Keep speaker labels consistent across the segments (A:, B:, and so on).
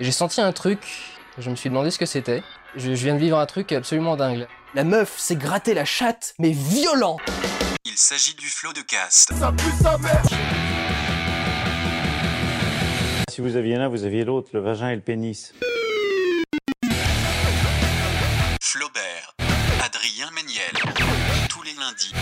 A: J'ai senti un truc, je me suis demandé ce que c'était. Je, je viens de vivre un truc absolument dingue. La meuf s'est grattée la chatte, mais violent
B: Il s'agit du flot de cast.
C: Si vous aviez l'un, vous aviez l'autre, le vagin et le pénis.
B: Flaubert. Adrien Méniel. Tous les lundis.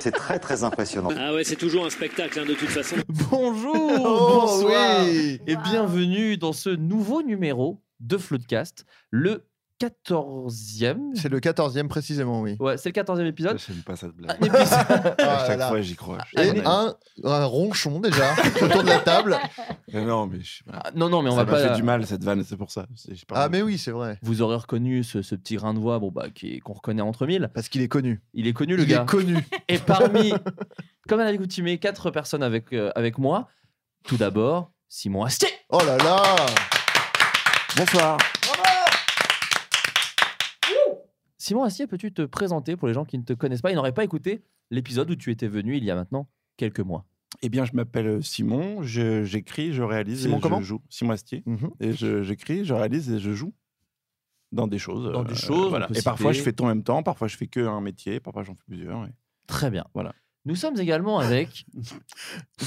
C: C'est très très impressionnant.
D: Ah ouais, c'est toujours un spectacle hein, de toute façon.
E: Bonjour,
F: Oh,
E: bonsoir
F: oui.
E: et bienvenue dans ce nouveau numéro de Floodcast, le 14e.
F: C'est le 14e précisément, oui.
E: Ouais, c'est le 14e épisode.
G: J'aime pas cette blague.
E: Un épisode-
F: Ah
G: à
F: là
G: chaque
F: là.
G: fois, j'y crois. Je
F: Et
G: suis honnête.
F: un, un ronchon déjà autour de la table.
G: Mais non, mais je... voilà.
E: Ah, non, non, mais on va
G: ça m'a
E: pas.
G: fait du mal cette vanne, c'est pour ça. C'est- je parle-
F: Ah mais oui, c'est vrai.
E: Vous aurez reconnu ce, ce petit grain de voix bon, bah, qui est- qu'on reconnaît entre mille.
F: Parce qu'il est connu.
E: Il est connu, le
F: Il
E: gars.
F: est connu.
E: Et parmi, comme à la coutumée, quatre personnes avec, euh, avec moi. Tout d'abord, Simon Astier.
F: Oh là là
G: Bonsoir.
E: Simon Astier, peux-tu te présenter pour les gens qui ne te connaissent pas Ils n'auraient pas écouté l'épisode où tu étais venu il y a maintenant quelques mois.
G: Eh bien, je m'appelle Simon, je- j'écris, je réalise
F: Simon
G: et
F: comment
G: je joue. Simon Astier.
F: Mhm.
G: Et je- j'écris, je réalise et je joue. Dans des choses. euh,
E: Dans des choses, on
G: voilà.
E: peut
G: Et parfois, je
E: citer.
G: fais tout en même temps. Parfois, je fais que un métier. Parfois, j'en fais plusieurs. et-
E: Très bien.
G: Voilà.
E: Nous sommes également avec.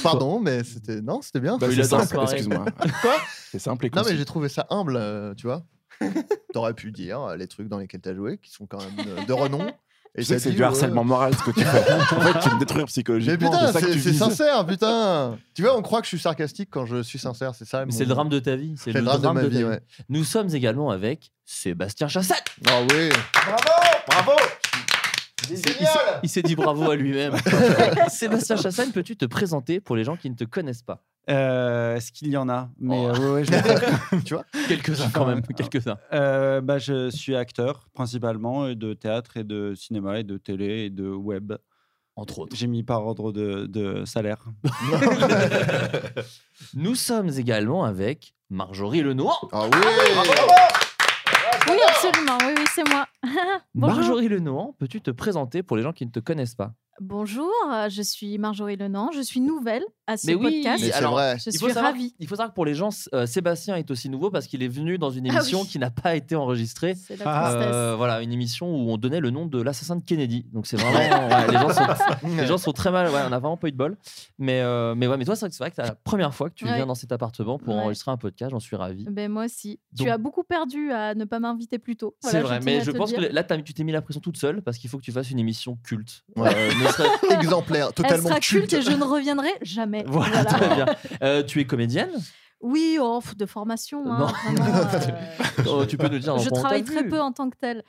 F: Pardon, mais c'était non, c'était bien.
E: Bah, il
G: c'est
E: adore
G: simple,
E: soirée.
G: excuse-moi. C'est simple et
F: Non mais
G: concis.
F: j'ai trouvé ça humble, euh, tu vois. T'aurais pu dire euh, les trucs dans lesquels t'as joué qui sont quand même euh, de renom. Et
G: Je sais
F: t'as
G: que c'est
F: dit,
G: du
F: ouais.
G: harcèlement moral ce que tu fais. en fait, tu me détruis
F: Mais
G: psychologiquement.
F: putain,
G: ça que
F: c'est
G: tu
F: c'est
G: vises.
F: sincère, putain. Tu vois, on croit que je suis sarcastique quand je suis sincère, c'est ça.
E: Mais
F: mon-
E: C'est le drame de ta vie.
F: C'est le drame de ma vie.
E: ta
F: ouais.
E: Nous sommes également avec Sébastien Chassat.
F: Ah oui.
E: Il s'est dit bravo à lui-même. Sébastien Chassat, peux-tu te présenter pour les gens qui ne te connaissent pas
H: Euh, Est-ce qu'il y en a Mais
E: Oh.
H: euh, ouais, ouais, je vais dire.
E: Quelques-uns quand même, quelques-uns.
H: Euh, bah, je suis acteur principalement euh, de théâtre et de cinéma et de télé et de web.
E: Entre autres.
H: J'ai mis par ordre de, de salaire.
E: Nous sommes également avec Marjorie Lenoir.
F: Ah oui.
I: Oui, absolument. Oui, oui, c'est moi. Bonjour.
E: Marjorie Lenoir, peux-tu te présenter pour les gens qui ne te connaissent pas
I: Bonjour, euh, je suis Marjorie Lenan. Je suis nouvelle à ce
E: Mais oui,
I: podcast.
F: Mais c'est
E: alors,
F: vrai.
I: Je
E: Il faut
I: suis
E: savoir-
I: ravie.
E: Il faut savoir que pour les gens, S- euh, Sébastien est aussi nouveau parce qu'il est venu dans une
I: Ah
E: émission
I: oui.
E: qui n'a pas été enregistrée.
I: C'est la
H: Ah,
I: tristesse.
E: Euh, voilà, une émission où on donnait le nom de l'assassin de Kennedy. Donc c'est vraiment. ouais, les, gens sont, les gens sont très mal. Ouais, on n'a vraiment pas eu de bol. Mais, euh, mais, ouais, mais toi, c'est vrai que c'est vrai que c'est la première fois que tu
I: Ouais.
E: viens dans cet appartement pour
I: Ouais.
E: enregistrer un podcast. J'en suis ravi.
I: Ben moi aussi.
E: Donc-
I: Tu as beaucoup perdu à ne pas m'inviter plus tôt.
E: C'est
I: Voilà,
E: vrai,
I: tenais
E: mais
I: à
E: je
I: te
E: pense
I: le dire.
E: que là, t'as- tu t'es mis la pression toute seule parce qu'il faut que tu fasses une émission culte.
F: Ouais.
E: Euh, ne serait-
F: Exemplaire,
I: Elle
F: totalement
I: sera culte et je ne reviendrai jamais.
E: Voilà,
I: Voilà.
E: très bien. Euh, tu es comédienne
I: Oui, oh, pff, de formation. hein,
E: Non.
I: vraiment, euh,
E: Oh, Tu peux nous dire dans
I: je
E: quoi on t'a
I: travaille très
E: vu
I: peu en tant que telle.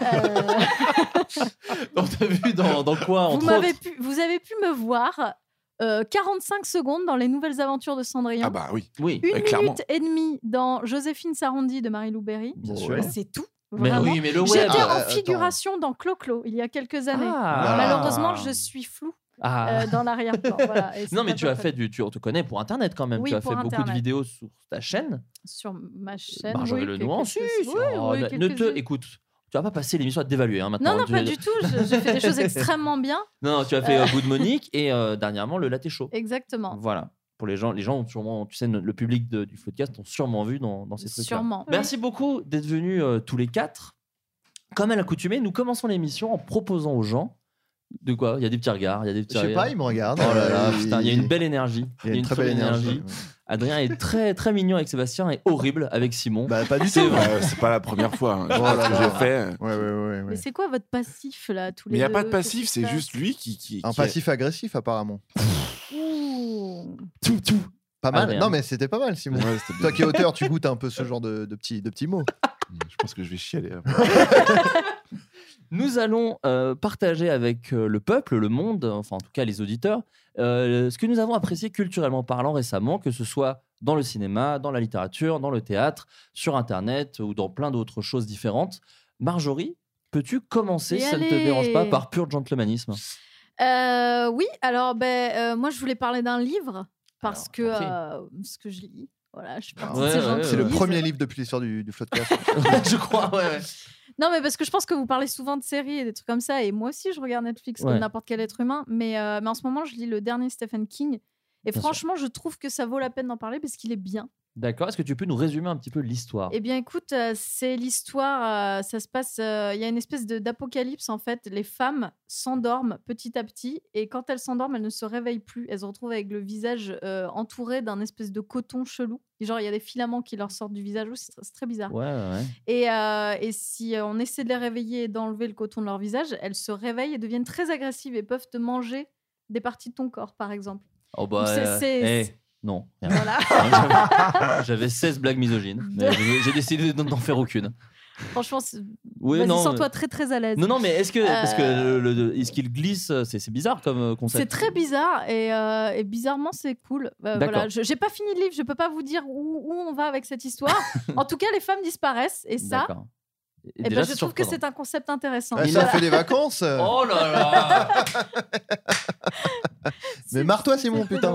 I: Euh,
E: On t'a vu dans, dans quoi
I: vous,
E: entre
I: m'avez
E: autres
I: pu, vous avez pu me voir euh, 45 secondes dans Les Nouvelles Aventures de Cendrillon.
G: Ah bah oui.
E: Oui,
I: Une
G: Ouais,
I: minute
G: clairement.
I: et demie dans Joséphine Sarondi de Marie-Lou Berry.
E: bien
F: Ouais.
E: sûr.
I: Et Bah, C'est tout.
E: Mais
I: Vraiment.
E: oui, mais le
I: J'étais
E: web.
F: Ah,
I: en
F: attends.
I: figuration dans Clo-Clo il y a quelques années.
E: bah, Ah.
I: Malheureusement, je suis floue
E: Ah.
I: euh, dans l'arrière-plan. voilà, et c'est
E: non, mais
I: pas
E: tu as
I: parfait.
E: fait du. Tu, on te connaît pour Internet quand même.
I: Oui,
E: tu as fait
I: pour
E: beaucoup de
I: Internet.
E: vidéos sur ta chaîne. Euh, bah,
I: Sur ma chaîne.
E: Marjorie
I: oui,
E: Lenoir.
I: quelques-
E: Si,
I: oui,
E: sur-
I: oui,
E: oh, bah, ne
I: quelques-
E: te. Écoute. Tu vas pas passer l'émission à te dévaluer hein, maintenant.
I: Non, non,
E: Tu-
I: pas du tout. Je- J'ai fait des choses extrêmement bien.
E: Non, non, tu as fait euh, Good Monique et euh, dernièrement le Latte Show.
I: Exactement.
E: Voilà. Pour les gens, les gens ont sûrement, tu sais, le public de- du podcast ont sûrement vu dans, dans ces trucs-là.
I: Sûrement.
E: Merci beaucoup d'être venus euh, tous les quatre. Comme à l'accoutumée, nous commençons l'émission en proposant aux gens de quoi Il y a des petits regards, il y a des petits.
F: Je sais
E: regards.
F: pas, il me regarde.
E: Oh là là,
F: Il-
E: putain, il y a une belle énergie.
F: il y a une très belle énergie.
E: Adrien est très très mignon avec Sébastien et horrible avec Simon.
F: Bah pas du
E: C'est
F: tout.
E: vrai.
G: Bah, c'est pas la première fois hein.
F: Oh là
G: que
F: là.
G: je fais.
F: Ouais, ouais, ouais, ouais.
I: Mais c'est quoi votre passif là tous
G: Mais il
I: les
G: n'y a pas de
I: deux
G: passif,
I: Qu'est-ce qui
G: c'est
I: se
G: juste lui qui. qui-
F: Un
G: qui est-
F: passif agressif apparemment.
I: passe Ouh.
G: Tout, tout.
F: Pas mal.
E: Ah, rien.
F: non mais c'était pas mal Simon.
G: Ouais, c'était bien.
F: Toi qui es auteur, tu goûtes un peu ce genre de, de petits, de petits mots.
G: Je pense que je vais chialer. hein.
E: Nous allons euh, partager avec euh, le peuple, le monde, enfin en tout cas les auditeurs, euh, ce que nous avons apprécié culturellement parlant récemment, que ce soit dans le cinéma, dans la littérature, dans le théâtre, sur Internet ou dans plein d'autres choses différentes. Marjorie, peux-tu commencer,
I: Et
E: si ça ne te
I: allez
E: dérange pas, par pur gentlemanisme
I: Euh, oui, alors ben, euh, moi je voulais parler d'un livre parce
E: Alors,
I: que
E: compris.
I: euh, parce que je lis. Voilà, je suis partie
E: Ouais,
I: de ces
E: ouais,
I: gens qui
E: ouais,
F: C'est le
I: lisent.
F: premier livre depuis l'histoire du, du podcast.
E: Je crois, ouais. ouais.
I: Non, mais parce que je pense que vous parlez souvent de séries et des trucs comme ça, et moi aussi je regarde Netflix
E: Ouais.
I: comme n'importe quel être humain, mais, euh, mais en ce moment je lis le dernier Stephen King, et
E: Bien sûr.
I: franchement je trouve que ça vaut la peine d'en parler parce qu'il est bien.
E: D'accord. Est-ce que tu peux nous résumer un petit peu l'histoire
I: Eh bien, écoute, euh, c'est l'histoire. euh, ça se passe. euh, Il y a une espèce de- d'apocalypse en fait. Les femmes s'endorment petit à petit, et quand elles s'endorment, elles ne se réveillent plus. Elles se retrouvent avec le visage euh, entouré d'un espèce de coton chelou. Genre, il y a des filaments qui leur sortent du visage. aussi, C'est tr- c'est très bizarre.
E: Ouais, ouais, ouais.
I: Et, euh, et si euh, on essaie de les réveiller et d'enlever le coton de leur visage, elles se réveillent et deviennent très agressives et peuvent te manger des parties de ton corps, par exemple.
E: Oh bah.
I: Donc, c'est-
E: euh,
I: c'est-
E: eh, non. Rien.
I: Voilà.
E: J'avais- J'avais 16 blagues misogynes, mais j'ai- j'ai décidé de n'en faire aucune.
I: Franchement, c'est-
E: Oui,
I: vas-y,
E: non.
I: sens-toi très très à l'aise.
E: Non, non, mais est-ce que parce que
I: Euh.
E: le- le- est-ce qu'il glisse C'est c'est bizarre comme euh,
I: C'est
E: concept.
I: très bizarre et, euh, et bizarrement c'est cool. Euh, voilà,
E: D'accord.
I: je- j'ai pas fini le livre, je peux pas vous dire où, où on va avec cette histoire. en tout cas, les femmes disparaissent et ça,
E: D'accord. Et
I: eh ben,
E: déjà,
I: je trouve que
E: surprenant.
I: c'est un concept intéressant.
F: Ah, ça
I: Voilà.
F: fait des vacances. euh.
E: Oh là là
F: Mais marre-toi, Simon, putain.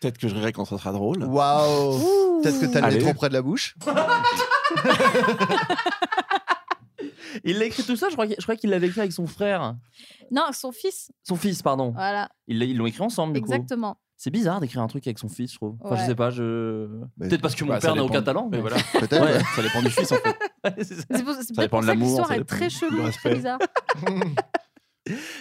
G: Peut-être que je rirai quand ça sera drôle.
F: Waouh.
I: Ouh.
F: Peut-être que t'as le
G: Allez.
F: nez trop près de la bouche.
E: Il l'a écrit tout ça, je crois, qu'il- je crois qu'il l'avait écrit avec son frère.
I: Non, son fils.
E: Son fils, pardon.
I: Voilà,
E: Ils l'a- ils l'ont écrit ensemble, du coup.
I: exactement.
E: C'est bizarre d'écrire un truc avec son fils, je trouve. Enfin, je
I: Ouais.
E: sais pas, je.
F: Mais-
E: Peut-être parce que mon
G: Bah, ça
E: père n'a
G: dépend.
E: aucun talent.
G: Mais
E: mais-
G: voilà.
F: Peut-être.
E: Ouais.
F: ouais.
G: ça dépend du fils en fait.
E: Ouais, c'est ça.
I: C'est pour, c'est peut-être
G: dépend
I: pour
G: de
I: ça que
G: l'amour,
I: l'histoire
G: ça
I: est
G: dépend
I: très
G: du
I: chelou,
G: respect.
I: très bizarre.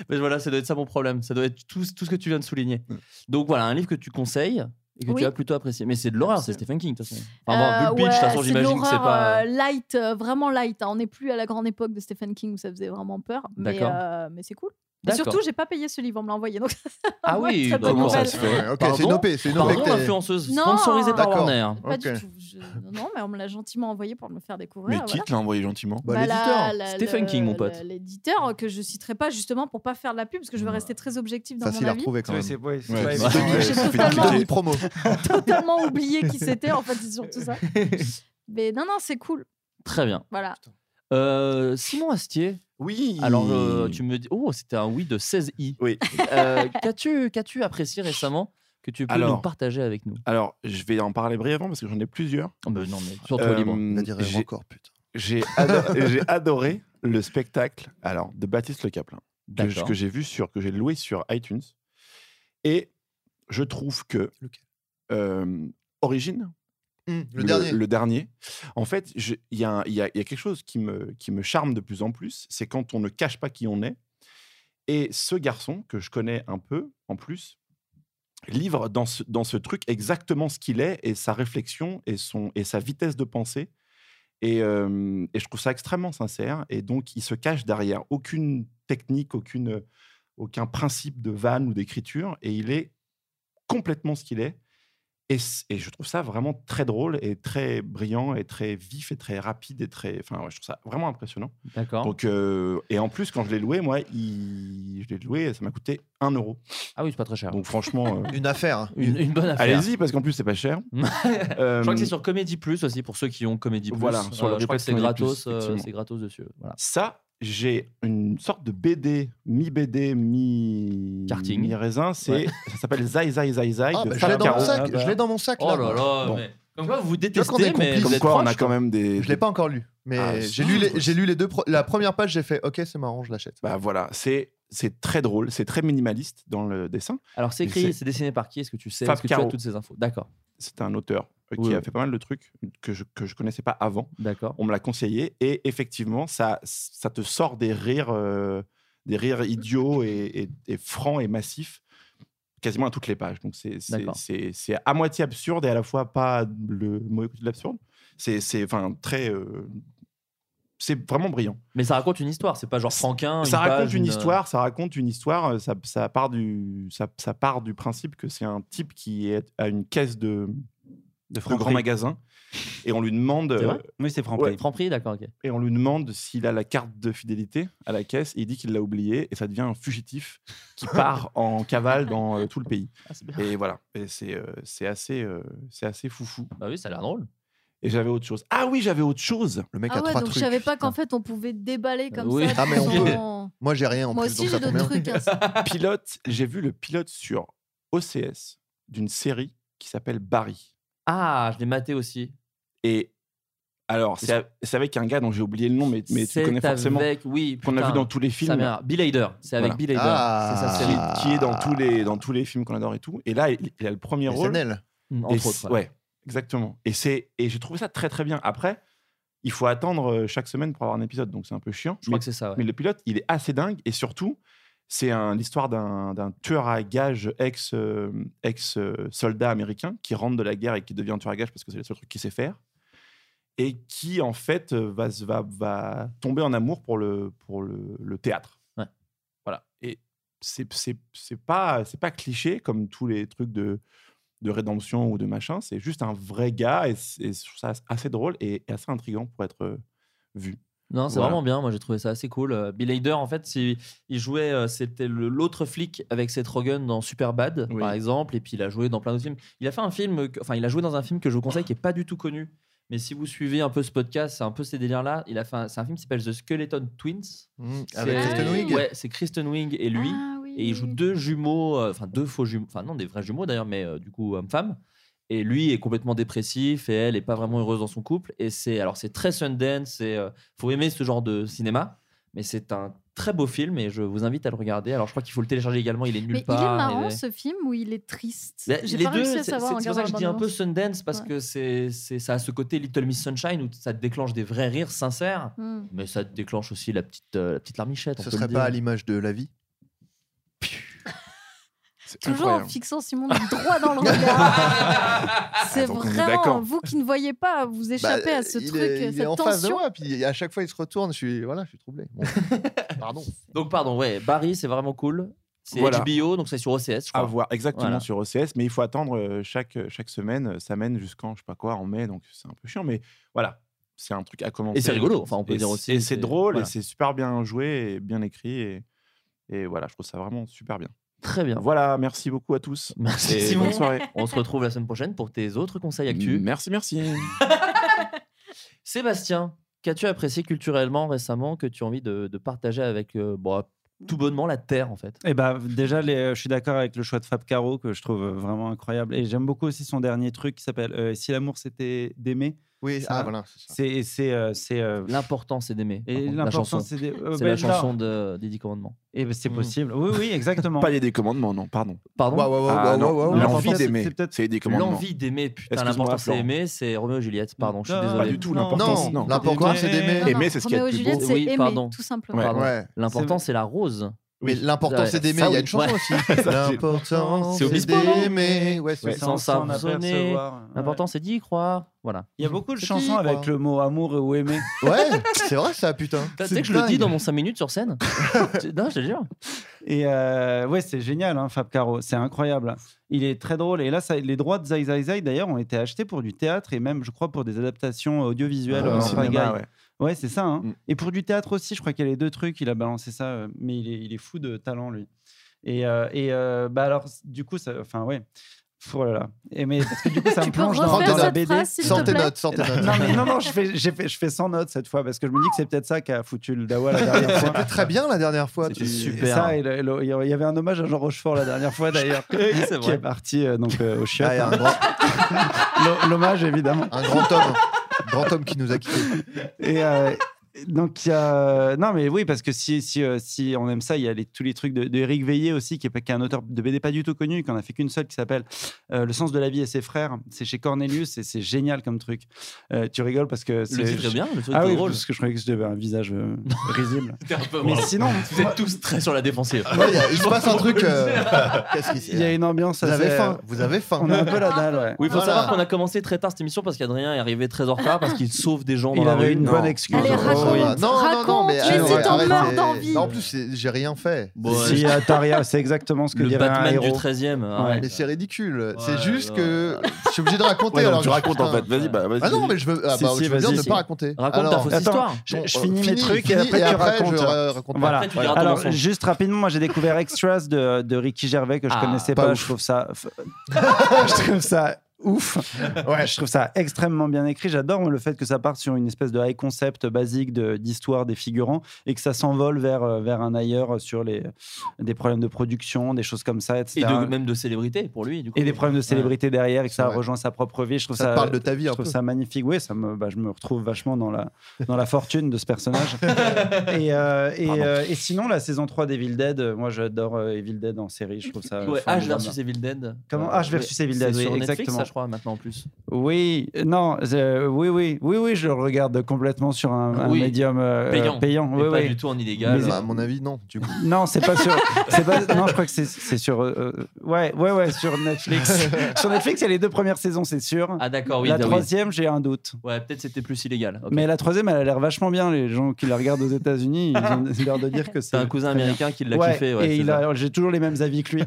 E: Mais voilà, ça doit être ça mon problème. Ça doit être tout, tout ce que tu viens de souligner. Donc voilà, un livre que tu conseilles et que
I: Oui.
E: tu as plutôt apprécié. Mais c'est de l'horreur, c'est
I: Absolument.
E: Stephen King, de toute façon. Enfin, bon, Bull
I: Euh,
E: Beach, de toute
I: ouais,
E: façon,
I: c'est
E: j'imagine que c'est
I: l'horreur,
E: pas.
I: euh, light, euh, vraiment light. hein. On n'est plus à la grande époque de Stephen King où ça faisait vraiment peur. Mais,
E: D'accord.
I: euh, mais c'est cool. Et
E: D'accord.
I: surtout, j'ai pas payé ce livre, on me l'a envoyé. Donc ça,
E: Ah
I: ouais,
E: oui,
I: très bonne
E: comment ça
I: nouvelle.
E: se fait
F: Ouais, ok, c'est
E: Pardon
F: une OP, c'est une OP
E: Pardon,
F: que t'es-
E: l'influenceuse,
I: Non.
E: sponsorisée par
F: D'accord.
E: Warner.
I: Pas
F: Ok.
I: du tout. Je- Non, mais on me l'a gentiment envoyé pour me le faire découvrir.
G: Mais qui
I: voilà.
G: te l'a envoyé gentiment
F: Bah,
I: Bah,
F: l'éditeur.
I: la- la-
E: Stephen
I: le-
E: King, mon
I: le-
E: pote.
I: L'éditeur que je citerai pas justement pour pas faire de la pub parce que je veux
E: Ouais.
I: rester très objectif dans
F: Bah, Facile
I: mon
F: à
I: avis.
F: retrouver quand même.
G: Ouais,
E: c'est-
F: Demi-
I: J'ai
G: ça fait
I: totalement-
G: tilter.
F: Demi-promo.
I: Totalement oublié qui c'était en fait, c'est surtout ça. Mais non, non, c'est cool.
E: Très bien.
I: Voilà.
E: Euh, Simon Astier,
G: Oui.
E: alors euh, tu me dis. Oh, c'était un oui de 16 i.
G: Oui.
E: Euh, Qu'as-tu qu'as-tu apprécié récemment que tu peux
G: Alors.
E: nous partager avec nous
G: Alors, je vais en parler brièvement parce que j'en ai plusieurs.
E: Oh, mais Non, mais surtout
G: Euh,
E: libre.
F: On dirait
G: j'ai-
F: encore, putain.
G: J'ai ado- j'ai adoré le spectacle alors, de Baptiste Le Caplin, que, j-
E: D'accord.
G: que j'ai vu sur, que j'ai loué sur iTunes. Et je trouve que euh, Origine,
F: Hum, le, dernier.
G: en fait, je- il y a, un- il y a- il y a quelque chose qui me, qui me charme de plus en plus, c'est quand on ne cache pas qui on est. Et ce garçon, que je connais un peu en plus, livre dans ce, dans ce truc exactement ce qu'il est et sa réflexion et, son, et sa vitesse de pensée. Et, euh, et je trouve ça extrêmement sincère. Et donc, il se cache derrière aucune technique, aucune, aucun principe de vanne ou d'écriture. Et il est complètement ce qu'il est. Et, c- et je trouve ça vraiment très drôle et très brillant et très vif et très rapide et très. Enfin, ouais, je trouve ça vraiment impressionnant.
E: D'accord.
G: Donc, euh, et en plus, quand je l'ai loué, moi, il- je l'ai loué, ça m'a coûté 1 euro.
E: Ah oui, c'est pas très cher.
G: Donc, franchement, euh,
F: Une affaire.
E: Une, une bonne affaire.
G: allez-y parce qu'en plus, c'est pas cher. Euh,
E: Je crois que c'est sur Comédie Plus aussi pour ceux qui ont Comédie Plus. Euh,
G: Voilà, sur le
E: je crois que c'est
G: Comédie
E: gratos,
G: Plus,
E: euh,
G: effectivement.
E: c'est gratos dessus. Voilà.
G: Ça, j'ai une sorte de BD, mi-BD, mi.
E: Karting.
G: Mi-raisin. c'est- Ça s'appelle Zai Zai Zai Zai
F: Ah,
G: de
F: bah, je
G: Fab
F: l'ai dans mon
G: Caro.
E: ça.
F: sac.
E: Ah, bah.
F: Je l'ai dans mon sac.
E: Oh
F: là.
E: là là,
G: Bon.
E: mais comme quoi vous
F: qu'on est
E: détestez, mais
F: complices.
E: vous
G: Comme
E: êtes
G: quoi, on
E: proches,
G: a quand même des.
F: Je l'ai pas encore lu, mais
G: Ah,
F: j'ai lu, les- j'ai lu les deux. pro- La première page, j'ai fait OK, c'est marrant, je l'achète.
G: Bah voilà, c'est c'est très drôle, c'est très minimaliste dans le dessin.
E: Alors c'est
G: C'est-
E: écrit, c'est dessiné par qui Est-ce que tu sais
G: Fab
E: Est-ce que tu as
G: Caro.
E: toutes ces infos D'accord,
G: C'est un auteur euh, qui
E: Oui,
G: a
E: oui.
G: fait pas mal de trucs que je que je connaissais pas avant.
E: d'accord.
G: On me l'a conseillé et effectivement, ça ça te sort des rires euh, des rires idiots et, et- et francs et massifs quasiment à toutes les pages. Donc c'est c'est-
E: D'accord.
G: c'est c'est à moitié absurde et à la fois pas le mauvais côté de l'absurde. C'est c'est enfin très euh, c'est vraiment brillant.
E: Mais ça raconte une histoire, c'est pas genre Franquin.
G: ça
E: page,
G: raconte une,
E: euh,
G: histoire, ça raconte une histoire, euh, ça, ça part du, ça, ça part du principe que c'est un type qui est à une caisse de, de, grand
H: Franprix.
G: magasin et on lui demande
E: C'est vrai
G: euh,
H: Oui, c'est
G: Ouais.
H: Franprix.
E: Franprix, d'accord, ok.
G: et on lui demande s'il a la carte de fidélité à la caisse et il dit qu'il l'a oubliée et ça devient un fugitif qui part en cavale dans euh, tout le pays
E: Ah, c'est bien.
G: et voilà et c'est euh, c'est assez euh, c'est assez foufou
E: Bah oui, ça a l'air drôle.
G: et j'avais autre chose ah oui j'avais autre chose
F: Le mec
I: Ah
F: a
I: ouais,
F: trois
I: donc je
F: trucs.
I: savais pas qu'en
F: putain.
I: fait on pouvait déballer comme
E: Oui.
I: ça.
F: Ah, mais on
I: sans-
F: peut. Moi, j'ai rien en
I: Moi
F: plus. donc
I: aussi j'ai
F: ça tombe
I: d'autres
F: bien.
I: trucs. hein.
G: pilote j'ai vu le pilote sur OCS d'une série qui s'appelle Barry
E: Ah, je l'ai maté aussi.
G: Et alors, c'est a- c'est avec un gars dont j'ai oublié le nom, mais, mais tu
E: C'est
G: connais forcément,
E: Avec... Oui,
G: qu'on a vu
E: putain,
G: dans tous les
E: sa
G: films,
E: mère. Bill Hader, c'est avec
G: Voilà.
E: Bill Hader.
F: Ah.
E: C'est sa
G: qui,
E: série.
G: qui est dans tous les, dans tous les films qu'on adore et tout. Et là, il, il a le premier
F: Les
G: rôle.
F: SNL.
E: Entre
G: Et
E: autres.
G: c'est-
E: ouais.
G: ouais, exactement. Et c'est et j'ai trouvé ça très très bien. Après, il faut attendre euh, chaque semaine pour avoir un épisode, donc c'est un peu chiant.
E: Je crois
G: mais,
E: que c'est ça. ouais.
G: mais le pilote, il est assez dingue et surtout, c'est un- l'histoire d'un d'un tueur à gages ex euh, ex euh, soldat américain qui rentre de la guerre et qui devient tueur à gages parce que c'est le seul truc qu'il sait faire et qui en fait euh, va se- va va tomber en amour pour le pour le, le théâtre.
E: Ouais.
G: Voilà. Et c'est c'est c'est pas c'est pas cliché comme tous les trucs de de rédemption ou de machin. C'est juste un vrai gars et, c'est- et je trouve ça assez drôle et, et assez intriguant pour être euh, vu.
E: Non, c'est
G: Voilà.
E: vraiment bien. Moi, j'ai trouvé ça assez cool. Euh, Bill Hader, en fait, il, il jouait, euh, c'était le- l'autre flic avec Seth Rogen dans Superbad,
G: Oui.
E: par exemple, et puis il a joué dans plein d'autres films. Il a fait un film, que- enfin, il a joué dans un film que je vous conseille qui est pas du tout connu. Mais si vous suivez un peu ce podcast, c'est un peu ces délires-là. Il a fait, un- c'est un film qui s'appelle The Skeleton Twins.
F: Mmh, avec
E: C'est-
F: Kristen Wiig.
E: Ouais, c'est Kristen Wiig et lui.
I: Ah oui.
E: Et il joue deux jumeaux, euh, enfin deux faux jumeaux, enfin non, des vrais jumeaux d'ailleurs, mais euh, du coup homme-femme. Et lui est complètement dépressif et elle est pas vraiment heureuse dans son couple. Et c'est alors c'est très Sundance, c'est euh, faut aimer ce genre de cinéma, mais c'est un très beau film et je vous invite à le regarder. Alors je crois qu'il faut le télécharger également, il est nulle
I: Mais il est
E: part.
I: marrant
E: il est-
I: ce film où il est triste.
E: Là,
I: J'ai
E: les
I: pas
E: deux,
I: réussi à
E: c'est-
I: savoir en
E: c'est c'est pour ça que je
I: regardant
E: dis
I: la
E: un peu
I: bande-annonce.
E: Sundance parce
I: Ouais.
E: que c'est c'est- ça a ce côté Little Miss Sunshine où ça te déclenche des vrais rires sincères,
I: Hmm.
E: mais ça te déclenche aussi la petite, euh, la petite larmichette. on
F: Ce
E: peut le
F: serait pas à
E: dire.
F: l'image de la vie
G: C'est
I: Toujours en
G: incroyable.
I: fixant Simon droit dans le regard.
F: Ah,
I: c'est
G: donc on est
I: vraiment
G: d'accord.
I: vous qui ne voyez pas, vous échappez
F: Bah,
I: à ce
F: il
I: truc,
F: est, il est
I: cette
F: en face de
I: tension.
F: moi, puis à chaque fois il se retourne, je suis, voilà, je suis troublé. Bon. Pardon.
E: Donc pardon, ouais, Barry, c'est vraiment cool. C'est
G: Voilà.
E: HBO, donc c'est sur OCS, je crois.
G: À voir exactement
E: Voilà.
G: sur OCS, mais il faut attendre euh, chaque, chaque semaine. euh, Ça mène jusqu'en, je sais pas quoi, en mai, donc c'est un peu chiant, mais voilà, c'est un truc à commencer. euh,
E: Et c'est rigolo, enfin on peut
G: Et
E: dire
G: c'est-
E: aussi.
G: Et c'est drôle,
E: voilà.
G: et c'est super bien joué, et bien écrit, et, et voilà, je trouve ça vraiment super bien.
E: Très bien.
G: Voilà, merci beaucoup à tous.
E: Merci
G: Et
E: Simon.
G: bonne soirée.
E: On se retrouve la semaine prochaine pour tes autres conseils actu.
G: Merci, merci.
E: Sébastien, qu'as-tu apprécié culturellement récemment que tu as envie de, de partager avec euh, bon, tout bonnement la Terre en fait
H: Eh ben, déjà, les- je suis d'accord avec le choix de Fab Caro que je trouve vraiment incroyable. Et j'aime beaucoup aussi son dernier truc qui s'appelle euh, Si l'amour c'était d'aimer.
F: Oui,
H: Ça
F: ah,
H: va
F: voilà. c'est ça.
H: C'est et c'est euh, c'est euh,
E: L'important c'est d'aimer. par
H: et
E: contre, La
H: l'important
E: chanson.
H: c'est d'aimer.
E: C'est la chanson de, des Dix Commandements.
H: Et c'est
E: Mm.
H: possible. Oui, oui, exactement.
G: Pas les décommandements, non, pardon.
E: Pardon
F: Waouh, waouh,
G: Ah,
F: waouh,
G: non,
F: waouh, waouh.
H: non.
G: L'envie
H: l'important, c'est-
G: d'aimer,
H: c'est peut-être
G: c'est les décommandements.
E: L'envie d'aimer, putain,
G: Excuse-moi,
E: l'important c'est
G: Florent. Ah,
E: aimer, c'est Roméo et Juliette. Pardon, je suis
H: Non,
E: désolé.
G: Pas du tout, l'important,
F: Non,
G: c'est- non.
F: l'important c'est d'aimer.
I: Non,
G: Aimer,
I: non,
G: c'est ce qu'il y a de
I: Roméo et
G: plus
I: Juliette,
E: beau.
I: c'est
E: Oui,
I: aimer,
E: pardon.
I: tout simplement.
G: Ouais.
E: Pardon.
F: Ouais.
E: L'important c'est la rose.
F: Mais l'important
E: Ouais,
F: c'est d'aimer. Il y
E: ça,
F: a une
E: oui.
F: chanson
E: Ouais.
F: aussi.
G: Ça, j'ai-
F: L'important
E: C'est au
F: c'est
E: Bispo, non
F: d'aimer. Ouais, c'est
G: Ouais.
H: s'en
E: Sans s'abandonner.
H: apercevoir. Ouais.
E: L'important c'est d'y croire. Voilà.
H: Il y a beaucoup de
F: C'est
H: chansons
F: qui,
H: avec
F: quoi
H: le mot amour euh, ou aimer.
F: Ouais, c'est vrai ça, putain.
E: Tu
F: C'est
E: sais que je le dis
F: dingue.
E: dans mon 5 minutes sur scène Non, je te jure.
H: Et euh, ouais, c'est génial, hein, Fab Caro. C'est incroyable. Il est très drôle. Et là, ça, les droits de Zai Zai Zai, d'ailleurs, ont été achetés pour du théâtre et même, je crois, pour des adaptations audiovisuelles.
G: Ah,
H: euh,
G: au
H: en
G: cinéma,
H: pagaille.
G: ouais.
H: ouais, c'est ça. hein.
G: Mm.
H: Et pour du théâtre aussi, je crois qu'il y a les deux trucs. Il a balancé ça, euh, mais il est, il est fou de talent, lui. Et, euh, et euh, bah alors, du coup, ça, enfin, ouais. Pff, Oh là là. Et mais, parce que du coup, ça
I: Tu
H: me
I: peux
H: plonge dans,
F: refaire
H: dans la
F: cette
H: BD.
I: phrase, s'il te
F: Sors tes
I: plaît.
F: notes, sors tes notes.
H: Non, mais non, non, je fais, j'ai fait, je fais 100 notes cette fois parce que je me dis que c'est peut-être ça qui a foutu le dawa la dernière fois.
F: C'était très bien la dernière fois.
E: C'était
F: tu-
E: super.
H: Et ça, et le- le- il y avait un hommage à Jean Rochefort la dernière fois d'ailleurs,
E: C'est
H: qui
E: vrai.
H: est parti euh, donc euh, au chiottes.
F: Ah, et un,
H: hein.
F: grand,
H: L'ho- L'hommage évidemment.
F: un grand homme. Grand homme qui nous a quittés.
H: Et euh, donc il y a- non mais oui parce que si si, euh, si on aime ça, il y a les- tous les trucs de, de Eric Veillé aussi qui est, pas- qui est un auteur de BD pas du tout connu, qu'on a fait qu'une seule qui s'appelle euh, Le sens de la vie et ses frères. C'est chez Cornelius et c'est génial comme truc. Euh, tu rigoles parce que
E: Le titre est bien, le truc
H: Ah
E: est
H: oui,
E: drôle.
H: parce que je croyais que j'avais un visage euh, risible.
E: C'était un peu
H: mais
E: marrant.
H: sinon,
E: Vous êtes tous très sur la défensive.
H: Ah.
F: Ouais, il y a- il se passe un truc. euh, Qu'est-ce qui
H: il y a
F: s'est
H: une ambiance.
F: Vous avez
H: assez- euh,
F: faim. Vous avez faim.
H: On a un peu la dalle, ouais.
E: Oui, il faut
F: Voilà.
E: savoir qu'on a commencé très tard cette émission parce qu'Adrien est arrivé très en retard parce qu'il sauve des gens dans
H: Il
E: la
H: avait
E: rue.
H: une
E: Non.
H: bonne excuse.
I: Allez,
H: Oh,
I: raconte.
H: oui.
F: non, non, non, mais
I: Raconte, mais
F: arrête,
I: c'est en
F: arrête,
I: meurs
F: c'est-
I: d'envie.
F: Non, En plus, c'est- j'ai rien fait.
E: Bon, euh,
H: Si, Ataria, c'est exactement ce que
E: le
H: dirait un
E: Batman du
H: héros.
E: 13
H: Ouais.
E: e
F: Mais c'est
E: Ouais,
F: ridicule. C'est juste
E: ouais.
F: que je suis obligé de raconter.
G: Ouais, donc
F: alors
G: tu
F: que-
G: racontes en
F: putain.
G: fait, vas-y, bah vas-y.
F: Ah non, mais je veux, ah,
H: Si,
F: bah,
H: si,
F: je veux bien
H: vas-y,
F: ne
H: si.
F: pas raconter.
E: Raconte ta
F: Alors,
E: fausse
H: attends.
E: histoire.
H: Je,
F: bon,
H: je
F: euh,
H: finis mes
F: finis,
H: trucs et
F: finis,
H: après
F: et
H: tu
F: après,
H: racontes.
F: je ra- raconte
H: Voilà.
E: Après, tu diras ton
H: Alors,
E: mensonge.
H: juste rapidement, moi j'ai découvert Extras de, de Ricky Gervais que je
E: Ah,
H: connaissais
F: pas
H: pas.
F: ouf.
H: Je trouve ça. je trouve ça ouf.
F: Ouais.
H: Je trouve ça extrêmement bien écrit. J'adore hein, le fait que ça parte sur une espèce de high concept basique de- d'histoire des figurants et que ça s'envole vers, euh, vers un ailleurs sur les, des problèmes de production, des choses comme ça, etc.
E: Et de, même de célébrité pour lui. Du coup.
H: et des problèmes de célébrité derrière et que ça
F: Ouais.
H: rejoint sa propre vie. Je trouve
F: Ça
H: ça,
F: te parle de ta vie
H: je
F: un
H: trouve
F: peu.
H: ça magnifique. Oui, ça me, bah, je me retrouve vachement dans la, dans la fortune de ce personnage. et, euh, et,
G: Pardon.
H: euh, et sinon, la saison 3 d'Evil Dead, euh, moi j'adore euh, Evil Dead en série. Je trouve ça.
E: Ouais,
H: formidable.
E: H versus Evil Dead.
H: Comment
E: Euh,
H: Ash versus
E: ouais.
H: Evil Dead,
E: C'est
H: oui,
E: sur Netflix,
H: exactement.
E: ça, je crois, maintenant en plus.
H: Oui, euh, non, euh, oui, oui, oui, oui, je le regarde complètement sur un, un
E: Oui.
H: médium euh,
E: Payant.
H: euh, payant.
E: Et
H: oui,
E: pas
H: oui.
E: du tout en illégal.
H: Mais-
F: Bah, à mon avis, non, du coup.
H: Non, c'est pas sur. c'est pas- non, je crois que c'est- c'est sur. euh, euh, ouais, ouais, ouais, sur Netflix. sur Netflix, il y a les deux premières saisons, c'est sûr.
E: Ah d'accord, oui.
H: la
E: bah oui.
H: troisième, j'ai un doute.
E: Ouais, peut-être c'était plus illégal. Ok.
H: Mais la troisième, elle a l'air vachement bien. Les gens qui la regardent aux États-Unis, ils ont l'air de dire que c'est.
E: C'est un cousin
H: très bien.
E: américain qui l'a
H: Ouais,
E: kiffé. Ouais,
H: et
E: c'est
H: il
E: ça.
H: a- j'ai toujours les mêmes avis que lui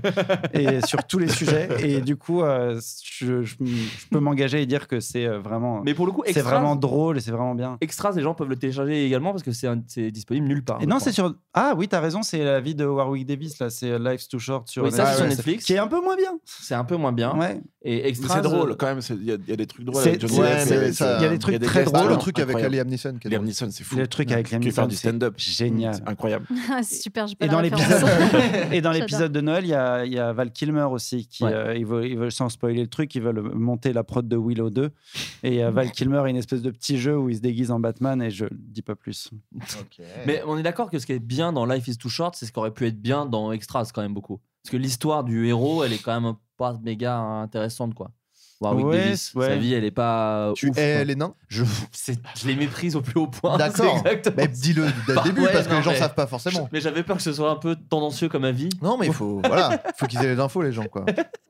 H: et sur tous les sujets. Et du coup, euh, je, je- je peux m'engager et dire que c'est euh, vraiment.
E: Mais pour le coup,
H: C'est
E: extras,
H: vraiment drôle et c'est vraiment bien.
E: extras, les gens peuvent le télécharger également parce que c'est un- c'est disponible nulle part.
H: Et
E: je
H: non,
E: crois.
H: c'est sur. Ah oui, t'as raison, c'est la vie de Warwick Davis, là, c'est Life's Too Short sur
E: Oui, ça,
F: Ah
E: c'est sur
F: ouais,
E: Netflix.
H: Qui est un peu moins bien.
E: C'est un peu moins bien.
H: Ouais.
E: Et
G: Mais
E: extras.
G: C'est drôle
E: euh,
G: quand même, c'est- il y, a il y a des trucs drôles
H: C'est-
G: avec Johnny
H: c'est-
G: Depp et
H: c'est-
G: avec,
F: ça-
G: euh,
F: il y a
H: des trucs
G: des
H: très
G: gestes
H: drôles.
F: Ah, le
H: drôle.
F: truc avec Ali
G: incroyables.
F: Amnison. qui est
G: Liam
F: drôle.
G: Neeson, c'est fou.
H: Le truc avec Liam
G: Qui veut faire
H: Neeson,
G: du
H: c'est
G: stand-up.
H: génial.
G: C'est incroyable.
I: Ah, Super, j'ai pas
H: Et
I: la
H: dans
I: référence.
H: l'épisode et dans
I: J'adore.
H: l'épisode de Noël, il y a, il y a Val Kilmer aussi qui
E: Ouais.
H: euh, ils veulent, ils veulent- sans spoiler le truc, ils veulent monter la prod de Willow 2 et euh, Val Kilmer a une espèce de petit jeu où il se déguise en Batman et je dis pas plus.
E: Mais on est d'accord que ce qui est bien dans Life is Too Short, c'est ce qui aurait pu être bien dans Extras quand même beaucoup. Parce que l'histoire du héros, elle est quand même pas méga intéressante quoi. Warwick
H: Ouais,
E: Davis,
H: ouais.
E: sa vie, elle est pas.
F: Tu
E: ouf, quoi.
F: hais les nains
E: Je, c'est- je les méprise au plus haut point.
F: D'accord.
E: C'est exactement
F: Mais
E: ça.
F: dis-le dès le
E: Bah,
F: début
E: ouais,
F: parce que
E: non,
F: les gens
E: mais-
F: savent pas
E: Je-
F: forcément.
E: Mais j'avais peur que ce soit un peu tendancieux comme avis.
F: Non, mais il faut, voilà, faut qu'ils aient les infos, les gens, quoi.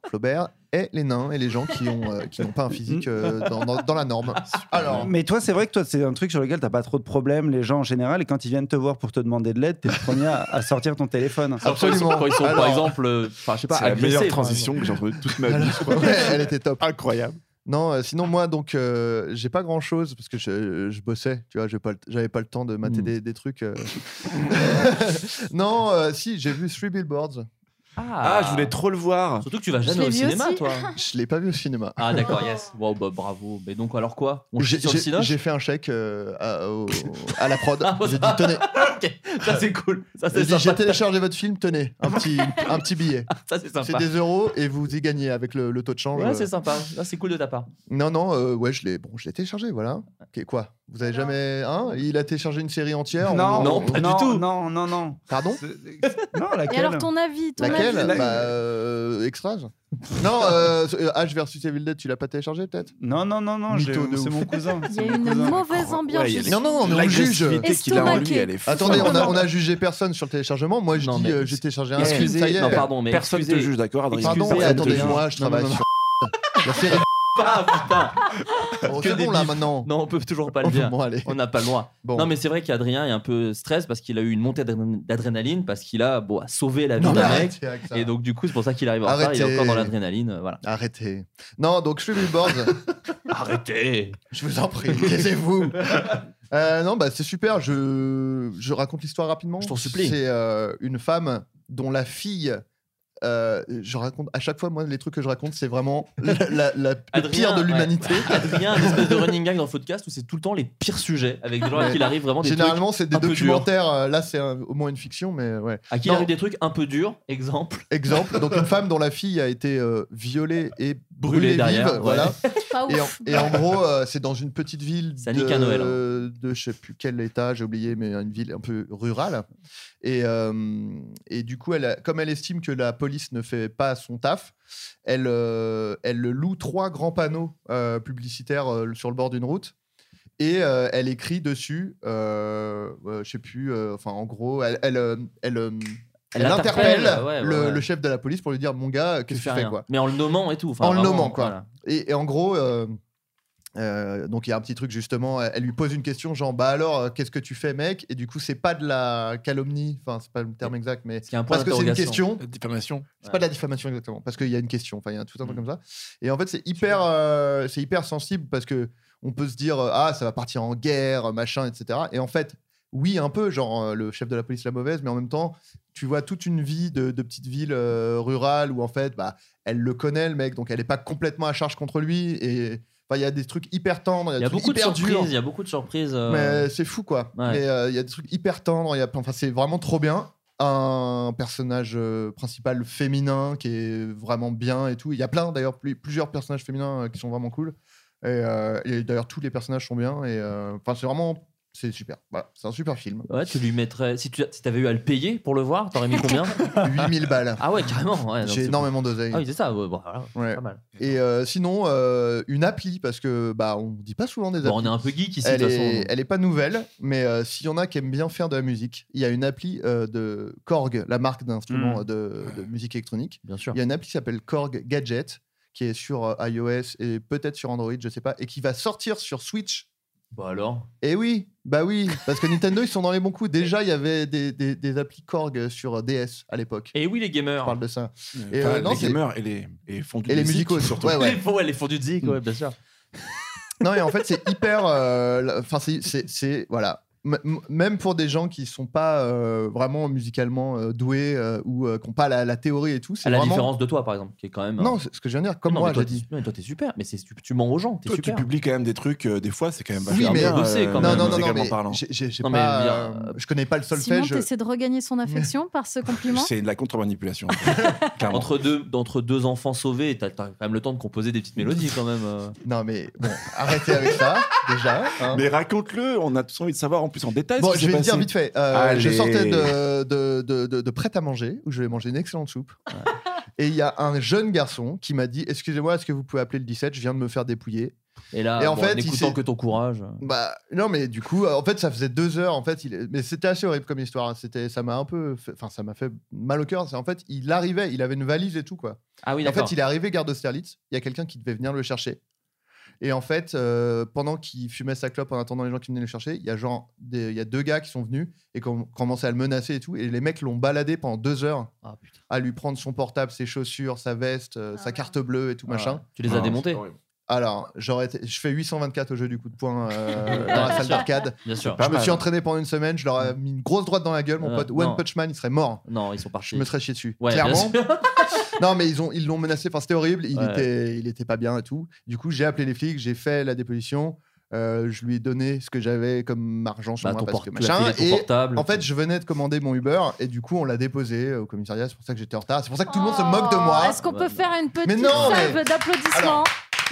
F: Flaubert et les nains et les gens qui ont euh, qui n'ont pas un physique euh, dans, dans- dans la norme. Alors,
H: Mais toi, c'est vrai que toi, c'est un truc sur lequel t'as pas trop de problèmes, les gens en général, et quand ils viennent te voir pour te demander de l'aide, t'es le premier à, à sortir ton téléphone.
F: absolument.
E: Quand ils sont
F: Alors,
E: par exemple, euh, enfin je sais pas,
G: C'est la
E: agressés,
G: meilleure
E: par
G: transition que j'ai entendue de toute
E: Euh,
G: ma vie.
F: alors, ouais, elle était top.
G: Incroyable.
F: Non, euh, sinon moi donc euh, j'ai pas grand chose parce que je, je bossais, tu vois, j'ai pas le- j'avais pas le temps de mater
E: Mm.
F: des, des trucs. euh. non, euh, si j'ai vu Three Billboards,
E: exemple. Ah,
G: Ah, je voulais trop le voir.
E: Surtout que tu vas jamais
I: Je l'ai
E: au
I: vu
E: cinéma,
I: aussi.
E: toi.
F: je l'ai pas vu au cinéma.
E: Ah d'accord,
I: Oh.
E: yes. Wow, bah, bravo. Mais donc alors quoi On
F: J'ai
E: chie sur le
F: j'ai-
E: Cinoche
F: j'ai fait un chèque euh, à, au- à la prod.
E: Ah,
F: j'ai dit
E: ça-
F: tenez,
E: Ok, ça c'est cool. Ça
F: j'ai
E: c'est
F: dit, j'ai
E: sympa.
F: téléchargé votre film, tenez un petit un petit billet.
E: Ça c'est
F: C'est
E: sympa.
F: des euros et vous y gagnez avec le, le taux de change.
E: Ouais,
F: euh.
E: c'est sympa. Ça, c'est cool de ta part.
F: Non, non, euh, ouais, je l'ai bon, je l'ai téléchargé, voilà. Ok, quoi Vous avez jamais. Hein Il a téléchargé une série entière on-
E: non,
F: on-
E: pas du
H: non,
E: tout.
H: Non, non, non.
F: Pardon
H: C'est- Non,
I: Et
H: laquelle
I: alors ton avis, ton
F: Laquelle
I: avis
H: La-
F: Bah, euh, Extras. non, euh, euh, Ash versus Evil Dead, tu l'as pas téléchargé peut-être
H: Non, non, non, non, j'ai-
F: Mytho de
H: c'est
F: ouf.
H: mon cousin.
I: Il y
H: c'est
I: a
H: mon
I: une
H: cousin.
I: mauvaise ambiance.
G: Ouais, il y a-
F: Non, non, mais on juge.
G: L'agressivité qu'il a en lui,
I: Estomaqué.
G: elle est fou.
F: Attendez, on a, on a jugé personne sur le téléchargement. Moi, je
E: Non,
F: dis,
E: mais-
F: euh, j'ai téléchargé un.
E: Excusez,
F: ça y est.
E: non pardon, mais
G: Personne
E: excusez.
G: te juge, d'accord, Adrien
F: Pardon,
E: excusez,
F: mais attendez,
E: attendez.
F: moi, je
G: Non,
F: travaille
G: non, non.
F: sur la série.
E: Ah putain.
F: Bon,
E: Que
F: c'est
E: des
F: bon là
E: bifs.
F: maintenant.
E: Non, on peut toujours pas le dire.
F: Bon, Oh, allez.
E: On n'a pas le droit.
F: Bon.
E: Non, mais c'est vrai qu'Adrien est un peu stress parce qu'il a eu une montée d'adré- d'adrénaline parce qu'il a, bon, a sauvé la vie
F: Non, mais
E: d'un mec.
F: arrêtez avec ça.
E: Et donc, du coup, c'est pour ça qu'il arrive en retard. Il est
F: Arrêtez.
E: encore dans l'adrénaline. euh, Voilà.
F: Arrêtez. Non, donc je suis Billboard.
E: Arrêtez
F: Je vous en prie, taisez-vous. Euh, non, bah c'est super. Je, je raconte l'histoire rapidement.
E: Je t'en supplie.
F: C'est euh, une femme dont la fille. euh, je raconte à chaque fois, moi, les trucs que je raconte, c'est vraiment la, la- la- le
E: Adrien,
F: pire de
E: ouais.
F: l'humanité.
E: Adrien, une espèce de running gag dans le podcast où c'est tout le temps les pires sujets avec des gens à
F: Mais
E: qui il arrive vraiment des trucs.
F: Généralement, c'est des
E: un peu
F: documentaires. euh, Là, c'est un- au moins une fiction, mais ouais.
E: À qui il
F: Non.
E: arrive des trucs un peu durs, exemple.
F: Exemple. Donc, une femme dont la fille a été euh, violée et
E: Brûlée
F: brûlée,
E: derrière,
F: vive.
E: ouais.
F: Voilà.
I: Pas
F: Et en,
I: ouf.
F: et en gros, euh, c'est dans une petite ville
E: Ça
F: de,
E: nique un Noël, hein.
F: de je sais plus quel état, j'ai oublié, mais une ville un peu rurale. Et, euh, et du coup, elle a- comme elle estime que la police ne fait pas son taf, elle, euh, elle loue trois grands panneaux euh, publicitaires euh, sur le bord d'une route. Et euh, elle écrit dessus, euh, euh, je sais plus, euh, enfin en gros, elle, elle, euh, elle, euh,
E: Elle
F: elle interpelle,
E: interpelle, ouais, ouais,
F: le,
E: ouais.
F: le chef de la police pour lui dire, mon gars, qu'est-ce que tu fais
E: rien.
F: quoi
E: Mais en le nommant et tout. enfin,
F: En le
E: vraiment,
F: nommant, quoi.
E: voilà.
F: et, et en gros, euh, euh, donc il y a un petit truc justement, elle elle lui pose une question genre bah alors euh, qu'est-ce que tu fais mec Et du coup c'est pas de la calomnie, enfin c'est pas le terme exact, mais
E: Parce qu'il y a un point
F: parce que c'est une
E: d'interrogation.
F: question,
G: La diffamation.
F: c'est pas de la diffamation exactement, parce qu'il y a une question, enfin il y a tout un truc
E: Mm.
F: comme ça. Et en fait c'est hyper, euh, c'est hyper sensible parce que on peut se dire euh, ah ça va partir en guerre, machin, etc. Et en fait oui un peu genre euh, le chef de la police la mauvaise, mais en même temps tu vois toute une vie de, de petite ville euh, rurale où en fait bah elle le connaît le mec, donc elle est pas complètement à charge contre lui et enfin il y a des trucs hyper tendres,
E: Il
F: il
E: y a
F: des trucs
E: beaucoup de
F: hyper durs.
E: surprises. Il y a beaucoup de surprises. euh,
F: Mais c'est fou quoi.
E: Ouais.
F: Mais euh, il y a des trucs hyper tendres, il y a- enfin, c'est vraiment trop bien. Un personnage euh, principal féminin qui est vraiment bien et tout. Il y a plein d'ailleurs, pl- plusieurs personnages féminins euh, qui sont vraiment cool. Et, euh, et d'ailleurs, tous les personnages sont bien. Et euh, enfin, c'est vraiment C'est super. Voilà, c'est un super film.
E: Ouais, tu lui mettrais. Si tu si t'avais eu à le payer pour le voir, t'aurais mis combien
F: 8000 balles.
E: Ah ouais, carrément. ouais, donc
F: J'ai
E: c'est-
F: énormément d'oseille.
E: Ah oui, c'est ça. ouais, bon, voilà, c'est
F: Ouais.
E: pas mal.
F: Et euh, sinon, euh, une appli, parce que bah, on dit pas souvent des
E: Bon,
F: applis.
E: on est un peu geek ici, de
F: elle,
E: toute
F: est,
E: façon.
F: elle est pas nouvelle, mais euh, s'il y en a qui aiment bien faire de la musique, il y a une appli euh, de Korg, la marque d'instruments
H: Mm.
F: euh, de, de musique électronique.
E: Bien sûr.
F: Il y a une appli qui s'appelle Korg Gadget, qui est sur euh, iOS et peut-être sur Android, je sais pas, et qui va sortir sur Switch.
E: Bah alors
F: Et oui, bah oui, parce que Nintendo, ils sont dans les bons coups. Déjà, il y avait des, des, des applis Korg sur DS à l'époque.
E: Et Eh oui, les
F: On
E: gamers.
F: parle de ça.
G: Et
F: Et, euh, non,
G: les
F: c'est-
G: gamers et les, et font du
F: Et les
G: musique,
F: musicaux,
G: surtout.
F: Ouais, ouais.
E: Les faux, ouais, les fondus de zik, ouais, bien sûr.
F: Non, et en fait, c'est hyper. euh, la- Enfin, c'est- c'est- c'est. Voilà. M- m- même pour des gens qui sont pas euh, vraiment musicalement euh, doués euh, ou euh, qui n'ont pas la, la théorie et tout, c'est
E: À la
F: vraiment.
E: différence de toi, par exemple, qui est quand même.
F: Non, c'est ce que je viens de dire, comme
E: Non,
F: moi,
E: mais toi,
F: j'ai dit.
E: t'es- non, mais toi, t'es super, mais c'est- tu, tu mens aux gens, t'es
G: Toi, tu
E: super.
G: publies quand même des trucs, euh, des fois, c'est quand même
F: Oui,
G: vachement
F: mais-
G: bien,
E: On sait, quand
F: Non,
E: même,
F: non, non, non,
G: musicalement
F: mais
G: parlant.
F: j'ai- j'ai- j'ai
E: Non, mais
F: pas,
E: bien,
F: euh, je connais pas le
I: Simon,
F: solfège.
I: t'essaies de regagner son affection par ce compliment
G: C'est de la contre-manipulation. clairement.
E: Entre deux, d'entre deux enfants sauvés, t'as t'as quand même le temps de composer des petites mélodies quand même. euh.
F: Non, mais bon, arrêtez avec ça, déjà. hein.
G: Mais raconte-le, on a tous envie de savoir en plus en détail.
F: Bon,
G: ce qui
F: je
G: s'est
F: vais te dire
G: passé.
F: vite fait. Euh, je
G: Allez.
F: sortais de, de, de, de, de prêt à manger où je vais manger une excellente soupe. Et il y a un jeune garçon qui m'a dit Excusez-moi, est-ce que vous pouvez appeler le 17 Je viens de me faire dépouiller.
E: Et là,
F: Et en
E: bon,
F: fait,
E: en
F: il
E: écoutant
F: s'est-
E: que ton courage.
F: Bah non mais du coup en fait ça faisait deux heures en fait il est- mais c'était assez horrible comme histoire hein. c'était ça m'a un peu fait- enfin ça m'a fait mal au cœur c'est en fait il arrivait il avait une valise et tout quoi
E: Ah oui,
F: Et en
E: d'accord.
F: fait il est arrivé gare d'Austerlitz il y a quelqu'un qui devait venir le chercher et en fait euh, pendant qu'il fumait sa clope en attendant les gens qui venaient le chercher il y a genre des- il y a deux gars qui sont venus et qui ont commencé à le menacer et tout et les mecs l'ont baladé pendant deux heures
E: Ah, putain.
F: à lui prendre son portable ses chaussures sa veste euh,
I: Ah,
F: sa
I: merde.
F: carte bleue et tout machin
E: Tu les as
G: Ah,
E: démontés,
G: c'est horrible.
F: alors j'aurais été- je fais 824 au jeu du coup de poing euh,
E: Ouais,
F: dans
E: bien
F: la salle
E: sûr.
F: d'arcade
E: bien sûr.
G: Pas
F: je me
G: mal.
F: suis entraîné pendant une semaine, je leur ai mis une grosse droite dans la gueule, mon
E: Ah,
F: pote.
E: non.
F: One Punch Man, il serait mort.
E: Ah, Non, ils sont
F: Je
E: partis.
F: me serais chié dessus.
E: Ouais, bien
F: Clairement.
E: sûr. Bah,
F: Non, mais ils ont, ils l'ont menacé. Enfin, c'était horrible. Il
E: Ouais.
F: était, il était pas bien et tout. Du coup, j'ai appelé les flics, j'ai fait la déposition. euh, je lui ai donné ce que j'avais comme argent sur
E: Bah,
F: moi
E: ton
F: parce
E: por-
F: que
E: tu as
F: machin.
E: filé ton
F: Et
E: portable.
F: en fait, je venais de commander mon Uber et du coup, on l'a déposé au commissariat. C'est pour ça que j'étais en retard. C'est pour ça que tout le monde se moque de moi.
I: Oh, Est-ce qu'on
E: Ouais,
I: peut
E: non.
I: faire une petite
F: Mais non,
I: salve
F: mais-
I: d'applaudissements
F: Alors-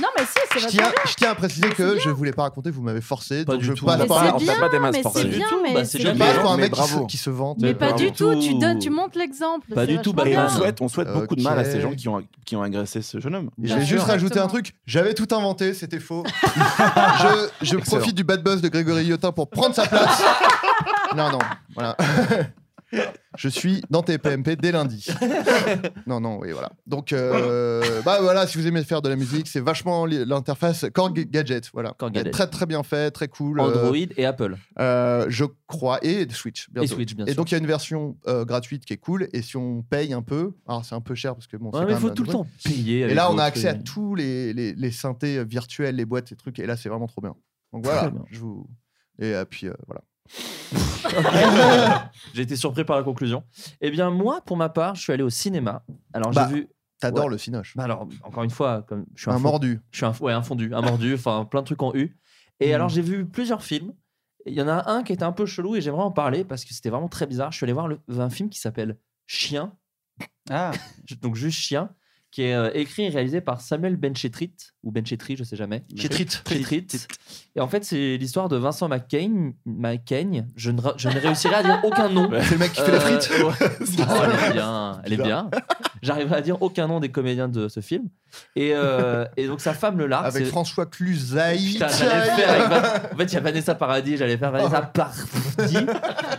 I: Non, mais si, c'est
F: Je
I: vachement
F: tiens, je tiens à préciser
I: Mais
F: que
I: Ah, c'est
F: je voulais pas raconter. Vous m'avez forcé.
E: Pas
F: donc
E: du
F: je
E: tout.
F: passe
I: Mais
F: par
I: c'est
F: un-
I: bien,
G: pas des masses
I: mais
G: sportives.
I: c'est
G: Pas
E: du
I: bien,
E: tout, bah, c'est
I: mais c'est
F: Je
E: jamais
I: bien.
F: passe pour un
G: Mais
F: mec qui
G: bravo.
F: se, qui se vante.
I: Mais
F: euh,
I: pas
F: vraiment.
I: du tout, tu,
E: tout.
I: donnes, tu montres l'exemple.
E: Pas
I: c'est
E: du tout,
I: vachement
E: bah,
G: Et
I: bien.
H: Ah.
G: on souhaite, on souhaite beaucoup de mal à ces
F: Ok.
G: gens qui ont, qui ont agressé ce jeune homme.
F: Et Je
I: Bien
F: vais
I: sûr.
F: juste rajouter un
I: Exactement.
F: truc. J'avais tout inventé, c'était faux. je je
G: Excellent.
F: profite du bad buzz de Grégory Yotin pour prendre sa place. non, non, voilà. je suis dans tes PMP dès lundi. non, non, oui, voilà. Donc, euh, bah voilà, si vous aimez faire de la musique, c'est vachement li- l'interface Korg Gadget, voilà.
E: Korg
F: Elle est
E: Gadget.
F: Très, très bien fait, très cool. euh,
E: Android et Apple.
F: euh, je crois. Et Switch, bientôt.
E: Et Switch, bien
F: Et
E: sûr.
F: donc, il y a une version euh, gratuite qui est cool. Et si on paye un peu, alors c'est un peu cher parce que bon, c'est
E: Ouais,
F: quand
E: mais il
F: même
E: faut
F: un
E: tout le
F: truc.
E: temps payer.
F: Et
E: avec
F: là, on
E: vos
F: a accès à
E: trucs.
F: tous les, les, les synthés euh, virtuels, les boîtes, ces trucs. Et là, c'est vraiment trop bien. Donc voilà.
E: Très bien.
F: Je vous... Et euh, puis euh, voilà.
E: J'ai été surpris par la conclusion. Eh bien, moi, pour ma part, je suis allé au cinéma. Alors,
F: Bah.
E: j'ai vu.
F: T'adores
E: Ouais.
F: le cinoche.
E: Bah alors, encore une fois, comme je suis un,
F: Un
E: fond-
F: mordu.
E: Je suis un, ouais, un fondu, un mordu, enfin plein de trucs en U. Et
F: Mm.
E: alors j'ai vu plusieurs films. Il y en a un qui était un peu chelou et j'aimerais en parler parce que c'était vraiment très bizarre. Je suis allé voir le- un film qui s'appelle Chien,
H: Ah,
E: donc juste Chien, qui est euh, écrit et réalisé par Samuel Benchetrit, ou Benchetrit, je sais jamais.
H: Chétrit.
E: Chétrit. Et en fait, c'est l'histoire de Vincent McCain. McCain. Je ne, ra- je ne réussirai à dire aucun nom.
F: C'est le mec qui fait les frites.
E: Euh, Oh, elle est bien, elle est bien. J'arriverai à dire aucun nom des comédiens de ce film. Et, euh, et donc sa femme le largue.
F: Avec
E: c'est-
F: François Cluzaï.
E: Putain, Oh. j'allais le faire avec Van- En fait, il y a Vanessa Paradis, j'allais faire Vanessa Paradis.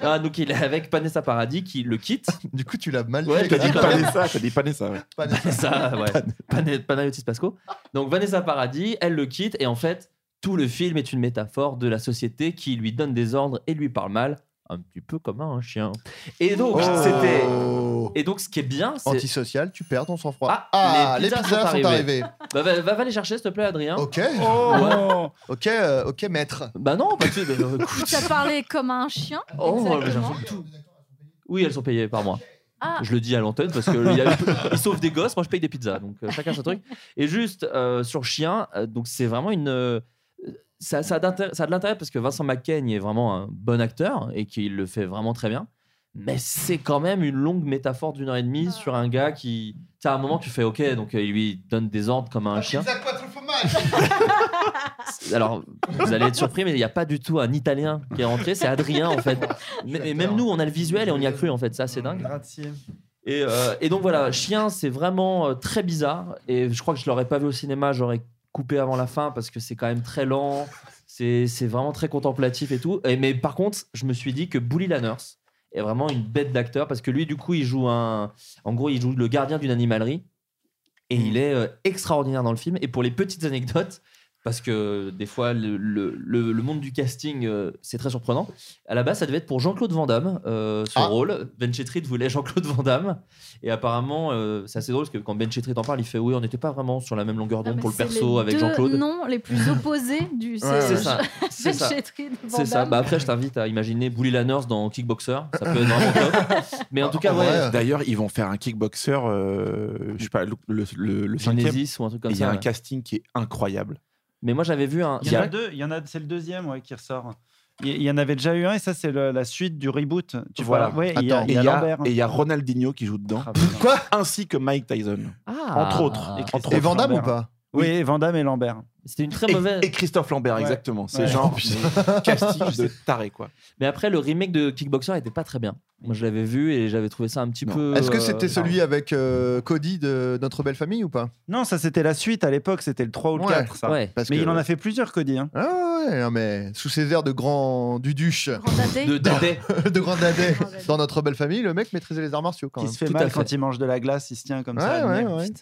E: Ah, donc il est avec Vanessa Paradis qui le quitte.
F: Du coup, tu l'as mal
E: Ouais,
F: fait.
E: t'as dit
G: Pas des ça, t'as dit pas des ça. ouais.
F: Pas des-
E: Ça, ouais. Pan- Panayotis Pasco. Donc Vanessa Paradis, elle le quitte et en fait, tout le film est une métaphore de la société qui lui donne des ordres et lui parle mal, un petit peu comme un chien. Et donc,
F: Oh.
E: c'était. Et donc, ce qui est bien, c'est.
F: Antisocial, tu perds ton sang-froid.
E: Ah, les
F: les
E: pizzas
F: pizzas
E: sont
F: sont
E: arrivées.
F: arrivées.
E: Bah, va, va- va les chercher, s'il te plaît, Adrien.
F: Ok,
H: Oh.
E: Ouais.
F: ok, euh, ok, maître.
E: Bah non, pas de suite. Euh, écoute.
I: Tu as parlé comme un chien.
E: Oh, mais
I: exactement.
E: j'insulte tout. Oui, elles sont payées par moi.
I: Ah.
E: Je le dis à l'antenne parce qu'ils sauvent des gosses, moi je paye des pizzas, donc euh, chacun son truc. Et juste euh, sur Chien, euh, donc c'est vraiment une. euh, ça, ça, a d'intér- ça a de l'intérêt parce que Vincent McCain est vraiment un bon acteur et qu'il le fait vraiment très bien. Mais c'est quand même une longue métaphore d'une heure et
I: Ah.
E: demie sur un gars qui. Tu sais,
I: Ah,
E: à un moment, tu fais OK, donc euh, il lui donne des ordres comme à un chien.
F: Pizza quattro fromaggi.
E: Alors, vous allez être surpris, mais il n'y a pas du tout un Italien qui est rentré, c'est Adrien en fait. Mais mais même nous, on a le visuel et on y a cru en fait, ça c'est dingue.
H: Grazie.
E: Et, euh, et donc voilà, Chien, c'est vraiment euh, très bizarre. Et je crois que je l'aurais pas vu au cinéma, j'aurais coupé avant la fin parce que c'est quand même très lent. C'est c'est vraiment très contemplatif et tout. Et, mais par contre, je me suis dit que Bully Lanners est vraiment une bête d'acteur parce que lui, du coup, il joue un. En gros, il joue le gardien d'une animalerie. Et il est euh, extraordinaire dans le film. Et pour les petites anecdotes, parce que des fois, le, le- le- le monde du casting, euh, c'est très surprenant. À la base, ça devait être pour Jean-Claude Van Damme, euh, ce
F: Ah.
E: rôle. Ben Chetrit voulait Jean-Claude Van Damme. Et apparemment, euh, c'est assez drôle parce que quand Ben Chetrit en parle, il fait Oui, on n'était pas vraiment sur la même longueur
I: Ah,
E: d'onde
I: mais
E: pour le
I: c'est
E: perso
I: les
E: avec
I: deux
E: Jean-Claude.
I: noms Ben les plus opposés du
F: Ouais,
E: C'est
F: ouais.
E: ça. C'est ça. C'est ça. Bah après, je t'invite à imaginer Bully Lanners dans Kickboxer. Ça peut être vraiment top. Mais en tout cas,
F: En
E: ouais.
F: vrai,
G: D'ailleurs, ils vont faire un kickboxer, euh, je sais pas, le, le, le- le cinquième. Et
E: Genesis ou un truc comme
G: Il y a
E: ça.
G: un
E: ouais.
G: casting qui est incroyable.
E: Mais moi, j'avais vu un.
H: Il y en a deux, il y en a, c'est le deuxième ouais, qui ressort. Il il y en avait déjà eu un et ça c'est le- la suite du reboot. Tu
G: Voilà.
H: vois, ouais, il y a,
F: Attends.
H: il y a Lambert. hein.
G: et il y a Ronaldinho qui joue dedans,
H: Ah, putain.
F: Quoi
G: ainsi que Mike Tyson.
E: Ah.
G: Entre autres.
E: Et-
G: Entre
F: Et
G: autres.
F: Van Damme ou
H: Lambert.
F: pas
H: Oui, et Van Damme et Lambert.
E: C'était une très
G: Et-
E: mauvaise.
G: Et, Christophe Lambert,
H: Ouais.
G: exactement. C'est
H: Ouais.
G: genre mais casting de taré, quoi.
E: Mais après, le remake de Kickboxer était pas très bien. Moi, je l'avais vu et j'avais trouvé ça un petit
G: Non.
E: peu.
F: Est-ce que
E: euh,
F: c'était celui avec euh, Cody de Notre Belle Famille ou pas
H: Non, ça c'était la suite à l'époque, c'était le 3 ou le
F: Ouais.
H: 4. ça.
E: Ouais.
F: Parce
H: Mais
F: que-
H: il en a fait plusieurs, Cody. hein.
F: Ah ouais, non, mais sous ses airs de grand duduche,
E: De Dédé.
F: de grand dadais
I: Grand dadais.
F: dans Notre Belle Famille, le mec maîtrisait les arts martiaux quand
H: Qui
F: même.
H: se fait
E: Tout à
H: mal
E: fait.
H: quand il mange de la glace, il se tient comme ça.
F: Ouais,
H: le
F: ouais,
H: nez.
F: ouais.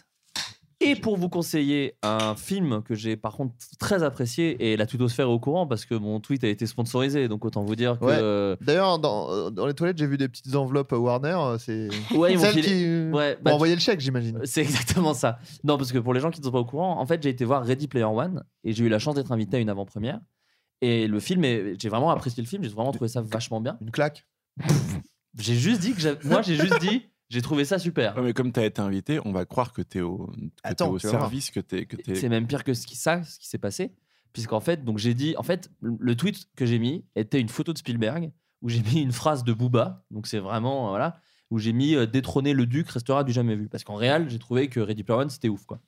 E: Et pour vous conseiller un film que j'ai par contre très apprécié, et la tutosphère est au courant parce que mon tweet a été sponsorisé, donc autant vous dire que.
F: Ouais.
E: euh,
F: D'ailleurs, dans, euh, dans les toilettes, j'ai vu des petites enveloppes à Warner. euh, C'est
E: Ouais, ils m'ont
F: celle
E: filé-
F: qui euh,
E: Ouais,
F: m'a
E: bah,
F: envoyé le chèque, j'imagine.
E: C'est exactement ça. Non, parce que pour les gens qui ne sont pas au courant, en fait, j'ai été voir Ready Player One et j'ai eu la chance d'être invité à une avant-première. Et le film, est- j'ai vraiment apprécié le film, j'ai vraiment trouvé ça vachement bien.
F: Une claque.
E: J'ai juste dit que j'avais- moi, j'ai juste dit, j'ai trouvé ça super.
G: Ouais, mais comme tu as été invité, on va croire que tu es au, que t'es
F: Attends,
G: au
F: tu vas voir.
G: service, que tu es. Que t'es-
E: C'est même pire que ce qui, ça, ce qui s'est passé. Puisqu'en fait, donc j'ai dit, en fait, le tweet que j'ai mis était une photo de Spielberg où j'ai mis une phrase de Booba. Donc c'est vraiment, euh, voilà, où j'ai mis euh, détrôner le duc restera du jamais vu. Parce qu'en réel, j'ai trouvé que Ready Player One, c'était ouf, quoi.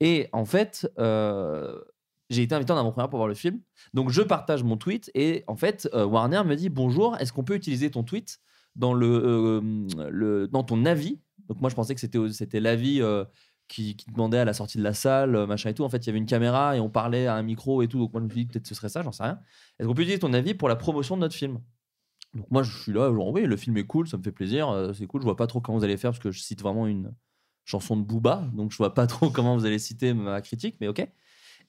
E: Et en fait, euh, j'ai été invité en avant-première pour voir le film. Donc je partage mon tweet et en fait, euh, Warner me dit bonjour, est-ce qu'on peut utiliser ton tweet dans, le, euh, le- dans ton avis Donc moi, je pensais que c'était, au- c'était l'avis. euh, qui, qui demandait à la sortie de la salle, euh, machin et tout. En fait, il y avait une caméra et on parlait à un micro et tout. Donc, moi, je me suis dit, peut-être ce serait ça, j'en sais rien. Est-ce qu'on peut utiliser ton avis pour la promotion de notre film Donc, moi, je suis là, genre, oui, le film est cool, ça me fait plaisir, euh, c'est cool. Je vois pas trop comment vous allez faire parce que je cite vraiment une chanson de Booba. Donc, je vois pas trop comment vous allez citer ma critique, mais ok.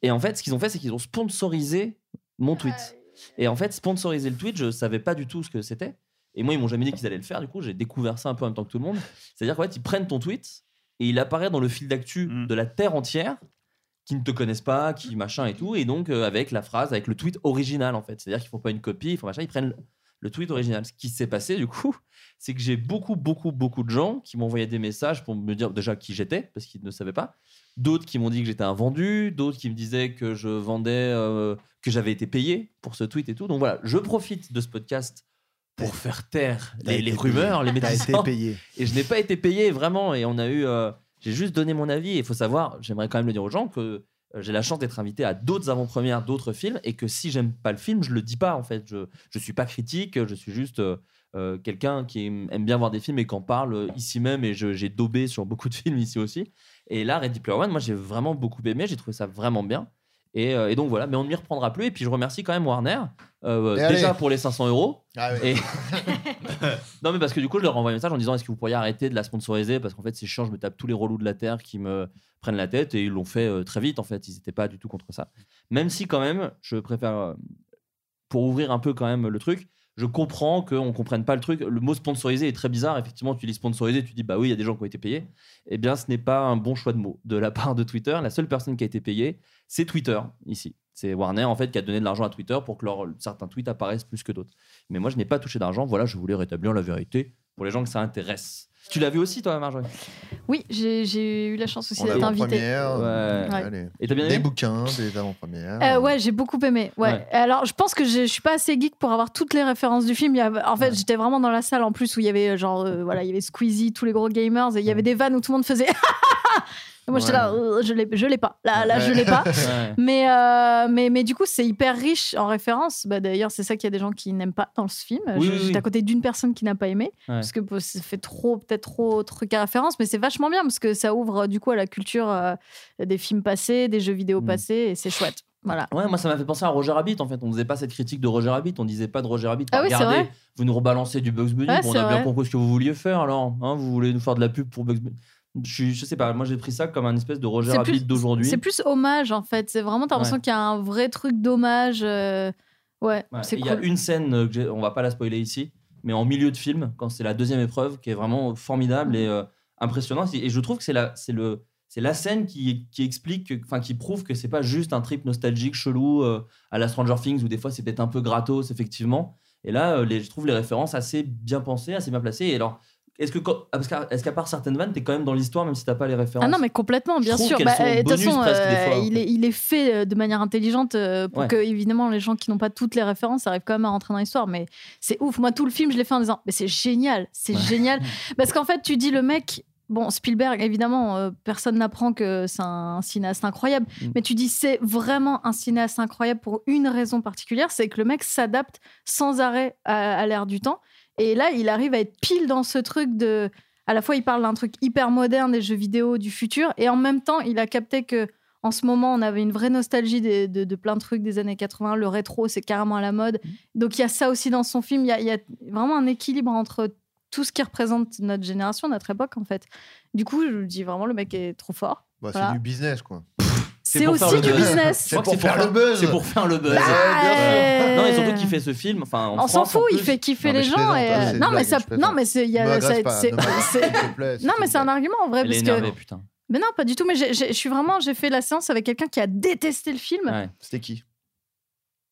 E: Et en fait, ce qu'ils ont fait, c'est qu'ils ont sponsorisé mon tweet. Et en fait, sponsoriser le tweet, je savais pas du tout ce que c'était. Et moi, ils m'ont jamais dit qu'ils allaient le faire. Du coup, j'ai découvert ça un peu en même temps que tout le monde. C'est-à-dire qu'en fait, ils prennent ton tweet et il apparaît dans le fil d'actu
H: Mm.
E: de la Terre entière qui ne te connaissent pas, qui machin et tout. Et donc, euh, avec la phrase, avec le tweet original, en fait. C'est-à-dire qu'ils font pas une copie, ils font machin, ils prennent le- le tweet original. Ce qui s'est passé, du coup, c'est que j'ai beaucoup, beaucoup, beaucoup de gens qui m'envoyaient des messages pour me dire déjà qui j'étais, parce qu'ils ne savaient pas. D'autres qui m'ont dit que j'étais un vendu, d'autres qui me disaient que je vendais, euh, que j'avais été payé pour ce tweet et tout. Donc voilà, je profite de ce podcast pour faire taire
F: T'as
E: les,
F: été
E: les rumeurs, les
F: T'as été
E: médias.
F: payé.
E: Et je n'ai pas été payé vraiment. Et on a eu. euh, j'ai juste donné mon avis. Et il faut savoir, j'aimerais quand même le dire aux gens, que euh, j'ai la chance d'être invité à d'autres avant-premières, d'autres films. Et que si j'aime pas le film, je le dis pas en fait. Je ne suis pas critique. Je suis juste euh, euh, quelqu'un qui aime aime bien voir des films et qu'en parle euh, ici même. Et je- j'ai daubé sur beaucoup de films ici aussi. Et là, Ready Player One, moi j'ai vraiment beaucoup aimé. J'ai trouvé ça vraiment bien. Et, euh, et donc voilà, mais on ne m'y reprendra plus. Et puis je remercie quand même Warner, euh,
F: Et
E: déjà
F: allez.
E: pour les 500 euros,
F: Ah ouais.
E: et- non, mais parce que du coup, je leur envoie un message en disant est-ce que vous pourriez arrêter de la sponsoriser Parce qu'en fait, c'est chiant, je me tape tous les relous de la Terre qui me prennent la tête et ils l'ont fait euh, très vite en fait. Ils n'étaient pas du tout contre ça. Même si, quand même, je préfère, euh, pour ouvrir un peu quand même le truc, je comprends qu'on ne comprenne pas le truc. Le mot sponsorisé est très bizarre. Effectivement, tu lis sponsorisé, tu dis bah oui, il y a des gens qui ont été payés. Eh bien, ce n'est pas un bon choix de mot de la part de Twitter. La seule personne qui a été payée, c'est Twitter ici. C'est Warner en fait qui a donné de l'argent à Twitter pour que leur- certains tweets apparaissent plus que d'autres. Mais moi, je n'ai pas touché d'argent. Voilà, je voulais rétablir la vérité pour les gens que ça intéresse. Tu l'as vu aussi, toi, Marjorie
I: Oui, j'ai- j'ai eu la chance aussi
F: On a
I: d'être invitée.
F: première,
E: Ouais.
I: Ouais.
F: allez.
E: Et t'as bien
F: Des
E: aimé
F: bouquins, des avant-premières.
I: Euh, ouais, j'ai beaucoup aimé. Ouais.
E: Ah. Ouais.
I: Alors, je pense que je je suis pas assez geek pour avoir toutes les références du film. Il y avait- en fait,
E: Ouais.
I: j'étais vraiment dans la salle en plus où il y avait euh, genre euh, voilà, il y avait Squeezie, tous les gros gamers et il y avait des vannes où tout le monde faisait Moi, j'étais
E: Ouais.
I: là, euh, je l'ai, je l'ai pas. Là, là, je
F: Ouais.
I: l'ai pas.
E: Ouais.
I: Mais, euh, mais, mais du coup, c'est hyper riche en références. Bah, D'ailleurs, c'est ça qu'il y a des gens qui n'aiment pas dans ce film.
E: Oui,
I: Je-
E: oui,
I: J'étais
E: oui.
I: à côté d'une personne qui n'a pas aimé.
E: Ouais.
I: Parce que bah, ça fait trop, peut-être trop truc à référence. Mais c'est vachement bien parce que ça ouvre euh, du coup à la culture euh, des films passés, des jeux vidéo
E: Mm.
I: passés. Et c'est chouette. Voilà.
E: Ouais, moi ça m'a fait penser à Roger Rabbit en fait. On faisait pas cette critique de Roger Rabbit, on disait pas de Roger Rabbit.
I: Ah oui, c'est
E: Regardez,
I: vrai.
E: vous nous rebalancez du Bugs Bunny,
I: Ouais,
E: bon, on
I: c'est
E: a bien
I: vrai.
E: compris ce que vous vouliez faire alors. hein, vous voulez nous faire de la pub pour Bugs Bunny. Je, suis- je sais pas, moi j'ai pris ça comme un espèce de Roger
I: C'est
E: Rabbit
I: plus-
E: d'aujourd'hui.
I: C'est plus hommage en fait. C'est vraiment, t'as l'impression
E: Ouais.
I: qu'il y a un vrai truc d'hommage. euh, Ouais,
E: Ouais,
I: c'est
E: Il
I: cool.
E: y a une scène, euh, que j'ai- on va pas la spoiler ici, mais en milieu de film, quand c'est la deuxième épreuve, qui est vraiment formidable et euh, impressionnante. Et je trouve que c'est la, c'est le, c'est la scène qui, qui explique, que- enfin qui prouve que c'est pas juste un trip nostalgique chelou euh, à la Stranger Things où des fois c'est peut-être un peu gratos effectivement. Et là, euh, les, je trouve les références assez bien pensées, assez bien placées. Et alors, est-ce que quand- ah, parce qu'à- est-ce qu'à part certaines vannes, t'es quand même dans l'histoire même si t'as pas les références
I: Ah non, mais complètement,
E: Je
I: bien
E: trouve
I: sûr.
E: qu'elles
I: Bah,
E: sont
I: euh, De toute
E: bonus
I: façon,
E: presque des
I: euh,
E: fois, en
I: il,
E: fait.
I: est, il est fait euh, de manière intelligente euh, pour
E: Ouais.
I: que, évidemment, les gens qui n'ont pas toutes les références arrivent quand même à rentrer dans l'histoire. Mais c'est ouf. Moi, tout le film, je l'ai fait en disant Mais c'est génial, c'est
E: Ouais.
I: génial. Parce qu'en fait, tu dis le mec. Bon, Spielberg, évidemment, euh, personne n'apprend que c'est un cinéaste incroyable.
E: Mm.
I: Mais tu dis, c'est vraiment un cinéaste incroyable pour une raison particulière c'est que le mec s'adapte sans arrêt à, à l'ère du temps. Et là, il arrive à être pile dans ce truc de. À la fois, il parle d'un truc hyper moderne des jeux vidéo du futur, et en même temps, il a capté que en ce moment, on avait une vraie nostalgie des- de, de plein de trucs des années 80. Le rétro, c'est carrément à la mode.
F: Mhm.
I: Donc, il y a ça aussi dans son film. Il y a, il y a vraiment un équilibre entre tout ce qui représente notre génération, notre époque, en fait. Du coup, je dis vraiment, le mec est trop fort.
F: Bah,
I: Voilà.
F: C'est du business, quoi.
I: C'est
E: pour faire
I: aussi
E: le
I: du
E: buzz.
I: business.
E: Je
F: C'est
E: crois que
F: pour faire le buzz.
E: C'est pour faire le buzz.
I: Ouais.
E: Non, et surtout qu'il fait ce film. Enfin, en
I: On s'en
E: France, en
I: fout, il
E: plus.
I: fait kiffer
F: Non, mais
I: les
F: je
I: gens.
F: plaisante,
I: Et...
F: hein,
I: euh,
F: c'est une
I: Non, mais
F: blague,
I: ça,
F: je préfère.
I: non, mais c'est, il y
F: Ne
I: a,
F: m'agresse
I: ça-
F: pas,
I: c'est-
F: ne m'agresse
I: c'est-
F: pas, s'il te plaît, s'il
I: non,
F: te
I: mais c'est un
F: plaît.
I: argument en vrai
E: Elle est
I: parce que.
E: énervée, putain.
I: Mais non, pas du tout. Mais j'ai- j'ai- je suis vraiment, j'ai fait la séance avec quelqu'un qui a détesté le film.
E: Ouais.
F: C'était qui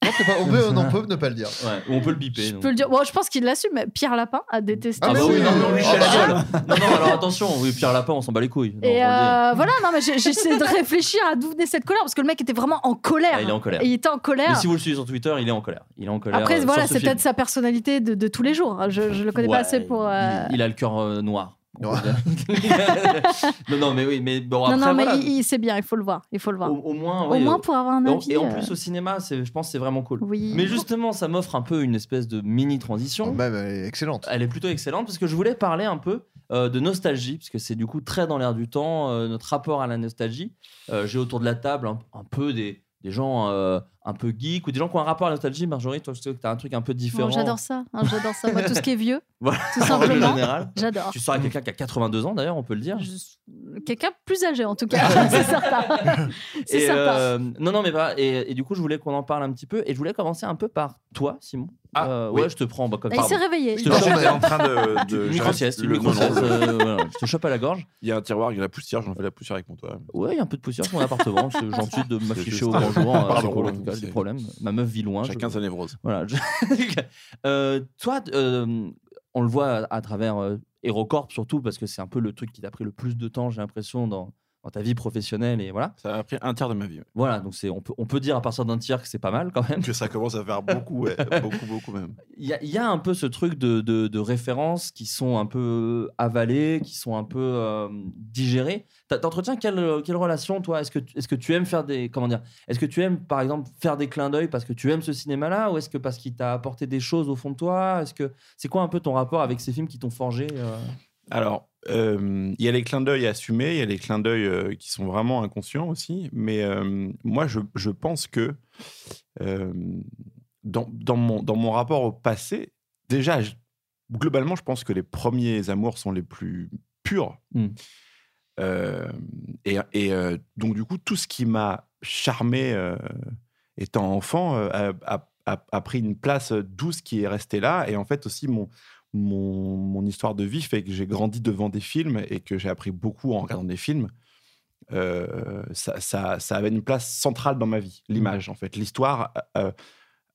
F: Non, c'est pas- on, peut, on peut ne pas le dire.
E: Ouais, ou on peut le biper.
I: Je
E: donc.
I: peux le dire. Bon, je pense qu'il l'assume. mais Pierre Lapin a détesté.
E: Ah
F: Ah,
E: bah
I: le
E: oui,
I: film.
E: non,
F: oui,
E: non,
F: oui,
E: lui,
F: oui.
E: c'est la
F: Ah,
E: gueule. Non, non, alors attention, oui, Pierre Lapin, on s'en bat les couilles. Non,
I: Et
E: on le dit.
I: euh, voilà, non, mais j'ai- j'essaie de réfléchir à d'où venait cette colère parce que le mec était vraiment en colère.
E: Ah, il est en colère.
I: Et il était en
E: Mais
I: colère.
E: si vous le suivez sur Twitter, il est en colère. Il est en colère.
I: Après,
E: euh,
I: voilà,
E: sur ce
I: c'est
E: film.
I: peut-être sa personnalité de, de tous les jours. hein. Je, je le connais
E: Ouais,
I: pas assez pour. euh,
E: Il, il a le cœur euh, noir. euh,
F: Ouais.
E: non, non, mais oui, mais bon,
I: Non,
E: après,
I: non, mais
E: voilà,
I: il, il- c'est bien, il faut le voir. Il faut le
E: au,
I: voir. Au,
E: au moins, oui,
I: moins
E: euh,
I: pour avoir un
E: en-
I: avis.
E: Et en
I: euh,
E: plus, au cinéma, c'est- je pense que c'est vraiment cool.
I: oui.
E: Mais justement, ça m'offre un peu une espèce de mini transition.
F: Même, elle est Ah, bah, excellente.
E: Elle est plutôt excellente parce que je voulais parler un peu euh, de nostalgie, parce que c'est du coup très dans l'air du temps, euh, notre rapport à la nostalgie. Euh, J'ai autour de la table un, un peu des, des gens euh, un peu geeks ou des gens qui ont un rapport à la nostalgie. Marjorie, toi, je sais que tu as un truc un peu différent.
I: Bon, j'adore ça. hein, j'adore ça. Moi, tout ce qui est vieux,
E: Voilà.
I: tout
E: en règle
I: simplement.
E: générale.
I: J'adore.
E: Tu sors avec quelqu'un qui a 82 ans, d'ailleurs, on peut le dire.
I: Je suis Quelqu'un plus âgé, en tout cas. c'est certain. C'est
E: Et,
I: certain.
E: euh, non, non, mais pas. et, et du coup, je voulais qu'on en parle un petit peu. Et je voulais commencer un peu par toi, Simon.
G: Ah,
E: Euh,
G: oui.
E: Ouais, je te prends bah, comme
I: Bah, il
E: pardon.
I: s'est réveillé.
E: Je te
G: Non,
E: chope-
G: j'étais en train de. de-
E: Une
G: j'arrête
E: micro-sieste, une
G: le
E: micro-sieste,
G: monologue.
E: euh, voilà, je te chope à la gorge.
G: Il y a un tiroir, il y a la poussière, j'en fais la poussière avec mon doigt.
E: Ouais, il y a un peu de poussière sur mon appartement. C'est gentil de m'afficher au grand jour. euh,
G: Pardon.
E: c'est cool, en tout cas, j'ai des problèmes. Ma meuf vit loin. je-
G: Chacun sa névrose.
E: Voilà. je- Euh, toi, euh, on le voit à, à travers euh, HeroCorp surtout parce que c'est un peu le truc qui t'a pris le plus de temps, j'ai l'impression, dans, dans ta vie professionnelle et voilà.
G: Ça a pris un tiers de ma vie. ouais.
E: Voilà. Donc c'est, on peut, on peut dire à partir d'un tiers que c'est pas mal quand même.
G: Que ça commence à faire beaucoup, ouais. beaucoup, beaucoup même.
E: Il y, a- il y a un peu ce truc de, de- de références qui sont un peu avalées, qui sont un peu euh, digérées. T'as- T'entretiens quelle, quelle relation, toi Est-ce que, tu- est-ce que tu aimes faire des. Comment dire Est-ce que tu aimes, par exemple, faire des clins d'œil parce que tu aimes ce cinéma-là Ou est-ce que parce qu'il t'a apporté des choses au fond de toi Est-ce que C'est quoi un peu ton rapport avec ces films qui t'ont forgé euh
G: Alors, euh, il y a les clins d'œil assumés, il y a les clins d'œil euh, qui sont vraiment inconscients aussi, mais euh, moi, je, je pense que euh, dans, dans mon, dans mon rapport au passé, déjà, je- globalement, je pense que les premiers amours sont les plus purs.
E: Mm.
G: Euh, et et, euh, donc, du coup, tout ce qui m'a charmé euh, étant enfant euh, a, a- a- a pris une place douce qui est restée là, et en fait aussi mon mon, mon histoire de vie fait que j'ai grandi devant des films et que j'ai appris beaucoup en regardant des films. Euh, ça, ça- ça avait une place centrale dans ma vie, l'image en fait, l'histoire euh,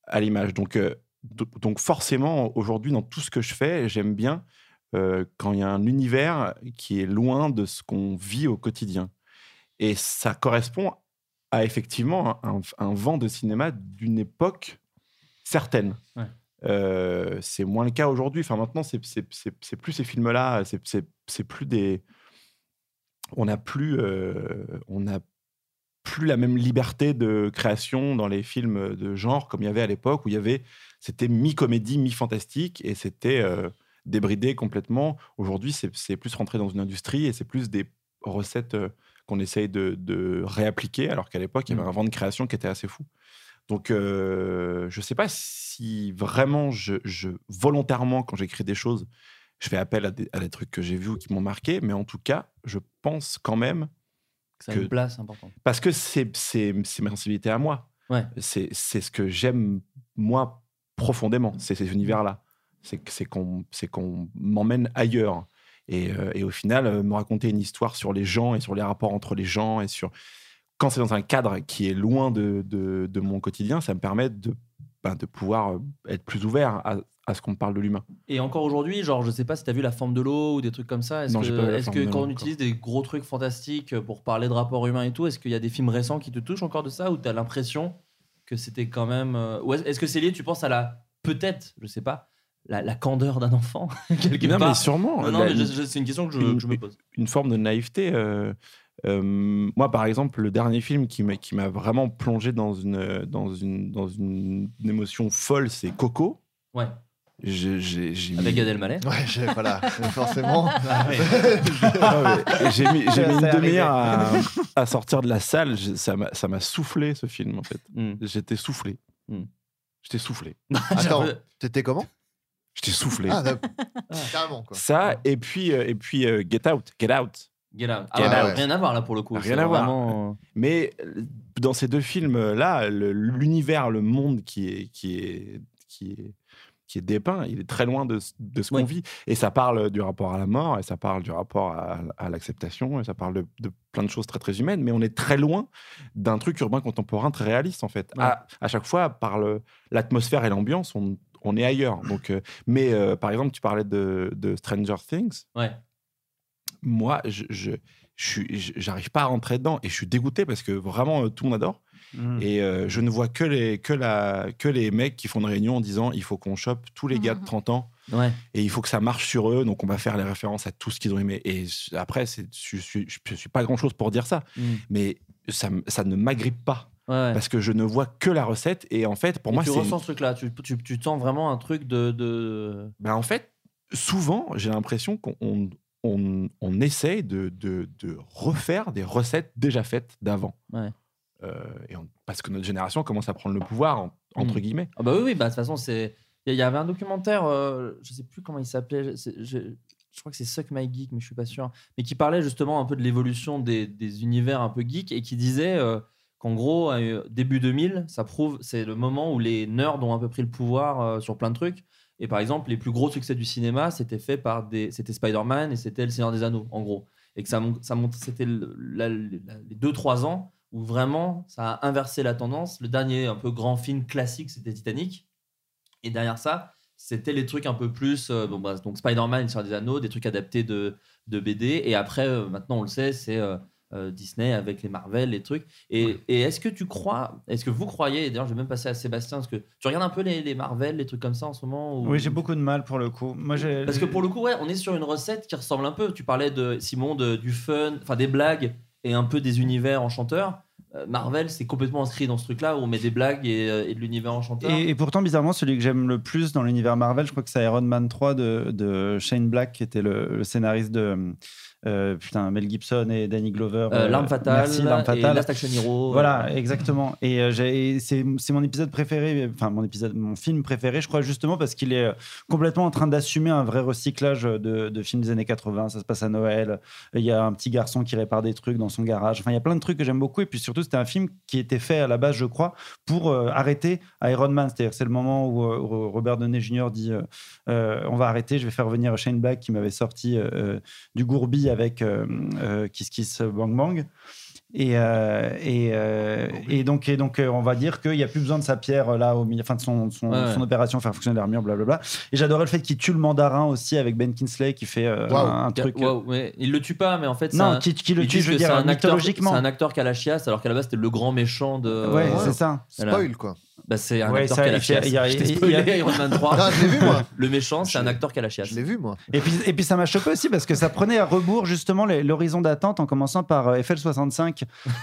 G: à l'image. Donc, euh, do- donc forcément, aujourd'hui, dans tout ce que je fais, j'aime bien euh, quand il y a un univers qui est loin de ce qu'on vit au quotidien. Et ça correspond à effectivement un, un vent de cinéma d'une époque certaine.
E: Ouais.
G: Euh, c'est moins le cas aujourd'hui. Enfin, maintenant, c'est c'est- c'est- c'est plus ces films-là, c'est- c'est c'est plus des. on n'a plus, euh, on n'a plus la même liberté de création dans les films de genre comme il y avait à l'époque où il y avait, c'était mi-comédie, mi-fantastique et c'était euh, débridé complètement. Aujourd'hui, c'est c'est plus rentré dans une industrie et c'est plus des recettes euh, qu'on essaye de, de réappliquer, alors qu'à l'époque, il y avait un vent de création qui était assez fou. Donc, euh, je ne sais pas si vraiment, je, je- volontairement, quand j'écris des choses, je fais appel à des, à des trucs que j'ai vus ou qui m'ont marqué, mais en tout cas, je pense quand même,
E: Ça a une
G: que-
E: place importante.
G: parce que c'est c'est- c'est ma sensibilité à moi.
E: Ouais.
G: C'est c'est ce que j'aime, moi, profondément, c'est ces univers-là. C'est que- c'est qu'on c'est qu'on m'emmène ailleurs. Et, euh, et au final, euh, me raconter une histoire sur les gens et sur les rapports entre les gens et sur. Quand c'est dans un cadre qui est loin de, de, de mon quotidien, ça me permet de, ben, de pouvoir euh, être plus ouvert à, à ce qu'on parle de l'humain.
E: Et encore aujourd'hui, genre, je sais pas si t'as vu la forme de l'eau ou des trucs comme ça. Est-ce
G: Non, j'ai pas vu
E: que,
G: La
E: est-ce
G: Forme
E: que
G: de l'eau
E: quand on
G: encore.
E: utilise des gros trucs fantastiques pour parler de rapports humains et tout, est-ce qu'il y a des films récents qui te touchent encore de ça ou t'as l'impression que c'était quand même. euh, Ou est-ce est-ce que c'est lié, tu penses à la. Peut-être, je sais pas, la, la candeur d'un enfant, quelque
G: non,
E: part
G: mais sûrement.
E: Non, non,
G: la-
E: mais je- je- c'est une question que je,
G: une-
E: je me pose.
G: une forme de naïveté. euh, euh, moi, par exemple, le dernier film qui m'a qui m'a vraiment plongé dans une, dans une, dans une, émotion folle, c'est Coco.
E: Ouais.
G: J'ai- J'ai j'ai mis-
E: Avec Gad Elmaleh.
F: Ouais, j'ai- voilà, forcément.
G: Ah ouais, j'ai mis, j'ai mis une
F: Ça arrivait.
G: demi-heure à, à sortir de la salle. Je- ça m'a ça m'a soufflé, ce film, en fait.
E: Hmm.
G: J'étais soufflé.
E: Mm.
G: J'étais soufflé.
F: Attends, t'étais comment
G: J'étais soufflé.
F: Ah, d'accord. carrément, quoi.
G: Ça, et puis, euh, et puis euh, Get Out. Get Out.
E: Get out.
G: Get
E: Ah,
F: Out.
E: Rien à voir là pour le coup.
G: Rien
E: C'est
G: à voir.
E: vraiment, euh,
G: Mais euh, dans ces deux films-là, le- l'univers, le monde qui est, qui est, qui est, qui est dépeint, il est très loin de, ce- de ce qu'on
E: Oui.
G: vit. Et ça parle du rapport à la mort, et ça parle du rapport à, à l'acceptation, et ça parle de, de plein de choses très, très humaines. Mais on est très loin d'un truc urbain contemporain très réaliste, en fait.
E: Ouais.
G: À, à chaque fois, par le- l'atmosphère et l'ambiance, on, on est ailleurs. Donc, euh, mais euh, par exemple, tu parlais de, de Stranger Things
E: Ouais.
G: moi, je, je, je suis- je- j'arrive pas à rentrer dedans et je suis dégoûté parce que vraiment euh, tout le monde adore
E: Mmh.
H: Mm.
G: et euh, je ne vois que les que la que les mecs qui font une réunion en disant il faut qu'on chope tous les gars de 30 ans
E: Ouais.
G: et il faut que ça marche sur eux donc on va faire les références à tout ce qu'ils ont aimé et je- après c'est je, suis- je, suis pas grand chose pour dire ça
E: Mm.
G: mais ça, me- ça ne m'agrippe pas
E: Ouais, ouais.
G: parce que je ne vois que la recette et en fait pour
E: Et
G: moi
E: tu
G: c'est
E: ressens ce truc-là, tu, tu, tu sens vraiment un truc de. de...
G: Ben, en fait, souvent, j'ai l'impression qu'on on, on- on essaye de, de- de refaire des recettes déjà faites d'avant.
E: Ouais.
G: Euh, et on- parce que notre génération commence à prendre le pouvoir, en- entre
E: Mm.
G: guillemets.
E: Ah bah oui, oui, bah de toute façon, c'est. Il y, y avait un documentaire, euh, je sais plus comment il s'appelait, je, c'est- je, je crois que c'est Suck My Geek, mais je suis pas sûr, mais qui parlait justement un peu de l'évolution des, des univers un peu geek et qui disait euh, qu'en gros, euh, début 2000, ça prouve, c'est le moment où les nerds ont un peu pris le pouvoir euh, sur plein de trucs. Et par exemple, les plus gros succès du cinéma, c'était fait par des. C'était Spider-Man et c'était Le Seigneur des Anneaux, en gros. Et que ça monte, ça monte c'était le- la- la- les 2-3 ans où vraiment ça a inversé la tendance. Le dernier un peu grand film classique, c'était Titanic. Et derrière ça, c'était les trucs un peu plus. euh, bon, bah, donc Spider-Man, Le Seigneur des Anneaux, des trucs adaptés de, de BD. Et après, euh, maintenant, on le sait, c'est. euh, euh, Disney avec les Marvel, les trucs. Et, et est-ce que tu crois, est-ce que vous croyez, et d'ailleurs je vais même passer à Sébastien, parce que tu regardes un peu les, les Marvel, les trucs comme ça en ce moment ou-
H: Oui, j'ai beaucoup de mal pour le coup. Moi, j'ai-
E: parce que pour le coup, ouais, on est sur une recette qui ressemble un peu. Tu parlais de Simon de- du fun, enfin des blagues et un peu des univers enchanteurs. Euh, Marvel, c'est complètement inscrit dans ce truc-là où on met des blagues et, euh, et de l'univers enchanteur.
H: Et, et pourtant, bizarrement, celui que j'aime le plus dans l'univers Marvel, je crois que c'est Iron Man 3 de, de Shane Black, qui était le, le scénariste de euh, putain, Mel Gibson et Danny Glover.
E: Euh, L'arme
H: Euh,
E: fatale,
H: Merci, L'Arme
E: et
H: fatale.
E: Last Action Hero.
H: Voilà,
E: Euh,
H: exactement. Et euh, j'ai- c'est c'est mon épisode préféré, enfin mon épisode, mon film préféré, je crois justement parce qu'il est euh, complètement en train d'assumer un vrai recyclage de, de films des années 80. Ça se passe à Noël. Il y a un petit garçon qui répare des trucs dans son garage. Enfin, il y a plein de trucs que j'aime beaucoup. Et puis surtout, c'était un film qui était fait à la base, je crois, pour euh, arrêter Iron Man. C'est-à-dire, c'est le moment où euh, Ro- Robert Downey Jr. dit euh, Euh, on va arrêter, je vais faire venir Shane Black qui m'avait sorti euh, euh, du gourbi avec euh, euh, Kiss Kiss Bang Bang. Et, euh, et, euh, et donc, et donc euh, on va dire qu'il n'y a plus besoin de sa pierre euh, là au milieu, enfin de son, son,
E: Ouais, ouais.
H: son opération, faire fonctionner l'armure, blablabla. Et j'adorais le fait qu'il tue le mandarin aussi avec Ben Kingsley qui fait euh,
F: Waouh.
H: un, un truc.
E: Waouh, ouais. Il le tue pas, mais en fait, c'est
H: non,
E: un-
H: qui, qui
E: ils
H: le tue,
E: disent
H: je veux
E: que c'est
H: dire,
E: un acteur, c'est
H: mythologiquement.
E: un acteur qui a la chiasse, alors qu'à la base c'était le grand méchant de.
H: ouais,
F: Ouais.
H: c'est ça.
E: Voilà.
F: Spoil, quoi.
E: Bah, c'est un
H: Ouais,
E: acteur
H: ça,
E: qui a la
H: il fait-
E: chiasse.
H: il y a-
E: Je t'ai
H: il y a-
E: spoilé Iron Man 3.
F: Ah, je l'ai vu, moi.
E: Le méchant, c'est un
F: Je-
E: acteur qui a la chiasse.
F: Je l'ai vu, moi.
H: Et puis, et puis ça m'a chopé aussi parce que ça prenait à rebours justement les- l'horizon d'attente en commençant par euh, FL65.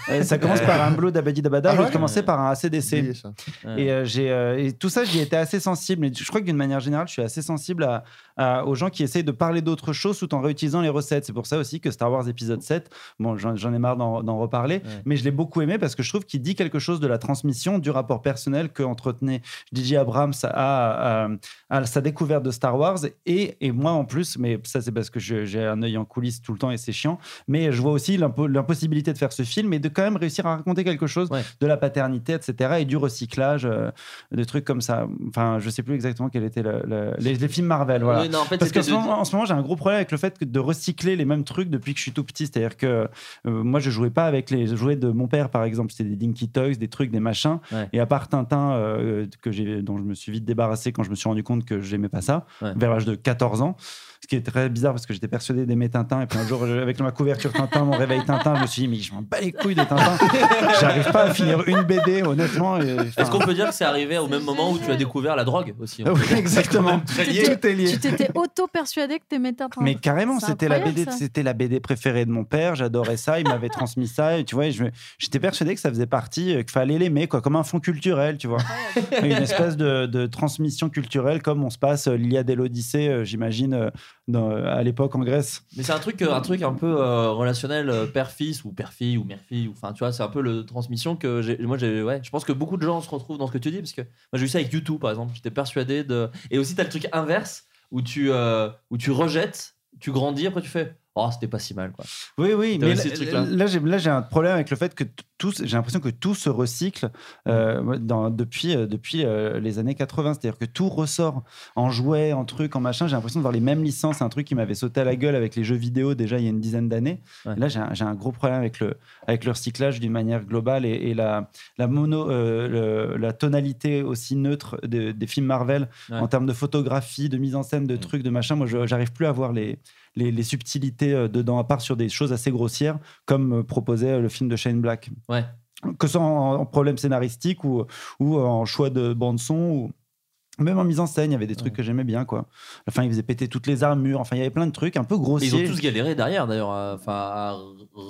H: Euh, ça commence par un blow d'Abadi Dabada,
F: Ah
H: au lieu de
F: ouais
H: commencer par un ACDC.
F: Oubliez ça.
E: Ouais.
H: Et, euh, j'ai, euh, et tout ça, j'y étais assez sensible. Et je crois que d'une manière générale, je suis assez sensible à, à- euh, aux gens qui essayent de parler d'autres choses tout en réutilisant les recettes. C'est pour ça aussi que Star Wars épisode 7, bon, j'en j'en ai marre d'en d'en reparler,
E: Mmh. Ouais.
H: mais je l'ai beaucoup aimé parce que je trouve qu'il dit quelque chose de la transmission, du rapport personnel que entretenait DJ Abrams à, à- à sa découverte de Star Wars. Et, et moi, en plus, mais ça, c'est parce que je- j'ai un œil en coulisses tout le temps et c'est chiant, mais je vois aussi l'impo- l'impossibilité de faire ce film et de quand même réussir à raconter quelque chose
E: Ouais.
H: de la paternité, etc., et du recyclage, euh, des trucs comme ça. Enfin, je sais plus exactement quel était le, le- les, les films Marvel, voilà.
E: Oui, non, en fait,
H: Parce
E: c'était
H: qu'en ce
E: de-
H: moment, en ce moment, j'ai un gros problème avec le fait que de recycler les mêmes trucs depuis que je suis tout petit. C'est-à-dire que euh, moi, je jouais pas avec les jouets de mon père, par exemple. C'était des Dinky Toys, des trucs, des machins.
E: Ouais.
H: Et à part Tintin, euh, que j'ai, dont je me suis vite débarrassé quand je me suis rendu compte que j'aimais pas ça,
E: Ouais.
H: vers l'âge de 14 ans. Ce qui est très bizarre parce que j'étais persuadé d'aimer Tintin. Et puis un jour, je- avec ma couverture Tintin, mon réveil Tintin, je me suis dit, mais je m'en bats les couilles de Tintin. J'arrive pas à finir une BD, honnêtement. et-
E: Est-ce qu'on
H: enfin,
E: peut dire que c'est arrivé au même moment où tu as découvert la drogue aussi on peut
H: Ah. oui,
E: dire.
H: exactement.
E: Très lié.
H: Tout est lié.
I: Tu t'étais auto-persuadé que t'aimais Tintin.
H: Mais carrément,
I: C'est
H: c'était la
I: incroyable,
H: BD,
I: ça.
H: c'était la BD préférée de mon père. J'adorais ça. Il m'avait transmis ça. Et tu vois, je me- j'étais persuadé que ça faisait partie, euh, qu'il fallait l'aimer, quoi, comme un fond culturel, tu vois, une espèce de, de transmission culturelle, comme on se passe euh, l'Iliade et l'Odyssée, euh, j'imagine, euh, dans- euh, à l'époque en Grèce.
E: Mais c'est un truc, un truc un peu euh, relationnel euh, père-fils ou père-fille ou mère-fille. ou- Enfin, tu vois, c'est un peu le transmission que j'ai. Moi, j'ai. Ouais, je pense que beaucoup de gens se retrouvent dans ce que tu dis parce que moi, j'ai eu ça avec YouTube par exemple. J'étais persuadé de. Et aussi, t'as le truc inverse où tu euh, où tu rejettes, tu grandis, après tu fais. Oh, c'était pas si mal quoi.
H: Oui, oui,
E: T'as
H: mais
E: aussi ce
H: là,
E: truc-là.
H: là, j'ai- là, j'ai un problème avec le fait que t- tout, j'ai l'impression que tout se recycle
E: Mmh.
H: euh, dans- depuis, euh, depuis euh, les années 80. C'est-à-dire que tout ressort en jouets, en trucs, en machin. J'ai l'impression de voir les mêmes licences. C'est un truc qui m'avait sauté à la gueule avec les jeux vidéo déjà il y a une dizaine d'années.
E: Ouais.
H: Et Là, j'ai un, j'ai un gros problème avec le, avec le recyclage d'une manière globale et, et la, la mono, euh, le- la tonalité aussi neutre de- des films Marvel
E: Ouais. Mm.
H: en termes de photographie, de mise en scène, de trucs, de machin. Moi, je- j'arrive plus à voir les, les, les subtilités euh, dedans, à part sur des choses assez grossières, comme euh, proposait euh, le film de Shane Black.
E: Ouais.
H: Que ce soit en, en problème scénaristique ou, ou en choix de bande-son ou. Même en mise en scène, il y avait des trucs
E: Ouais.
H: que j'aimais bien, quoi. Enfin, il faisait péter toutes les armures. Enfin, il y avait plein de trucs un peu
E: Et
H: grossiers.
E: ils ont tous galéré derrière d'ailleurs. euh, Enfin, à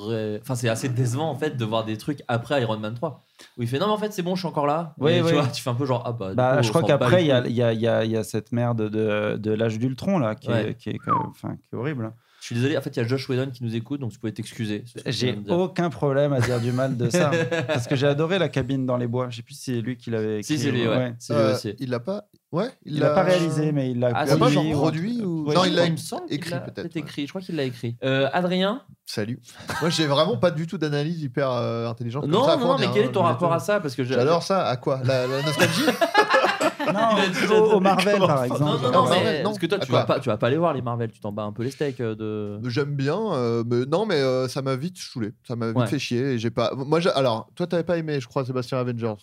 E: ré- enfin, c'est assez décevant en fait de voir des trucs après Iron Man 3 où il fait non mais en fait c'est bon, je suis encore là.
H: Ouais,
E: Et
H: ouais.
E: Tu vois, tu fais un peu genre ah bah. du
H: Bah,
E: coup, on
H: je crois
E: s'en bat
H: qu'après,
E: les
H: il y a,
E: couilles.
H: il y, a, il y a- il y a cette merde de, de l'âge d'Ultron, là, qui,
E: Ouais.
H: est, qui, est, quand même- enfin, qui est horrible.
E: Je suis désolé. En fait, il y a Josh Whedon qui nous écoute, donc tu pouvais t'excuser. C'est ce que je viens
H: J'ai
E: de dire.
H: aucun problème à dire du mal de ça. parce que j'ai adoré la cabine dans les bois. Je sais plus si c'est lui qui l'avait écrit.
E: Si, c'est lui, ouais.
H: Ouais.
E: C'est lui
F: Euh,
E: aussi.
F: il l'a pas. Ouais,
H: Il l'a pas réalisé, mais il l'a
E: Ah,
F: Il l'a pas
E: si,
F: genre
E: oui,
H: ou-
F: produit ou.
H: Ouais,
F: non,
H: je
F: il l'a
E: me semble qu'il
F: écrit
E: l'a
F: peut-être, ouais.
E: écrit, je crois qu'il l'a écrit. Euh, Adrien
F: Salut. Moi, j'ai vraiment pas du tout d'analyse hyper euh, intelligente. comme
E: Non,
F: ça,
E: non,
F: Flandre,
E: mais
F: hein,
E: quel est ton
F: je
E: rapport
F: vais
E: à
F: te-
E: ça Parce que j'ai-
F: J'adore ça. À quoi la, la nostalgie
H: Non,
E: Il a dit-
H: au, au Marvel, par exemple.
E: Non, non,
F: Ah,
E: non,
F: Marvel,
E: mais
F: non.
E: parce que toi, tu
F: Quoi
E: vas, pas, tu vas pas les voir, les Marvel, tu t'en bats un peu les steaks euh, de.
F: J'aime bien, euh, mais non, mais euh, ça m'a vite saoulé. Ça m'a vite
E: Ouais.
F: fait chier. Et j'ai pas. Moi, j'ai- alors, toi, t'avais pas aimé, je crois, Sébastien Avengers.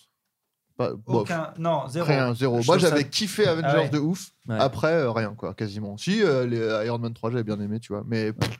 F: Pas... bof.
H: Aucun, non, zéro.
F: Rien, zéro.
H: Je
F: Moi,
H: trouve
F: j'avais
H: ça-
F: kiffé Avengers
H: Ah ouais.
F: de ouf.
E: Ouais.
F: Après, euh, rien, quoi, quasiment. Si, euh, les Iron Man 3, j'avais bien aimé, tu vois. Mais pff, je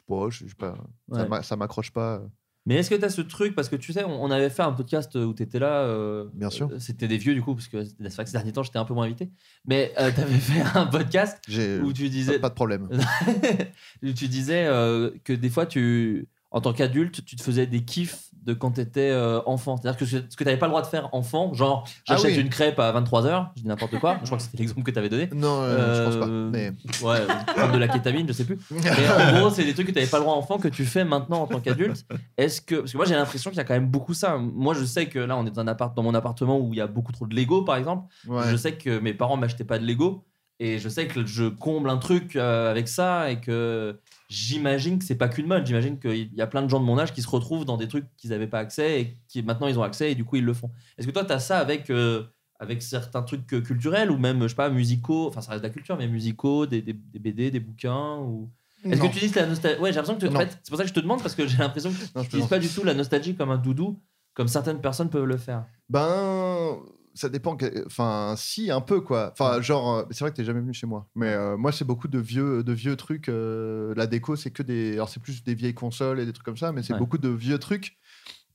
F: sais pas, je- je sais pas. Ça
E: Ouais.
F: m'a- Ça m'accroche pas.
E: Mais est-ce que t'as ce truc Parce que tu sais, on, on avait fait un podcast où t'étais là. euh,
F: Bien sûr.
E: euh, C'était des vieux du coup, parce que c'est vrai que ces derniers temps, j'étais un peu moins invité. Mais euh, t'avais fait un podcast
F: J'ai
E: où tu disais.
F: Euh,
E: Euh,
F: pas de problème.
E: où tu disais euh, que des fois, tu, en tant qu'adulte, tu te faisais des kiffs de quand t'étais euh, enfant. C'est-à-dire que ce ce que t'avais pas le droit de faire enfant, genre j'achète
F: Ah oui.
E: une crêpe à 23h, je dis n'importe quoi. je crois que c'était l'exemple que t'avais donné.
F: Non, euh, je pense pas.
E: Euh,
F: Mais...
E: Ouais, prendre de la kétamine, je sais plus. Mais en gros, c'est des trucs que t'avais pas le droit enfant que tu fais maintenant en tant qu'adulte. Est-ce que parce que moi j'ai l'impression qu'il y a quand même beaucoup ça. Moi je sais que là on est dans un appart dans mon appartement où il y a beaucoup trop de Lego par exemple.
F: Ouais.
E: Je sais que mes parents m'achetaient pas de Lego et je sais que je comble un truc euh, avec ça et que j'imagine que c'est pas qu'une mode. J'imagine qu'il y a plein de gens de mon âge qui se retrouvent dans des trucs qu'ils n'avaient pas accès et qui maintenant ils ont accès et du coup ils le font. Est-ce que toi tu as ça avec euh, avec certains trucs euh, culturels ou même je sais pas musicaux, enfin ça reste de la culture mais musicaux, des, des- des BD, des bouquins ou Est-ce que
F: Non.
E: tu dis que la nostalgie Ouais, j'ai l'impression que tu- en
F: Non.
E: fait, c'est pour ça que je te demande parce que j'ai l'impression que tu
F: Non, je
E: n'utilises
F: plaisante.
E: pas du tout la nostalgie comme un doudou comme certaines personnes peuvent le faire.
F: Ben, ça dépend. que- Enfin, si, un peu, quoi. Enfin, genre, euh, c'est vrai que t'es jamais venu chez moi. Mais euh, moi, c'est beaucoup de vieux, de vieux trucs. euh, la déco, c'est que des. Alors, c'est plus des vieilles consoles et des trucs comme ça, mais c'est
E: Ouais.
F: beaucoup de vieux trucs.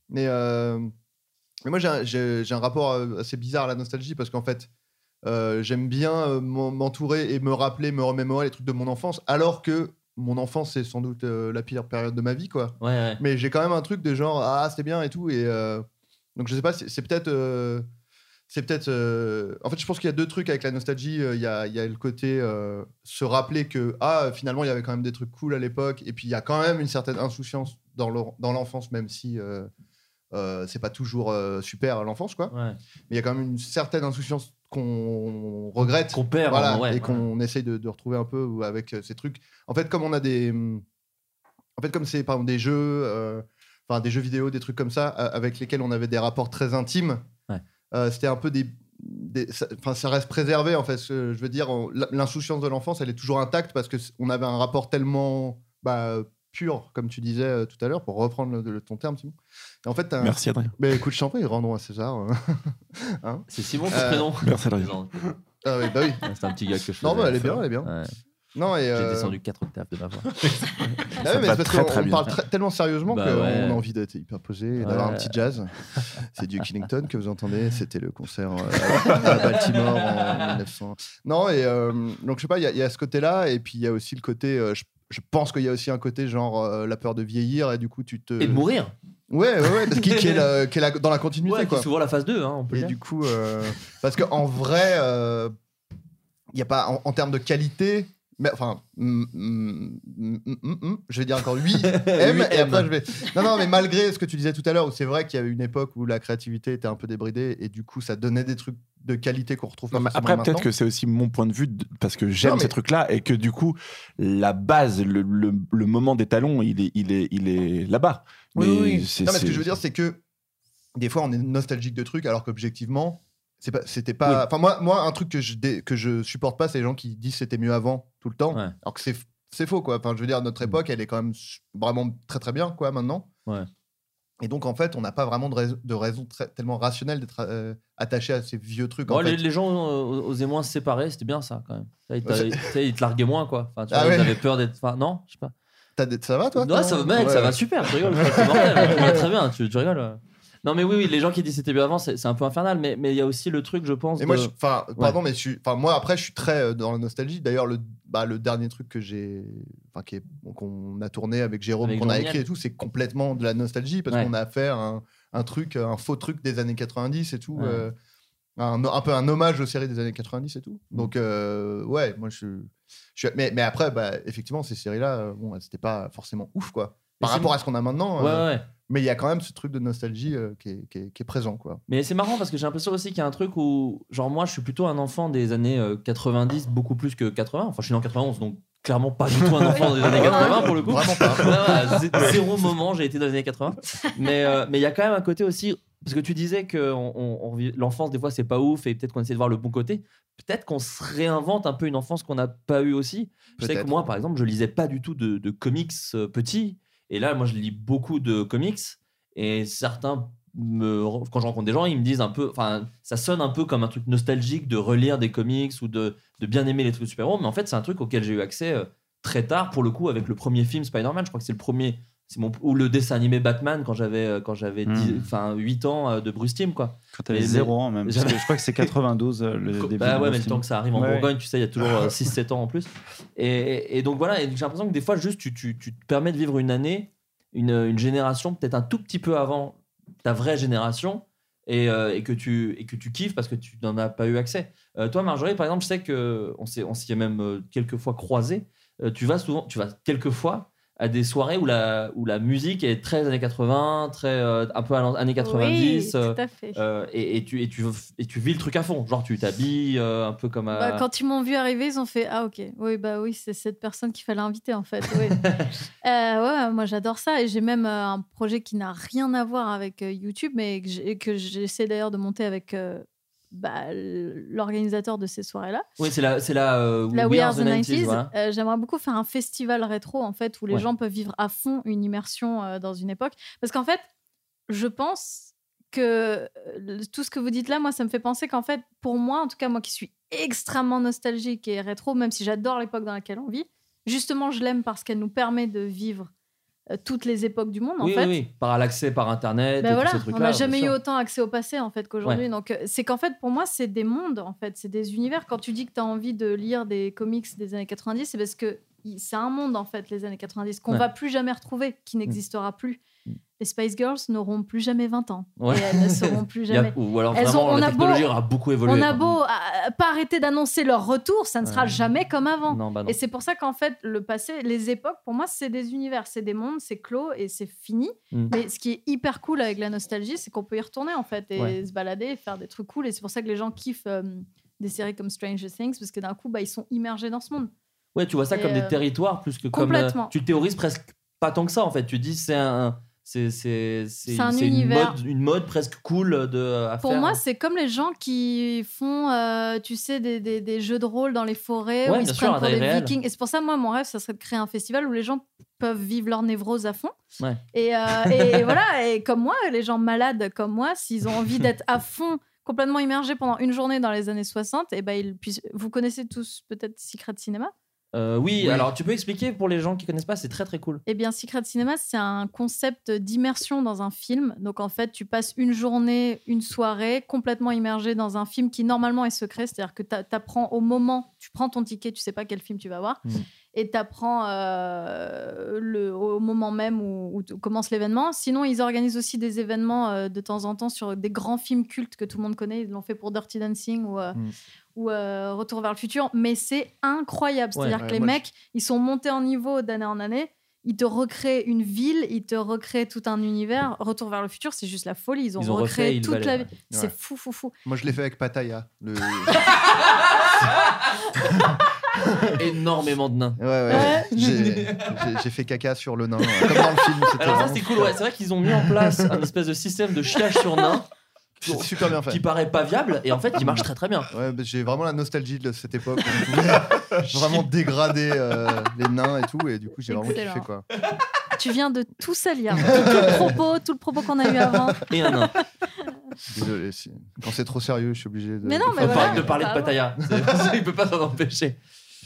F: Mais euh, Mais moi, j'ai un, j'ai- j'ai un rapport euh, assez bizarre à la nostalgie parce qu'en fait, euh, j'aime bien euh, m'en- m'entourer et me rappeler, me remémorer les trucs de mon enfance, alors que mon enfance, c'est sans doute euh, la pire période de ma vie, quoi.
E: Ouais, ouais.
F: Mais j'ai quand même un truc de genre ah c'était bien et tout et euh, donc je sais pas c'est c'est peut-être euh, c'est peut-être euh, en fait je pense qu'il y a deux trucs avec la nostalgie euh, il y, a, il y a le côté euh, se rappeler que ah finalement il y avait quand même des trucs cool à l'époque et puis il y a quand même une certaine insouciance dans l'or- dans l'enfance même si euh, euh, c'est pas toujours euh, super à l'enfance quoi
E: ouais.
F: mais il y a quand même une certaine insouciance qu'on regrette
E: Qu'on perd,
F: voilà,
E: ouais,
F: et qu'on essaye de, de retrouver un peu ou avec euh, ces trucs. En fait, comme on a des, hum, en fait, comme c'est par exemple des jeux, euh, enfin des jeux vidéo, des trucs comme ça, a- avec lesquels on avait des rapports très intimes.
E: Ouais.
F: euh, C'était un peu des, des- ça- enfin ça reste préservé en fait. ce- je veux dire, on- l- l'insouciance de l'enfance, elle est toujours intacte parce que c- on avait un rapport tellement bah, pur, comme tu disais euh, tout à l'heure, pour reprendre le- le- ton terme, Simon. Et en fait, t'as un-
G: Merci Adrien.
F: mais écoute, champagne, rendons à César. euh.
E: C'est Simon
F: Euh,
E: son prénom
G: Merci Adrien.
E: Non,
F: Ah oui, bah oui.
E: C'est un petit gars que je
F: Non,
E: faisais
F: bah,
E: à
F: elle
E: la
F: est bien,
E: fin.
F: elle est bien.
E: Ouais.
F: Non, et,
E: J'ai
F: euh,
E: descendu 4 octaves de ma voix.
F: Ah
G: Ça
F: oui, mais
G: va
F: c'est parce
G: très,
F: qu'on
G: très
F: on
G: bien.
F: parle très- tellement sérieusement
E: Bah
F: qu'on
E: ouais.
F: a envie d'être hyper posé et d'avoir un petit jazz. C'est du Killington que vous entendez. C'était le concert euh, à Baltimore en 1900. Non, et euh, donc je sais pas, il y a- il y, a ce côté-là. Et puis il y a aussi le côté. euh, je, je pense qu'il y a aussi un côté genre euh, la peur de vieillir et du coup tu te.
E: Et de mourir
F: Ouais, ouais, ouais. Qui, qui est, la- qui est la- dans la continuité,
E: Ouais, qui
F: quoi.
E: est souvent la phase 2, hein, on peut
F: Et
E: le dire.
F: du coup, euh, parce qu'en vrai, euh, il y a pas en, en termes de qualité. Mais, enfin, mm, mm, mm, mm, mm, je vais dire encore 8 M et après je vais. Non, non, mais malgré ce que tu disais tout à l'heure, où c'est vrai qu'il y a eu une époque où la créativité était un peu débridée et du coup ça donnait des trucs de qualité qu'on retrouve pas
G: Non, mais
F: forcément
G: après, peut-être
F: maintenant.
G: que c'est aussi mon point de vue de- parce que j'aime
F: Non, mais-
G: ces trucs-là et que du coup, la base, le, le- le moment des talons, il est, il est, il est là-bas.
F: Oui, oui, oui.
G: c'est-
F: Non, mais ce que
G: c'est-
F: je veux dire, c'est que des fois on est nostalgique de trucs alors qu'objectivement. c'est pas- C'était pas. Enfin, moi, moi, un truc que je, dé- que je supporte pas, c'est les gens qui disent c'était mieux avant tout le temps.
E: Ouais. Mm.
F: Alors que c'est f- c'est faux, quoi. Enfin, je veux dire, notre époque, elle est quand même su- vraiment très, très bien, quoi, maintenant.
E: Ouais.
F: Et donc, en fait, on n'a pas vraiment de, rais- de raison très- tellement rationnelle d'être euh, attaché à ces vieux trucs.
E: Bon,
F: en
E: les,
F: fait.
E: les gens euh, osaient moins se séparer, c'était bien ça quand même. Ça, ils, t'a-
F: Ouais,
E: tu sais, ils te larguaient moins quoi. Enfin, tu vois,
F: Ah ouais.
E: Ils avaient peur d'être. Enfin, non, je sais pas.
F: T'as des- Ça va, toi
E: Non,
F: t'as-
E: ça, va- mec,
F: Ouais,
E: ça
F: ouais.
E: va super, tu rigoles. quoi, c'est mortel, tout va très bien, tu, tu rigoles. ouais. Non, mais oui, oui, les gens qui disent c'était mieux avant, c'est c'est un peu infernal, mais mais il y a aussi le truc, je pense.
F: Et moi,
E: de-
F: je- enfin, pardon, mais je suis, enfin, moi après, je suis très euh, dans la nostalgie. D'ailleurs, le, bah, le dernier truc que j'ai, enfin, qui est- qu'on a tourné avec Jérôme,
E: Avec
F: qu'on a
E: Jean-Miel.
F: écrit et tout, c'est complètement de la nostalgie parce
E: Ouais.
F: qu'on a fait un, un truc, un faux truc des années 90 et tout,
E: Ouais.
F: euh, un, un peu un hommage aux séries des années 90 et tout.
E: Mm.
F: Donc, euh, ouais, moi je, je suis, mais, mais après, bah, effectivement, ces séries-là, euh, bon, c'était pas forcément ouf, quoi, par
E: Mais c'est-
F: rapport à ce qu'on a maintenant.
E: Ouais,
F: euh,
E: ouais.
F: Mais il y a quand même ce truc de nostalgie euh, qui, est, qui est- qui est présent, quoi.
E: Mais c'est marrant parce que j'ai l'impression aussi qu'il y a un truc où, genre, moi, je suis plutôt un enfant des années euh, 90, beaucoup plus que 80. Enfin, je suis né en 91, donc clairement pas du tout un enfant des années 80 pour le coup.
F: Vraiment pas.
E: Ouais, ouais, zé- zéro moment, j'ai été dans les années 80. Mais euh, mais il y a quand même un côté aussi. Parce que tu disais que on- on- on vit- l'enfance, des fois, c'est pas ouf et peut-être qu'on essaie de voir le bon côté. Peut-être qu'on se réinvente un peu une enfance qu'on n'a pas eue aussi. Je sais que
F: Peut-être.
E: moi, par exemple, je lisais pas du tout de, de comics euh, petit. Et là, moi, je lis beaucoup de comics. Et certains, me, re- quand je rencontre des gens, ils me disent un peu. Enfin, ça sonne un peu comme un truc nostalgique de relire des comics ou de, de bien aimer les trucs de super-héros. Mais en fait, c'est un truc auquel j'ai eu accès euh, très tard, pour le coup, avec le premier film Spider-Man. Je crois que c'est le premier. c'est Mon, ou le dessin animé Batman quand j'avais euh, quand j'avais
H: Hmm.
E: dix- enfin 8 ans euh, de Bruce Timm quoi
H: Quand t'avais
E: Mais-
H: zéro ans, même.
E: mais-
H: Parce que je crois que c'est 92 euh, le
E: Co-
H: début.
E: bah
H: de
E: ouais,
H: mon
E: mais le
H: film.
E: temps que ça arrive en
H: Ouais, ouais.
E: Bourgogne, tu sais, il y a toujours 6-7 ans en plus. Et, et donc voilà, et j'ai l'impression que des fois, juste, tu, tu, tu te permets de vivre une année, une, une génération, peut-être un tout petit peu avant ta vraie génération, et, euh, et que, tu, et que tu kiffes parce que tu n'en as pas eu accès. Euh, toi, Marjorie, par exemple, je sais qu'on s'est, on s'y est même euh, quelques fois croisés. Euh, tu vas souvent, tu vas quelques fois à des soirées où la, où la musique est très années 80, très, euh, un peu à l'an- années 90.
I: Oui,
E: euh,
I: tout à fait.
E: euh, et, et tu, et, tu, et tu vis le truc à fond. Genre, tu t'habilles euh, un peu comme. à-
I: Bah, quand ils m'ont vu arriver, ils ont fait Ah, ok, oui, bah oui, c'est cette personne qu'il fallait inviter en fait. Oui. Euh, ouais, moi j'adore ça et j'ai même euh, un projet qui n'a rien à voir avec euh, YouTube, mais que j'ai- que j'essaie d'ailleurs de monter avec euh, bah, l'organisateur de ces soirées-là.
E: Oui, c'est la, c'est la, euh,
I: La
E: We Are the 90s. voilà.
I: euh, J'aimerais beaucoup faire un festival rétro, en fait, où les
E: Ouais.
I: gens peuvent vivre à fond une immersion euh, dans une époque. Parce qu'en fait, je pense que euh, tout ce que vous dites là, moi, ça me fait penser qu'en fait, pour moi, en tout cas, moi qui suis extrêmement nostalgique et rétro, même si j'adore l'époque dans laquelle on vit, justement, je l'aime parce qu'elle nous permet de vivre euh, toutes les époques du monde,
E: oui,
I: en fait.
E: oui, oui, par l'accès par Internet
I: Ben
E: et
I: voilà,
E: tous ces trucs-là.
I: on n'a
E: bien
I: jamais eu
E: sûr.
I: autant accès au passé en fait qu'aujourd'hui. Donc euh, c'est qu'en fait pour moi c'est des mondes en fait, c'est des univers. Quand tu dis que tu as envie de lire des comics des années 90, c'est parce que il- c'est un monde en fait les années 90 qu'on
E: Ouais. Mm.
I: va plus jamais retrouver, qui n'existera plus. Les Spice Girls n'auront plus jamais 20 ans.
E: Ouais.
I: Et elles ne seront plus
E: Il y a-
I: jamais.
E: Ou alors
I: Elles
E: vraiment,
I: ont- on
E: la
I: a
E: technologie
I: beau-
E: aura beaucoup évolué.
I: On a beau euh, pas arrêter d'annoncer leur retour, ça ne sera
E: Ouais.
I: jamais comme avant.
E: Non, bah non.
I: Et c'est pour ça qu'en fait, le passé, les époques, pour moi, c'est des univers, c'est des mondes, c'est clos et c'est fini.
E: Mm.
I: Mais ce qui est hyper cool avec la nostalgie, c'est qu'on peut y retourner en fait et
E: Ouais.
I: se balader et faire des trucs cool. Et c'est pour ça que les gens kiffent euh, des séries comme Stranger Things parce que d'un coup, bah, ils sont immergés dans ce monde.
E: Ouais, tu vois ça
I: Et,
E: comme des
I: euh,
E: territoires plus que comme. euh,
I: complètement.
E: tu le théorises presque pas tant que ça en fait. Tu dis c'est un. C'est c'est- c'est-
I: C'est un
E: c'est une
I: univers.
E: mode, une mode presque cool de, à
I: Pour
E: faire. hein.
I: moi, c'est comme les gens qui font, euh, tu sais, des, des- des jeux de rôle dans les forêts
E: Ouais,
I: où ils
E: bien
I: se
E: sûr,
I: prennent
E: à
I: pour
E: taille
I: des
E: réelle.
I: vikings. Et c'est pour ça, moi, mon rêve, ça serait de créer un festival où les gens peuvent vivre leur névrose à fond.
E: Ouais.
I: Et, euh, et voilà, et comme moi, les gens malades comme moi, s'ils ont envie d'être à fond, complètement immergés pendant une journée dans les années 60, et ben ils puissent... vous connaissez tous peut-être Secret Cinema
E: Euh, oui,
F: Oui.
E: alors tu peux expliquer pour les gens qui connaissent pas, c'est très très cool.
I: Eh bien, Secret Cinema, c'est un concept d'immersion dans un film. Donc, en fait, tu passes une journée, une soirée complètement immergée dans un film qui normalement est secret. C'est-à-dire que tu apprends au moment, tu prends ton ticket, tu sais pas quel film tu vas voir,
F: Mm.
E: Mhm.
I: et tu apprends le, au moment même où, où t- commence l'événement. Sinon, ils organisent aussi des événements euh, de temps en temps sur des grands films cultes que tout le monde connaît. Ils l'ont fait pour Dirty Dancing ou, euh,
F: Mhm.
I: ou euh, Retour vers le futur. Mais c'est incroyable. C'est-à-dire
F: Ouais,
I: que les
F: moi, je-
I: mecs, ils sont montés en niveau d'année en année. Ils te recréent une ville, ils te recréent tout un univers. Retour vers le futur, c'est juste la folie. Ils ont,
E: Ils ont
I: recréé,
E: refait Hill
I: toute
E: Valley,
I: la
E: ouais.
I: vie. C'est
F: Ouais.
I: fou, fou, fou.
F: Moi, je l'ai fait avec Pattaya. Le... ouais,
E: Énormément de nains.
F: ouais, ouais. J'ai j'ai- j'ai fait caca sur le nain, euh, comme dans le film. c'était
E: Alors ça
F: vraiment
E: c'est cool, ouais, c'est vrai qu'ils ont mis en place un espèce de système de chiage sur nains
F: super- super bien
E: qui
F: fait.
E: paraît pas viable et en fait qui marche très très bien.
F: Ouais, bah, j'ai vraiment la nostalgie de cette époque. où on pouvait vraiment dégrader euh, les nains et tout, et du coup, j'ai vraiment
I: Excellent.
F: kiffé quoi.
I: Tu viens de tout salir. Tout le propos, tout le propos qu'on a eu avant.
E: Et un nain.
F: Désolé, si- quand c'est trop sérieux, je suis obligé de.
I: Mais non,
F: de
I: mais
F: faire
E: Faut
I: voilà.
E: pas
F: des-
E: de parler de
I: bah,
E: Pattaya, C'est- il peut pas s'en empêcher.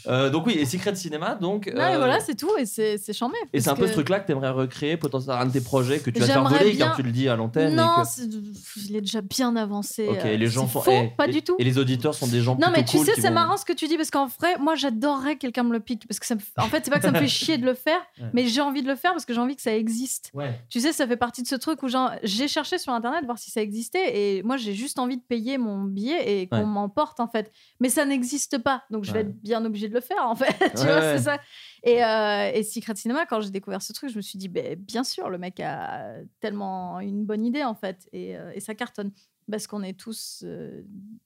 E: Euh, donc oui, et Secret Cinéma, donc.
I: Non, et
E: euh,
I: voilà, c'est tout. Et c'est c'est chambé.
E: et c'est un
I: parce
E: peu
I: que-
E: ce truc-là que t'aimerais recréer, potentiellement un de tes projets que tu vas te faire
I: J'aimerais
E: voler
I: bien-
E: quand tu le dis à l'antenne. et
I: Non,
E: que-
I: c'est- pff, il est déjà bien avancé.
E: Ok,
I: euh,
E: les gens
I: c'est
E: sont.
I: faux,
E: eh,
I: pas
E: et-
I: du tout.
E: Et les auditeurs sont des gens
I: Non, mais
E: plutôt
I: tu
E: cool
I: sais,
E: qui
I: c'est
E: vont-
I: marrant ce que tu dis parce qu'en vrai, moi j'adorerais que quelqu'un me le pique. Parce que ça me... En fait, c'est pas que ça me fait chier de le faire,
E: Ouais.
I: mais j'ai envie de le faire parce que j'ai envie que ça existe.
E: Ouais.
I: Tu sais, ça fait partie de ce truc où genre, j'ai cherché sur internet voir si ça existait et moi j'ai juste envie de payer mon billet et qu'on
E: Ouais.
I: m'emporte en fait. Mais ça n'existe pas donc je vais
E: Ouais.
I: être bien obligée de le faire en fait. tu
E: Ouais,
I: vois,
E: ouais.
I: c'est ça. Et, euh, et Secret Cinema, quand j'ai découvert ce truc, je me suis dit, Ben, bien sûr, le mec a tellement une bonne idée en fait et, euh, et ça cartonne parce qu'on est tous euh,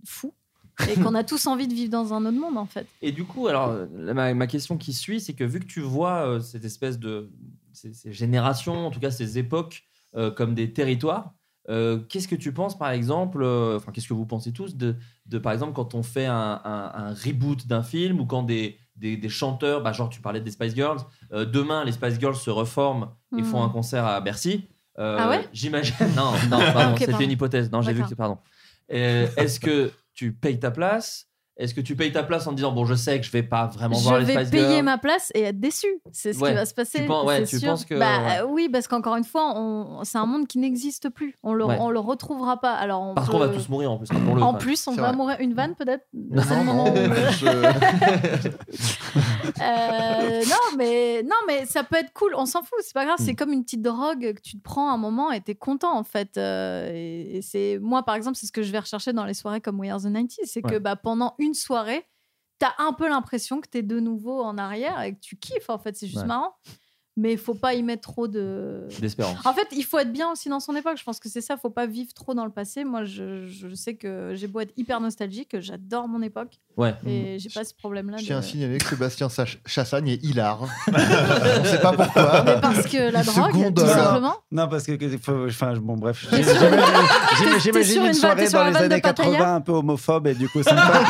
I: fous et qu'on a tous envie de vivre dans un autre monde en fait.
E: Et du coup, alors, euh, la- ma, ma question qui suit, c'est que vu que tu vois euh, cette espèce de. Ces, ces générations, en tout cas ces époques, euh, comme des territoires, euh, qu'est-ce que tu penses, par exemple, euh, enfin, qu'est-ce que vous pensez tous de, de, par exemple, quand on fait un, un- un reboot d'un film ou quand des, des, des chanteurs, bah, genre tu parlais des Spice Girls, euh, demain les Spice Girls se reforment et
I: Hmm.
E: font un concert à Bercy. euh,
I: Ah ouais
E: J'imagine. Non, non, pardon,
I: Ok,
E: c'était
I: pardon.
E: une hypothèse. Non, j'ai vu
I: D'accord.
E: que. Pardon. Euh, Est-ce que tu payes ta place est-ce que tu payes ta place en disant bon je sais que je vais pas vraiment voir
I: je
E: les
I: vais
E: Spice
I: payer
E: Girls
I: ma place et être déçu. C'est ce
E: Ouais.
I: qui va se passer.
E: Tu penses- ouais,
I: c'est
E: tu
I: sûr.
E: penses que-
I: Bah,
E: ouais.
I: euh, Oui, parce qu'encore une fois, on- c'est un monde qui n'existe plus. On le,
E: Ouais.
I: on le retrouvera pas. Alors, on
E: Parce
I: peut-
E: qu'on va tous mourir en plus. Pour le,
I: En plus, on
F: C'est
I: va
F: vrai.
I: mourir une vanne peut-être. C'est le
F: Non,
I: moment
F: non,
I: où-
F: je-
I: Euh, non, mais non, mais ça peut être cool. On s'en fout, c'est pas grave.
E: Mm.
I: C'est comme une petite drogue que tu te prends un moment et t'es content en fait. Euh, et et c'est moi par exemple, c'est ce que je vais rechercher dans les soirées comme We Are the 90s, c'est que
E: Ouais.
I: bah pendant une soirée, t'as un peu l'impression que t'es de nouveau en arrière et que tu kiffes en fait. C'est juste
E: Ouais.
I: marrant. Mais il faut pas y mettre trop de.
E: d'espérance.
I: En fait, il faut être bien aussi dans son époque. Je pense que c'est ça. Faut pas vivre trop dans le passé. Moi, je, je sais que j'ai beau être hyper nostalgique, j'adore mon époque
E: Ouais.
I: et j'ai pas ce problème-là.
F: Mm. Je
I: de-
F: tiens à signaler que Sébastien Sach- Chassagne est hilar. On sait pas pourquoi.
I: Mais parce que la
F: Il se
I: drogue, tout
F: gondole.
I: simplement.
H: Non, parce que. que- faut- Enfin, bon, bref. j'ai-
I: T'es sur-
H: j'imagine-
I: t'es sur
H: J'imagine
I: une
H: une soirée
I: vanne- sur
H: dans
I: la
H: les
I: vanne de
H: années
I: Pattaya
H: 80 un peu homophobe et du coup, c'est pas un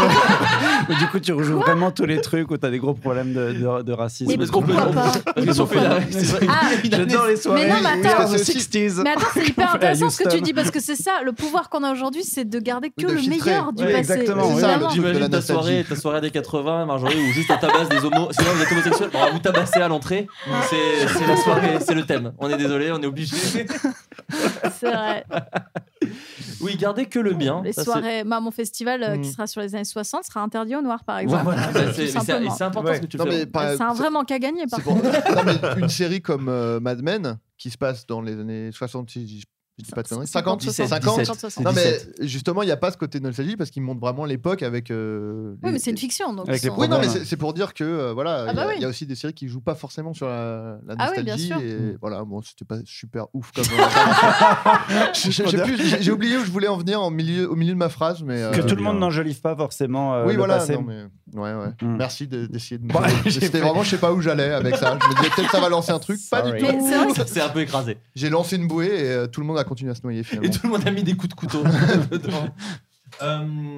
H: peu- Où du coup, tu rejoues vraiment tous les trucs où t'as des gros problèmes de, de, de racisme.
E: Oui, parce qu'on peut.
I: pourquoi pas
E: parce que si on fait
I: Pourquoi
H: soirées.
E: c'est vrai.
I: Ah,
H: J'adore les soirées.
I: non, mais
H: We
I: attends.
H: are the 60s.
I: Mais attends, c'est hyper
H: Ouais,
I: intéressant ce que tu
H: Houston.
I: dis parce que c'est ça, le pouvoir qu'on a aujourd'hui, c'est de garder que
F: Oui, de
I: le
F: filtrer.
I: meilleur du
H: Ouais,
I: passé.
H: exactement,
I: C'est
H: oui,
I: vraiment-
F: le truc de
E: T'imagines
F: la
E: ta
F: nostalgie.
E: soirée, ta soirée des 80, Marjorie, où juste on tabasse des homos. Sinon, vous êtes homosexuel, on va vous tabasser à l'entrée. C'est c'est la soirée, c'est le thème. On est désolé, on est obligé.
I: c'est vrai.
E: Oui, gardez que le bien.
I: Les
E: Ça, c'est-
I: soirées Maman Festival euh, qui
E: Mm.
I: sera sur les années 60 sera interdit aux Noirs, par
E: Ouais,
I: exemple.
E: voilà, bah, c'est-
I: Tout
E: mais c'est- et
I: simplement.
E: c'est important ce que tu
F: Non,
E: fais.
F: mais par-
I: C'est un vrai manque à gagner, par
F: c'est
I: contre.
F: pour- Non, mais une série comme euh, Mad Men qui se passe dans les années 60, si je je dis pas de conneries, 50,
I: 17,
F: 50.
I: 17. C'est
F: Non, mais justement, il n'y a pas ce côté nostalgie parce qu'ils montrent vraiment l'époque avec. euh,
I: Oui,
F: les-
I: mais c'est une fiction. Donc
H: Avec
I: ils
H: les
I: sont-
F: Oui, non, mais
H: Problème.
F: c'est c'est pour dire que euh, voilà,
I: Ah
F: il y a-
I: bah
F: il y, a aussi des séries qui jouent pas forcément sur la, la
I: Ah oui, bien
F: nostalgie
I: sûr.
H: Mm.
F: et voilà, bon, c'était pas super ouf comme. euh, je- je- j'ai plus- J'ai j'ai oublié où je voulais en venir en milieu, au milieu de ma phrase, mais euh,
H: Que tout le
G: bien.
H: monde n'enjolive pas forcément euh,
F: oui,
H: le
F: voilà.
H: passé.
F: non, mais- Ouais, ouais.
H: Mm.
F: Merci de- d'essayer de me.
H: Bah, j'ai
F: C'était
H: fait-
F: vraiment, je sais pas où j'allais avec ça. Je me disais peut-être ça va lancer un truc. Pas du
H: Sorry.
F: tout.
I: Mais c'est vrai que
E: C'est un peu écrasé.
F: J'ai lancé une bouée et euh, tout le monde a continué à se noyer finalement.
E: Et tout le monde a mis des coups de couteau dedans. Euh,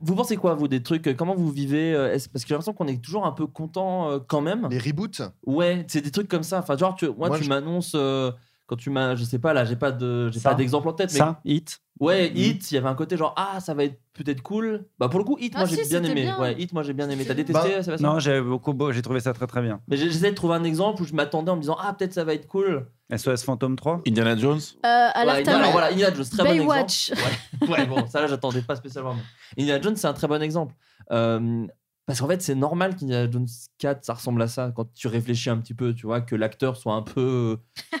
E: vous pensez quoi, vous, des trucs Comment vous vivez euh, est-ce- Parce que j'ai l'impression qu'on est toujours un peu content euh, quand même.
F: Les reboots.
E: Ouais, c'est des trucs comme ça. Enfin, genre, tu, moi,
F: Moi,
E: tu
F: je-
E: m'annonces. euh, quand tu m'as, je sais pas, là, j'ai pas de, j'ai
H: Ça.
E: pas d'exemple en tête, mais
H: Ça, hit.
E: ouais,
H: Mhm.
E: Hit, il y avait un côté genre ah, ça va être peut-être cool. Bah pour le coup, Hit,
I: Ah
E: moi
I: si,
E: j'ai bien
I: c'était
E: aimé.
I: bien.
E: Ouais, Hit, moi j'ai bien aimé. T'as
I: Bah,
E: détesté, euh, Sébastien
H: Non, j'ai beaucoup beau, j'ai trouvé ça très très bien.
E: Mais j'ai- j'essaie de trouver un exemple où je m'attendais en me disant ah peut-être ça va être cool.
H: SOS Fantôme 3.
G: Indiana Jones
I: Euh,
E: Ouais,
I: alerte à
E: alors
I: la-
E: voilà, Indiana Jones, très bon
I: Baywatch.
E: exemple. Ouais, ouais, bon, ça là, j'attendais pas spécialement. mais Indiana Jones, c'est un très bon exemple. Euh, parce qu'en fait, c'est normal qu'Indiana Jones 4, ça ressemble à ça. Quand tu réfléchis un petit peu, tu vois, que l'acteur soit un peu.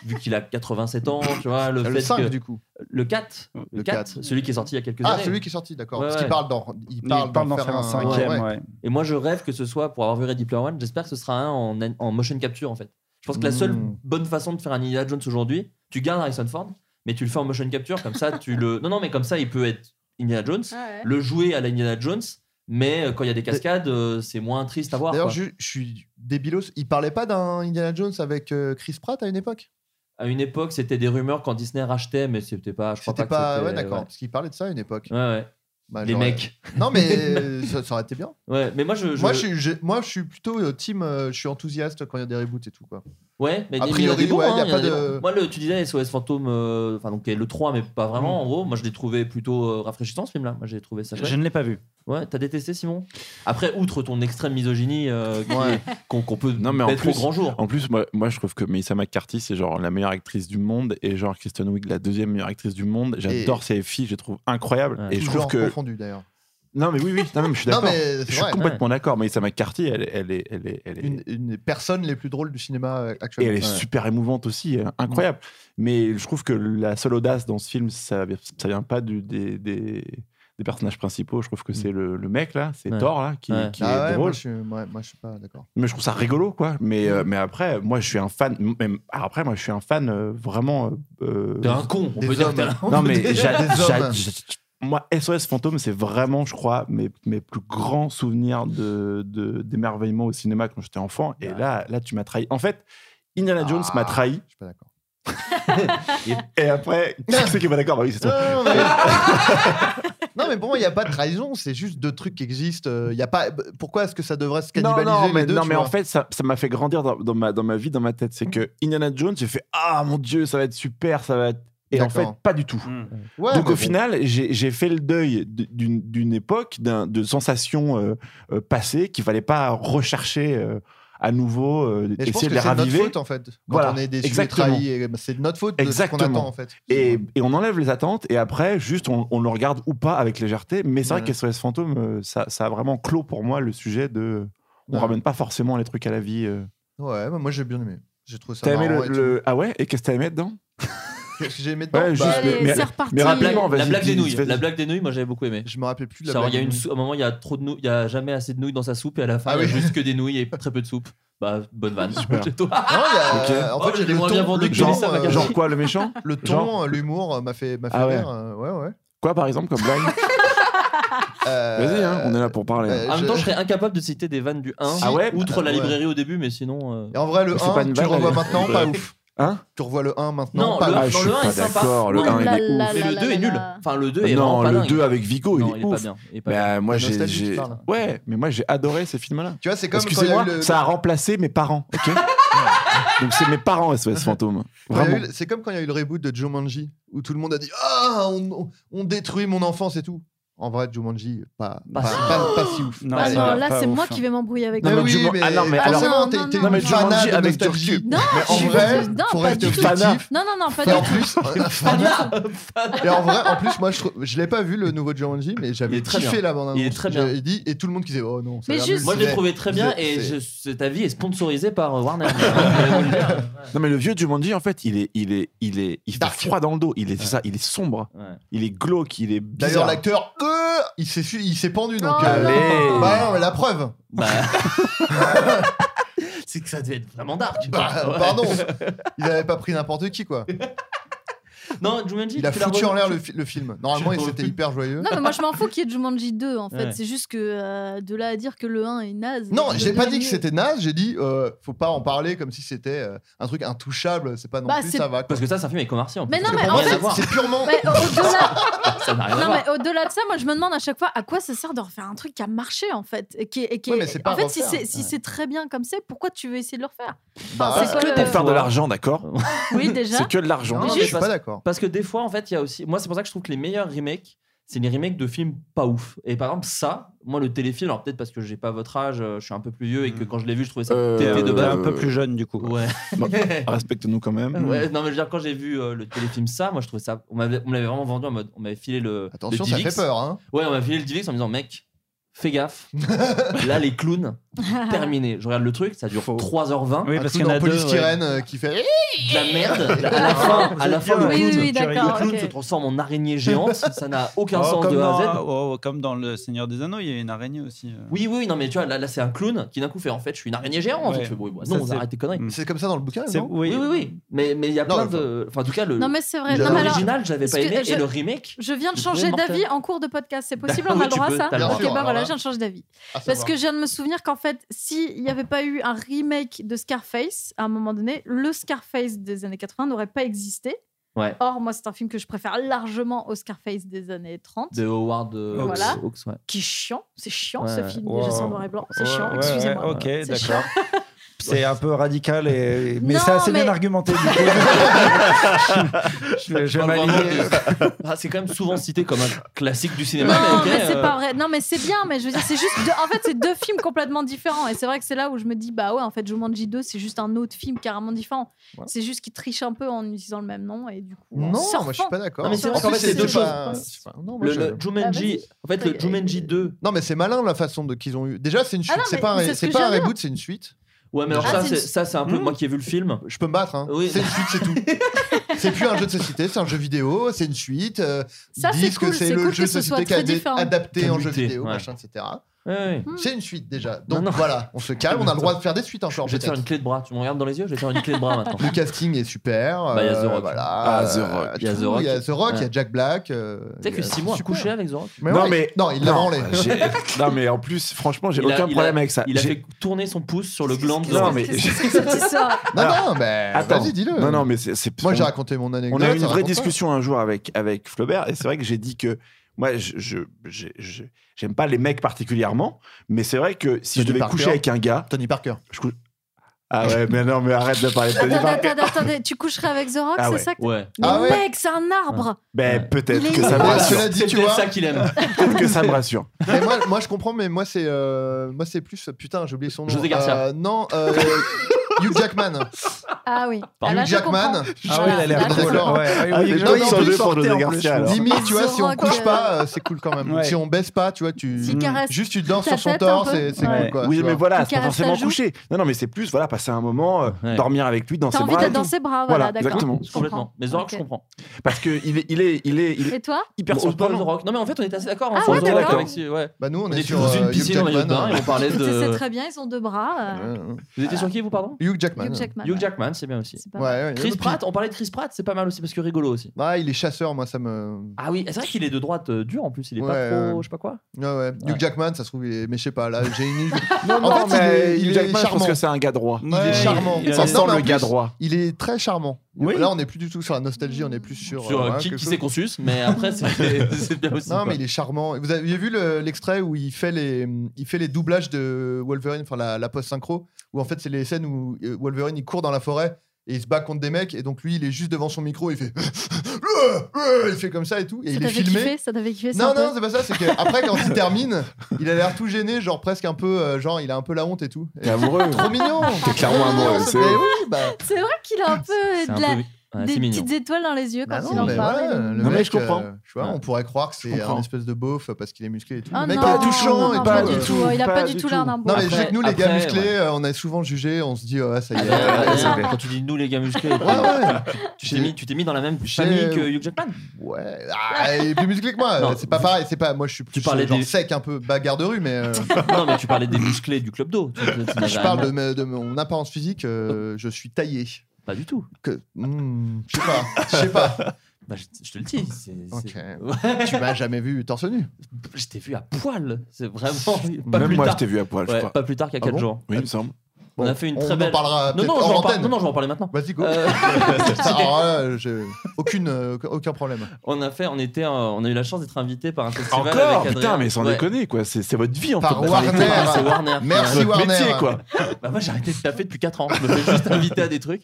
E: euh, Vu qu'il a 87 ans, tu vois, le,
F: Ah, Le,
E: fait
F: 5
E: que.
F: du coup.
E: Le 4, le,
F: Le
E: 4, celui qui est sorti il y a quelques
F: Ah,
E: années.
F: celui qui est sorti, d'accord.
E: Ouais,
F: parce
E: ouais.
F: qu'il parle dans. Il
H: Il
F: parle
H: parle d'en faire un cinquième.
F: ouais.
H: ouais.
E: Et moi, je rêve que ce soit, pour avoir vu Ready Player One, j'espère que ce sera un en, en motion capture, en fait. Je pense que la seule
F: Mm.
E: bonne façon de faire un Indiana Jones aujourd'hui, tu gardes Harrison Ford, mais tu le fais en motion capture, comme ça, tu le. Non, non, mais comme ça, il peut être Indiana Jones,
I: Ouais.
E: le jouer à la Indiana Jones, mais euh, quand il y a des cascades, euh, c'est moins triste à voir.
F: D'ailleurs,
E: quoi.
F: je, je suis débilos. Il parlait pas d'un Indiana Jones avec euh, Chris Pratt à une
E: Ah,
F: époque
E: À une époque, c'était des rumeurs quand Disney rachetait, mais c'était pas. Je crois
F: C'était
E: pas. que
F: pas.
E: c'était-
F: Ouais, d'accord. Parce qu'il parlait de ça à une époque.
E: Ouais, ouais.
F: Bah,
E: Les
F: j'aurais-
E: mecs.
F: Non, mais euh, ça, ça aurait été bien.
E: Ouais, mais moi, je. je-
F: Moi, je suis, j'ai- moi, je suis plutôt euh, team. euh, je suis enthousiaste quand il y a des reboots et tout. Quoi.
E: Ouais, mais
F: A
E: il y en a
F: priori,
E: des bons,
F: ouais,
E: hein,
F: y a
E: il y en
F: pas
E: des
F: de-
E: bons. Moi, le, tu disais SOS Fantôme, euh, enfin, donc le 3, mais pas
F: Mm.
E: vraiment, en gros. Moi, je l'ai trouvé plutôt euh, rafraîchissant, ce film-là. Moi, j'ai trouvé ça chouette.
H: Je ne l'ai pas vu.
E: Ouais, t'as détesté, Simon Après, outre ton extrême misogynie euh, qui- qu'on qu'on peut
G: Non, mais en
E: mettre au
G: plus-
E: grand jour.
G: En plus, moi, moi, je trouve que Melissa McCarthy, c'est genre la meilleure actrice du monde et genre Kristen Wiig, la deuxième meilleure actrice du monde. J'adore ces filles, je les trouve incroyables.
E: Ouais.
G: Et je
F: Toujours
G: trouve que.
F: confondu d'ailleurs.
G: Non, mais oui, oui, non, non, mais je suis
F: Non,
G: d'accord.
F: mais
G: Je
F: c'est
G: suis
F: vrai.
G: complètement d'accord. Melissa McCarthy, elle, elle est. Elle est, elle est...
F: Une, une des personnes les plus drôles du cinéma euh,
G: Et
F: actuellement.
G: elle est super émouvante aussi, euh, incroyable. Mais je trouve que la seule audace dans ce film, ça, ça vient pas du, des, des, des personnages principaux. Je trouve que c'est le, le mec là, c'est
E: Ouais.
G: Thor là, qui,
E: Ouais.
G: qui est
F: Ah Mm. ouais, moi
G: drôle.
F: je, suis, ouais, moi, je suis pas d'accord.
G: Mais je trouve ça rigolo, quoi. Mais, euh, mais après, moi, je suis un fan. Même, alors après, moi, je suis un fan euh, vraiment. euh,
E: T'es un con, on
F: Des
E: peut dire
F: hommes.
E: que t'es un-
G: non, mais j'a-
F: Des
G: j'a-
F: hommes.
G: j'a- Moi, SOS Fantôme, c'est vraiment, je crois, mes, mes plus grands souvenirs de, de- d'émerveillement au cinéma quand j'étais enfant. Et là, là, tu m'as trahi. En fait, Indiana Jones
F: Ah.
G: m'a trahi.
F: Je suis pas d'accord.
G: Et après, qui c'est qui est pas d'accord Bah oui, c'est toi.
F: Non, mais... non, mais pour moi, il n'y a pas de trahison. C'est juste deux trucs qui existent. euh, Il y a pas... Pourquoi est-ce que ça devrait se
G: Non,
F: cannibaliser
G: non, mais,
F: les deux,
G: non,
F: tu
G: mais en
F: vois
G: fait, ça ça m'a fait grandir dans, dans ma, dans ma vie, dans ma tête. C'est que Indiana Jones, j'ai fait Ah mon Dieu, ça va être super, ça va être. Et en fait,
F: D'accord.
G: pas du tout.
F: Ouais,
G: Donc
F: mais
G: au
F: bon.
G: final, j'ai j'ai fait le deuil d- d'une d'une époque, d'un- de sensations euh, euh, passées qu'il fallait pas rechercher euh, à nouveau, euh,
F: Mais je pense
G: essayer
F: que
G: de les
F: c'est de notre
G: raviver.
F: faute hein. en fait. Quand
G: Voilà,
F: on est déçu et
G: exactement.
F: trahi, et eh ben, c'est de notre faute de ce qu'on
G: Exactement.
F: attend en fait.
G: Et, et on enlève les attentes et après, juste, on, on le regarde ou pas avec légèreté. Mais c'est
F: Ouais.
G: vrai que SOS Fantôme, euh, ça, ça a vraiment clos pour moi le sujet de... On
F: Ouais.
G: ramène pas forcément les trucs à la vie. euh.
F: Ouais, bah, moi j'ai bien aimé. J'ai trouvé ça.
G: T'as aimé
F: marrant
G: le,
F: et tout.
G: le- Ah ouais Et qu'est-ce que t'as aimé dedans
F: Qu'est-ce que j'ai aimé dedans
G: Ouais,
F: Bah,
G: juste le-
I: Allez,
G: mais-
I: c'est reparti.
G: mais rapidement, vas-y.
E: La blague des
G: dis-
E: nouilles,
G: vas-y.
E: la blague des nouilles, moi j'avais beaucoup aimé.
F: Je me rappelle plus de
E: Ça,
F: la
E: il y a
F: blague.
E: une sou- à un moment, il y a trop de nouilles, il y a jamais assez de nouilles dans sa soupe et à la fin,
F: Ah
E: il y a
F: oui.
E: juste que des nouilles et très peu de soupe. Bah, bonne vanne.
G: Super.
E: C'est tout.
F: Non, il y a-
E: Ok.
F: En
E: Oh,
F: fait, j'ai
E: je l'ai
F: le
E: moins
F: ton-
E: bien vendu
F: le
E: que je
F: ton,
E: l'ai, ça m'a
F: euh,
E: gagné.
G: Genre quoi, le méchant
F: Le ton,
G: Genre-
F: euh, l'humour euh, m'a fait, m'a fait
G: Ah ouais.
F: rire. euh, Ouais, ouais.
G: Quoi par exemple comme blague
F: Euh,
G: Vas-y, hein, on est là pour parler.
F: euh,
E: En même
F: je-
E: temps, je serais incapable de citer des vannes du 1,
F: Si.
G: Ah ouais
E: outre la
F: Ouais.
E: librairie au début, mais sinon. euh,
F: Et en vrai, le
G: C'est pas
F: 1,
G: une
F: tu le
G: vanne,
F: revois
G: elle-
F: maintenant, pas ouf.
G: Hein
F: Tu revois le 1 maintenant,
E: Non,
F: pas
E: le,
G: Ah,
F: ouf.
G: je
E: non,
G: suis
E: le 1
G: pas
E: est sympa.
G: d'accord, le
E: Non,
I: Oh
G: 1 il
I: là
G: est
I: là
G: ouf.
E: Mais
I: là
E: le
I: là
E: 2 est
I: là
E: nul.
I: là.
E: Enfin, le 2 est vraiment
G: non,
E: pas
G: le
E: dingue.
G: 2 avec Vigo,
E: Non,
G: il
E: il
G: est
E: est pas
G: ouf.
E: bien. il est pas bien.
G: Bah, moi,
F: La
G: j'ai,
F: nostalgie,
G: j'ai-
F: tu parles.
G: Ouais, mais moi, j'ai adoré ces films-là.
F: Tu vois, c'est comme quand il y a
G: Excusez-moi,
F: eu le.
G: ça a remplacé mes parents, ok Donc c'est mes parents SOS Fantôme.
F: Quand il y a eu
G: Vraiment.
F: le- C'est comme quand il y a eu le reboot de Jumanji, où tout le monde a dit Ah, on, on- on détruit mon enfance et tout. En vrai, Jumanji, pas,
E: Pas
F: pas,
E: si-
F: pas- pas si ouf.
H: Non,
I: Ah
H: c'est
I: non,
H: pas-
I: là,
H: pas
I: c'est
H: ouf,
I: moi
H: hein.
I: qui vais m'embrouiller avec
G: Non,
I: toi.
G: mais Juman- ah, non, mais alors-
F: forcément,
I: Non,
F: t'es- t'es
I: non,
F: une
I: mais
F: fanade
G: Jumanji
F: de
G: avec du
F: nostalgie.
G: recul.
I: Non,
F: Mais
I: je
F: en
I: suis-
F: vrai,
I: non,
F: faut
I: pas
F: rester
I: du tout.
F: objectif.
I: Non, non, non, pas
F: Et
I: du
F: en
I: tout.
F: plus, et en vrai, en plus, moi, je, trou- je l'ai pas vu le nouveau Jumanji, mais
E: Il
F: j'avais
E: est très
F: kiffé
E: bien.
F: la bande
E: Il est très bien.
F: J'avais dit, et tout le monde qui disait oh non. ça a
I: Mais
F: l'air
I: juste-
F: nul,
E: Moi, je l'ai
F: c'est-
E: trouvé très bien
F: c'est-
E: et
F: c'est-
E: je- cet avis est sponsorisé par euh, Warner. Je voulais vous le dire.
G: Non mais le vieux Jumanji en fait, il est il est il est il fait
F: Dark.
G: froid dans le dos, il est c'est ça, il est sombre,
E: Ouais.
G: il est glauque, il est
F: D'ailleurs,
G: bizarre.
F: l'acteur, euh, il s'est su- il s'est pendu donc.
I: Oh
F: euh,
G: non.
F: Bah non, mais la preuve.
E: Bah. c'est que ça devait être vraiment dark.
F: Bah,
E: Ouais.
F: Pardon. Ils avaient pas pris n'importe qui quoi.
E: Non, Jumanji,
F: Il a
E: tu l'as
F: foutu en
E: revu-
F: l'air
E: tu-
F: le, fi- le film. Normalement,
E: Je-
F: c'était hyper joyeux.
I: Non, mais moi je m'en fous qu'il y ait Jumanji 2 en fait.
E: Ouais.
I: C'est juste que euh, de là à dire que le 1 est naze.
F: Non,
I: le
F: j'ai pas
I: deux
F: dit que
I: est-
F: c'était naze, j'ai dit euh, faut pas en parler comme si c'était euh, un truc intouchable, c'est pas non
I: Bah,
F: plus
I: c'est-
F: ça va. quoi.
E: Parce que ça, c'est un film avec Omar Sy. en
I: Mais
E: plus.
I: non,
E: Ça
I: mais
E: n'a
I: en Bah,
E: rien à
I: fait-
E: voir.
F: C'est purement
I: Mais au-delà
E: ça n'a rien à
I: non,
E: voir.
I: mais au-delà de ça, moi je me demande à chaque fois à quoi ça sert de refaire un truc qui a marché en fait. Et qui, est- et qui
F: Ouais,
I: est-
F: mais c'est pas
I: en fait, si
F: refaire.
I: c'est si
E: Ouais.
I: c'est très bien comme c'est, pourquoi tu veux essayer de le refaire
F: Bah,
I: Enfin,
G: Parce
I: c'est
G: que
I: quoi
G: t'es
I: le-
G: faire de l'argent, d'accord
I: Oui, déjà.
G: C'est que de l'argent.
F: Non,
E: mais
F: non, mais
E: juste
F: je suis
E: parce-
F: pas d'accord.
E: Parce que des fois, en fait, il y a aussi. Moi, c'est pour ça que je trouve que les meilleurs remakes, c'est les remakes de films pas ouf. Et par exemple, ça, moi, le téléfilm, alors peut-être parce que j'ai pas votre âge, euh, je suis un peu plus vieux et que
F: Mm.
E: quand je l'ai vu, je trouvais ça
G: Euh,
E: pété de
G: euh,
H: T'es
E: base.
H: un peu plus jeune, du coup.
E: Ouais.
F: Bah,
G: Bon.
F: ah,
G: Respecte-nous quand même.
F: mm.
E: Ouais, non, mais je veux dire, quand j'ai vu euh, le téléfilm ça, moi, je trouvais ça. On m'avait on me l'avait vraiment vendu en mode. On m'avait filé le.
F: Attention,
E: le
F: ça
E: DivX.
F: fait peur. Hein.
E: Ouais, on m'a filé le DivX en me disant, mec, fais gaffe. Là, les clowns,
I: Ah.
E: terminé. Je regarde le truc, ça dure
G: Faux.
F: Oh.
E: 3h20.
H: Oui,
F: Un
H: parce qu'il y
F: clown
H: en
F: Ah, en
H: a deux. ouais.
F: polystyrène euh, qui fait.
E: de la merde. À
F: Ah.
E: la fin, à la fin le,
I: Oui,
E: clown,
I: oui, oui,
H: Tu rigoles.
E: le
I: d'accord.
E: clown
I: Ah, ok.
E: se transforme en araignée géante. ça n'a aucun
H: Oh,
E: sens
H: comme
E: de A à Z.
H: dans- oh, oh, comme dans Le Seigneur des Anneaux, il y a une araignée aussi. euh.
E: Oui, oui, non, mais tu vois, là, là, c'est un clown qui d'un coup fait en fait, je suis une araignée géante.
H: Ouais.
E: Tu fais, bon, bah,
H: Ça,
E: non,
H: c'est-
E: arrête tes conneries.
H: Mm.
F: C'est comme ça dans le bouquin,
H: C'est-
F: non
E: Oui, oui, oui. Mais mais il y a
F: Non,
E: plein
F: mais-
E: de. Enfin, en tout cas, le.
I: Non, mais c'est vrai.
F: Il a
I: Non, mais alors,
E: L'original, je l'avais pas
I: parce que
E: aimé,
I: je-
E: et le remake.
I: je viens de
E: Je le trouvais
I: changer
E: mortel.
I: d'avis en cours de podcast. C'est possible, on
E: Ah Oui,
I: a le
E: tu
I: droit à
E: peux,
I: ça
E: t'as le
F: Bien
E: droit.
I: Ok,
F: sûr,
I: bah
F: alors
I: voilà,
F: là-
I: je viens de changer d'avis.
F: À
I: Parce
F: savoir.
I: que je viens de me souvenir qu'en fait, s'il n'y avait pas eu un remake de Scarface, à un moment donné, le Scarface des années 80 n'aurait pas existé.
E: Ouais.
I: Or, moi, c'est un film que je préfère largement au Scarface des années 30.
E: De Howard euh, Hawks.
I: Voilà.
E: Hawks, ouais.
I: Qui est chiant, c'est chiant
E: Ouais.
I: ce film.
H: Wow.
I: Déjà, c'est en noir et blanc, c'est
H: Ouais,
I: chiant,
H: ouais,
I: excusez-moi.
H: ouais, ok,
I: C'est
H: d'accord. C'est un peu radical, et... mais
I: Non,
H: c'est assez
I: mais-
H: bien argumenté. Du coup. je, je vais
E: Enfin,
H: m'aligner.
E: vraiment, euh, ah, c'est quand même souvent cité comme un classique du cinéma.
I: Non,
E: ok,
I: mais c'est
E: euh,
I: pas vrai. Non, mais c'est bien, mais je veux dire, c'est juste. deux- En fait, c'est deux films complètement différents. Et c'est vrai que c'est là où je me dis, bah ouais, en fait, Jumanji 2, c'est juste un autre film carrément différent.
F: Ouais.
I: C'est juste qu'il triche un peu en utilisant le même nom. Et du coup, en
F: Non, moi je
I: surfant.
F: suis pas d'accord.
E: Non, mais c'est
F: En
E: vrai qu'en
F: plus,
E: fait, c'est deux
F: pas-
I: choses.
F: c'est pas- non, moi,
E: Le,
F: je-
H: Ah,
E: le Jumanji, en fait, le
I: Ouais,
E: Jumanji
I: euh,
E: 2.
F: Non, mais c'est malin la façon de qu'ils ont eu. Déjà, c'est une
I: Ah
F: suite.
I: non,
F: c'est
I: mais
F: pas un,
I: c'est ce
F: c'est
I: que
F: pas
I: je
F: un
I: viens de
F: reboot, c'est une suite.
E: Ouais, mais alors
I: Ah,
E: ça,
I: c'est une-
E: c'est- ça, c'est un peu.
H: Hmm.
E: Moi qui ai vu le film,
F: Je peux me battre. Hein.
E: Oui.
F: C'est une suite, c'est tout. c'est plus un jeu de société, c'est un jeu vidéo, c'est une suite. euh,
I: Ça,
F: ils
I: c'est
F: disent
I: cool,
F: que c'est
I: c'est
F: le
I: cool
F: jeu
I: que
F: de
I: ce soit
F: société qui a
I: très
F: été
I: différent.
F: adapté en jeu
E: Muté,
F: vidéo,
E: ouais.
F: machin, etc.
E: Ouais, ouais.
I: Hmm.
F: C'est une suite déjà. Donc
E: Non, non.
F: voilà, on se calme, on a le droit de faire des suites hein, encore.
E: Je vais te faire
F: peut-être.
E: une clé de bras. Tu me regardes dans les yeux, je vais te faire une clé de bras maintenant.
F: Le casting est super.
E: Bah, il y a The
F: euh,
E: Rock.
F: Voilà.
G: Ah, The
F: euh,
G: Rock.
F: tout,
E: Il y a The
F: Il y a
E: Rock.
F: The Rock, il y
E: Ouais.
F: a Jack Black. euh,
E: Tu sais
F: il
E: que
F: y a-
E: Simon a
F: super.
E: couché avec Zorak
F: Mais
G: Non,
F: ouais.
G: mais-
F: non, il l'a branlé.
G: j'ai- non mais en plus, franchement, j'ai
E: Il a-
G: aucun
E: il a-
G: problème avec ça.
E: Il a
G: J'ai-
E: fait tourner son pouce sur le gland de
G: Non,
E: Zorak.
G: mais-
I: Qu'est-ce que c'est que cette histoire
F: Non,
G: Alors,
F: non, mais
G: Attends.
F: vas-y, dis-le.
G: Non, non, mais c'est. c'est-
F: Moi,
G: on-
F: j'ai raconté mon anecdote.
G: On a eu une
F: ça
G: vraie
F: raconte pas.
G: discussion un jour avec, avec Flaubert, et c'est vrai que j'ai dit que moi, je je- je- je- j'aime pas les mecs particulièrement, mais c'est vrai que si
F: Tony
G: je devais
F: Parker.
G: coucher avec un gars,
F: Tony Parker.
G: je couche. Ah ouais, mais non, mais arrête de parler de Tony
I: Attends,
G: Parker.
I: attends, attendez, tu coucherais avec The Rock,
G: Ah
I: c'est
G: ouais.
I: ça que...
E: Ouais.
I: Mais
F: Ah ouais.
I: mec, c'est un arbre
G: Ben
E: Ouais.
G: peut-être
I: Il
G: que
I: est
G: ça me
I: mort.
F: Ah,
G: rassure.
F: cela dit,
E: bah, C'est
F: tu
E: peut-être
F: vois.
E: ça qu'il aime.
G: Peut-être que ça me rassure.
F: Mais moi, moi, je comprends, mais moi, c'est euh, moi, c'est plus. Putain, j'ai oublié son nom.
E: José Garcia.
F: Euh, non, euh, Hugh Jackman.
I: Ah oui. Ah, là,
F: Hugh
I: je
F: Jackman.
H: Ah
I: comprends.
H: oui, il a
I: Ah,
H: l'air
I: d'accord.
H: cool. Ouais,
G: Ah,
H: oui,
G: les
H: oui,
G: gens
H: oui,
G: sont
H: oui,
G: deux pour
H: sortez
G: José
H: en plus,
G: Garcia,
H: je
G: alors.
I: Dis-
F: Limite, tu vois,
I: The
F: si on
I: Rock,
F: couche
I: euh,
F: pas, euh, c'est cool quand même.
H: Ouais.
F: Si on baisse pas, tu vois, tu.
I: S'il caresse
F: Juste, tu dors
I: ta
F: sur son
I: tête un
F: torse,
I: peu.
F: c'est c'est
H: Ouais.
F: cool quoi.
G: oui,
F: tu
G: mais
F: vois.
G: voilà,
I: Tu
G: c'est pas
I: caresses ta
G: forcément
I: joue.
G: coucher. Non, non, mais c'est plus voilà, passer un moment, euh,
E: Ouais.
G: dormir avec lui dans
I: T'as
G: ses
I: envie
G: bras.
I: d'être dans ses
G: Voilà,
I: bras, voilà, d'accord.
G: exactement.
E: Je Complètement. Mais Zorak,
I: Ok.
E: je comprends.
G: Parce que il est, il est, il est, il est
I: Et toi
G: hyper
E: On parle de
G: surprenant.
E: Zorak. Non, mais en fait, on était assez d'accord. hein,
I: Ah
E: sur
I: ouais,
E: Zorak
I: d'accord.
E: avec- ouais.
F: Bah, nous, on,
E: On
F: est
E: était
F: sur
E: dans
F: euh,
E: une
F: Hugh
E: piscine, on est
F: Jackman,
E: dedans et on parlait
I: Tu sais
E: de.
I: très bien, ils ont deux bras. euh,
F: euh,
E: Vous étiez sur qui, vous, pardon
F: Hugh Jackman.
I: Hugh Jackman.
E: Hugh Jackman, c'est bien aussi.
I: C'est pas
F: Ouais,
I: mal.
F: ouais, et
E: Chris
F: puis-
E: Pratt, on parlait de Chris Pratt, c'est pas mal aussi parce que rigolo aussi.
F: Ah, il est chasseur, moi, ça me.
E: Ah oui, c'est vrai qu'il est de droite euh, dur en plus, il est
F: Ouais,
E: pas trop,
F: ouais.
E: je sais pas quoi.
F: Ouais, ouais.
E: Ouais.
F: Hugh Jackman, ça se trouve, il est... mais je sais pas, là, j'ai une.
G: Non,
F: En fait, il est- il
G: Hugh
F: est
G: Jackman, je pense
F: charmant.
G: que c'est un gars droit.
F: Il est charmant.
G: Ça
F: Non,
G: sent
F: mais en
G: le gars
F: plus,
G: droit.
F: Il est très charmant.
H: Oui.
F: Là, on n'est plus du tout sur la nostalgie, on est plus sur.
E: Sur
F: euh,
E: euh,
F: ouais,
E: qui,
F: quelque
E: qui
F: chose-
E: c'est qu'on suce, mais après, c'est c'est bien aussi.
F: Non,
E: quoi.
F: mais il est charmant. Vous avez vu le- l'extrait où il fait, les, il fait les doublages de Wolverine, enfin la, la post-synchro, où en fait, c'est les scènes où euh, Wolverine il court dans la forêt et il se bat contre des mecs, et donc lui, il est juste devant son micro, il fait. il fait comme ça et tout, et
I: Ça
F: il est
I: t'avait
F: filmé.
I: kiffé Ça t'avait kiffé c'est
F: Non,
I: un peu-
F: non, c'est pas ça, c'est qu'après, quand il termine, il a l'air tout gêné, genre presque un peu, euh, genre il a un peu la honte et tout. Et
G: T'es amoureux.
F: Trop mignon!
G: T'es clairement
F: Trop mignon,
G: amoureux,
F: ça
G: c'est
F: fait-
G: vrai.
F: oui, bah,
I: C'est vrai qu'il a un peu
E: C'est un
I: de la-
E: peu- ouais,
I: des
E: c'est mignon.
I: petites étoiles dans les yeux quand
F: bah non,
I: il en
F: mais
I: parle.
F: voilà, le
G: Non, mais
F: mec,
G: je comprends.
F: euh, tu vois,
E: Ouais.
F: on pourrait croire que c'est
G: comprends.
F: un espèce de beauf parce qu'il est musclé et tout.
I: Ah
F: le mec
I: non,
F: est touchant
I: non,
F: et
I: pas
F: tout,
I: du
F: euh,
I: tout. Il a pas du tout l'air d'un
F: Non,
I: bois.
F: mais
E: Après-
F: chez nous, les gars
E: après,
F: musclés,
E: ouais.
F: euh, on est souvent jugé, on se dit, ah, ça y
E: Ah,
F: est.
E: ouais, ouais,
F: Ouais,
E: ouais, Quand tu dis nous, les gars musclés,
F: ouais.
E: tu t'es mis, tu t'es mis dans la même famille que Hugh Jackman.
F: Ouais, ah, il est plus musclé que moi.
E: Non.
F: C'est pas pareil, c'est pas. Moi, je suis plus
E: parlais
F: genre
E: des-
F: sec, un peu bagarre de rue, mais euh,
E: non, mais tu parlais des musclés du club d'eau. Tu- tu- tu n'avais
F: je parle
E: rien-
F: de, ma- de mon apparence physique. euh, je suis taillé.
E: Pas du tout.
F: Que, hmm, je sais pas, je sais pas.
E: Bah, je, je te le dis. c'est- c'est-
F: Ok.
E: Ouais,
F: Tu m'as jamais vu torse nu.
E: je t'ai vu à poil. C'est vraiment. Pas
G: Même
E: plus
G: moi, je
E: tard.
G: t'ai vu à poil, je
E: Ouais,
G: crois.
E: pas plus tard qu'à
F: Ah
E: 4
F: bon
E: jours.
G: Oui, il me semble.
E: On a fait une
F: on
E: très
F: en
E: belle.
G: Ah,
F: parlera
E: Non,
F: peut-être
E: non, je vais en
F: hors
E: parle-
F: antenne.
E: non, non, je vais en parler maintenant.
F: Vas-y, go.
E: Euh,
F: Ça, alors là, j'ai aucune, euh, aucun problème.
E: on a fait, on était, euh, on a eu la chance d'être invité par un festival
G: Encore
E: avec
G: Putain,
E: Adrien.
G: mais sans
E: Ouais.
G: déconner, quoi. C'est c'est votre vie, en
F: Par
G: fait.
E: Enfin, les
F: Warner.
E: trucs, c'est Warner.
F: Merci,
G: C'est votre
F: Warner.
G: métier, quoi.
E: Bah moi j'ai arrêté de taffer depuis 4 ans. Je me fais juste inviter à des trucs.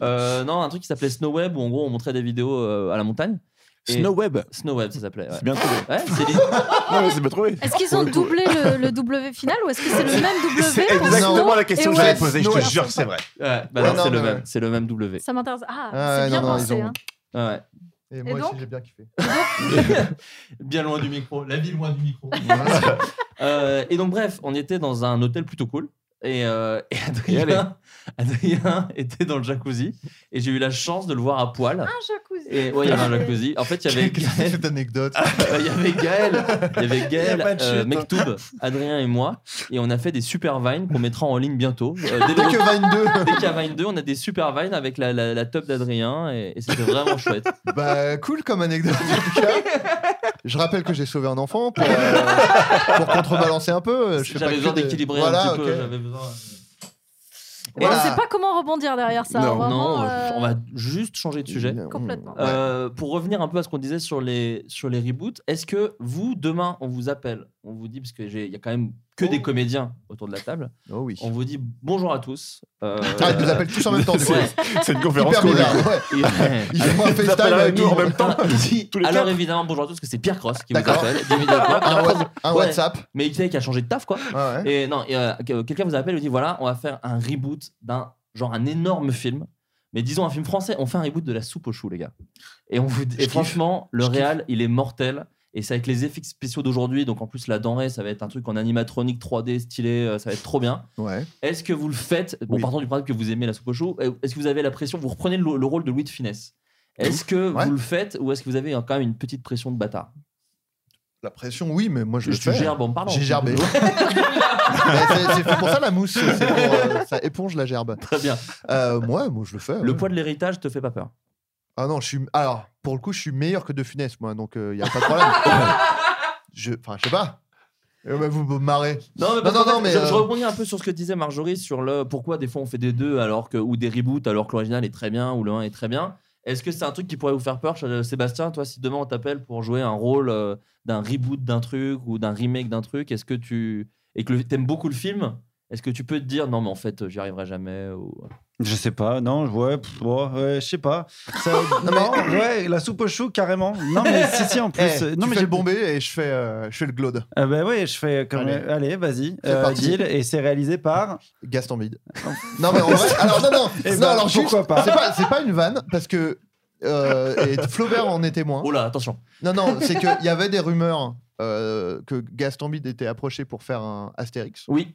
E: Euh, non, un truc qui s'appelait Snow Web où en gros on montrait des vidéos euh, à la montagne. Et-
G: Snow Web.
E: Snow Web ça s'appelait. Ouais.
G: C'est bien trouvé.
E: Ouais, c'est les-
G: Non, mais c'est bien trouvé.
I: Est-ce qu'ils ont doublé le, le W final ou est-ce que c'est le même W
G: C'est
I: pour
G: exactement
I: Snow
G: la question
I: et
G: que j'avais
I: Web
G: posée, je te
I: Snow-
G: jure, c'est vrai.
E: ouais, bah
F: Ouais,
E: non,
F: non,
E: c'est le
F: mais
E: même,
F: ouais.
E: c'est le même W.
I: Ça m'intéresse. Ah,
F: Ah,
I: c'est
F: ouais,
I: bien
F: non, non, ils
I: pensé.
F: ont-
I: hein.
E: Ouais, ouais.
F: Et moi
I: Et
F: aussi,
I: donc
F: j'ai bien kiffé.
E: Bien loin du micro, la ville loin du micro. Euh, et donc bref, on était dans un hôtel plutôt cool. Et, euh, et Adrien,
G: allez.
E: Adrien était dans le jacuzzi et j'ai eu la chance de le voir à poil.
I: Un jacuzzi.
E: Et ouais, il y avait un jacuzzi. En fait, il y avait Ah.
F: Qu'est-ce que c'est que
E: Gaël,
F: cette anecdote
E: il y avait Gaël, il y avait
G: Il y a pas
E: Gaël,
G: de
E: euh,
G: chute,
E: Mektoub, Adrien et moi. Et on a fait des super vines qu'on mettra en ligne bientôt. Euh, dès
F: Dès
E: le-
F: que Vine
E: dès qu'il y a Vine 2, on a des super vines avec la, la, la tub d'Adrien et, et c'était vraiment chouette.
F: 2 Bah, cool comme anecdote en tout cas. Je rappelle que j'ai sauvé un enfant pour, euh, pour contrebalancer un peu. Euh, Je fais pas
E: J'avais
F: que
E: besoin
F: des-
E: d'équilibrer un
F: Voilà,
E: petit
F: ok.
E: peu. j'avais besoin-
I: Et
F: Voilà.
I: on sait pas comment rebondir derrière ça.
G: Non,
I: vraiment,
E: non,
I: euh,
E: on va juste changer de sujet.
I: Complètement.
F: Ouais.
E: Euh, pour revenir un peu à ce qu'on disait sur les, sur les reboots, est-ce que vous, demain, on vous appelle, on vous dit, parce qu'il y a quand même que des comédiens autour de la table,
F: Oh oui.
E: on vous dit bonjour à tous. euh,
F: Ah, ils nous appellent tous en même temps. du coup.
E: Ouais.
G: C'est une conférence
F: Hyper
G: qu'on
F: bizarre. ouais.
E: Et-
F: Ils font un
G: Ils
F: FaceTime
G: appellent
F: avec
G: nous en
F: nous.
G: même temps. Tous les
E: Alors
G: quatre.
E: évidemment, bonjour à tous, parce que c'est Pierre Cross qui vous
F: D'accord. Ah,
E: appelle. dix minutes après.
F: Un,
E: Pierre Cross,
F: wa- un
E: Ouais.
F: WhatsApp.
E: mais il sait qu'il a changé de taf, quoi.
F: Ouais, ouais.
E: Et non, et, euh, que- quelqu'un vous appelle et vous dit voilà, on va faire un reboot d'un genre un énorme film. Mais disons un film français, on fait un reboot de la soupe aux choux, les gars. Et, on vous, et
G: kiffe.
E: franchement, le
G: Je kiffe.
E: réal, il est mortel. Et c'est avec les effets spéciaux d'aujourd'hui, donc en plus la denrée, ça va être un truc en animatronique 3D stylé, euh, ça va être trop bien.
F: Ouais.
E: Est-ce que vous le faites Bon,
F: Oui.
E: partant du principe que vous aimez la soupe aux choux, euh, est-ce que vous avez la pression Vous reprenez le, le rôle de Louis de Finesse. Est-ce que
F: Ouais.
E: vous le faites ou est-ce que vous avez euh, quand même une petite pression de bâtard
F: La pression, oui, mais moi je le
E: Tu
F: fais.
E: gerbes en parlant.
F: J'ai gerbé. Mais c'est c'est fait pour ça la mousse. c'est pour, euh, ça éponge la gerbe.
E: Très bien.
F: Euh, moi, moi je le fais.
E: Le
F: ouais.
E: poids de l'héritage te fait pas peur
F: Ah non, je suis. Alors, pour le coup, je suis meilleur que De Funès, moi, donc il n'y a pas de problème. je... Enfin, je sais pas. Euh, bah, vous vous marrez.
E: Non, mais, parce
F: Non,
E: qu'en
F: non,
E: fait,
F: non, mais,
E: je, je
F: euh,
E: rebondis un peu sur ce que disait Marjorie sur le pourquoi des fois on fait des deux alors que ou des reboots alors que l'original est très bien ou le 1 est très bien. Est-ce que c'est un truc qui pourrait vous faire peur, euh, Sébastien Toi, si demain on t'appelle pour jouer un rôle euh, d'un reboot d'un truc ou d'un remake d'un truc, est-ce que tu et que le- t'aimes beaucoup le film, est-ce que tu peux te dire non mais en fait j'y arriverai jamais ou...
H: Je sais pas, non, ouais, pff, ouais, ouais, je sais pas. Ça-
F: Non,
H: non, ouais, la soupe au chou, carrément. Non, mais si, si, en plus.
F: Eh,
H: euh,
F: tu
H: non, mais
F: fais
H: j'ai
F: le bombé et je fais, euh, je fais le glode.
H: Ah bah ouais, je fais comme.
F: Allez.
H: Allez, vas-y.
F: C'est
H: euh,
F: parti.
H: deal, et c'est réalisé par.
F: Gaston Bide. non, mais en vrai. Alors, non, non.
H: Eh
F: non,
H: ben,
F: alors, juste,
H: pourquoi pas
F: C'est pas, c'est pas une vanne parce que. euh, et Flaubert en est témoin.
E: Oh là, attention.
F: Non, non, c'est qu'il y avait des rumeurs euh, que Gaston Bide était approché pour faire un Astérix.
E: Oui.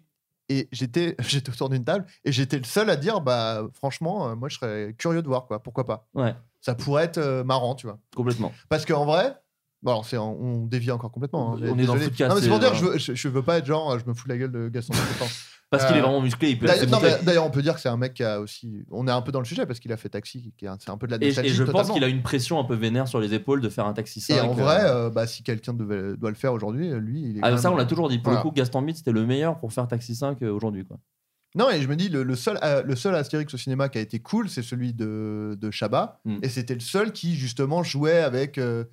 F: Et j'étais j'étais autour d'une table et j'étais le seul à dire bah franchement euh, moi je serais curieux de voir quoi pourquoi pas
E: Ouais.
F: ça pourrait être euh, marrant tu vois
E: Complètement.
F: parce qu'en vrai bon alors c'est en- on dévie encore complètement hein,
E: On est dans le
F: désolé.
E: footcast,
F: non mais c'est pour
E: c'est- euh,
F: dire je veux, je, je veux pas être genre euh, je me fous de la gueule de Gaston tout le temps.
E: Parce qu'il
F: Euh,
E: est vraiment musclé, il peut
F: D'ailleurs- non,
E: s'affronter.
F: mais d'ailleurs on peut dire que c'est un mec qui a aussi on est un peu dans le sujet parce qu'il a fait Taxi qui est un- c'est un peu de la
E: Et, et
F: nostalgie
E: je pense
F: totalement.
E: qu'il a une pression un peu vénère sur les épaules de faire un taxi 5.
F: et en
E: euh,
F: vrai euh, bah si quelqu'un devait- doit le faire aujourd'hui euh, lui il est
E: Ah,
F: quand
E: ça,
F: même-
E: on l'a toujours dit. Pour
F: Voilà.
E: le coup, Gaston Bide, c'était le meilleur pour faire Taxi 5 euh, aujourd'hui. quoi.
F: Non, et je me dis, le, le seul, euh, le seul Astérix au cinéma qui a été cool, c'est celui de, de Chabat.
E: Mm.
F: Et c'était le seul qui, justement, jouait avec euh,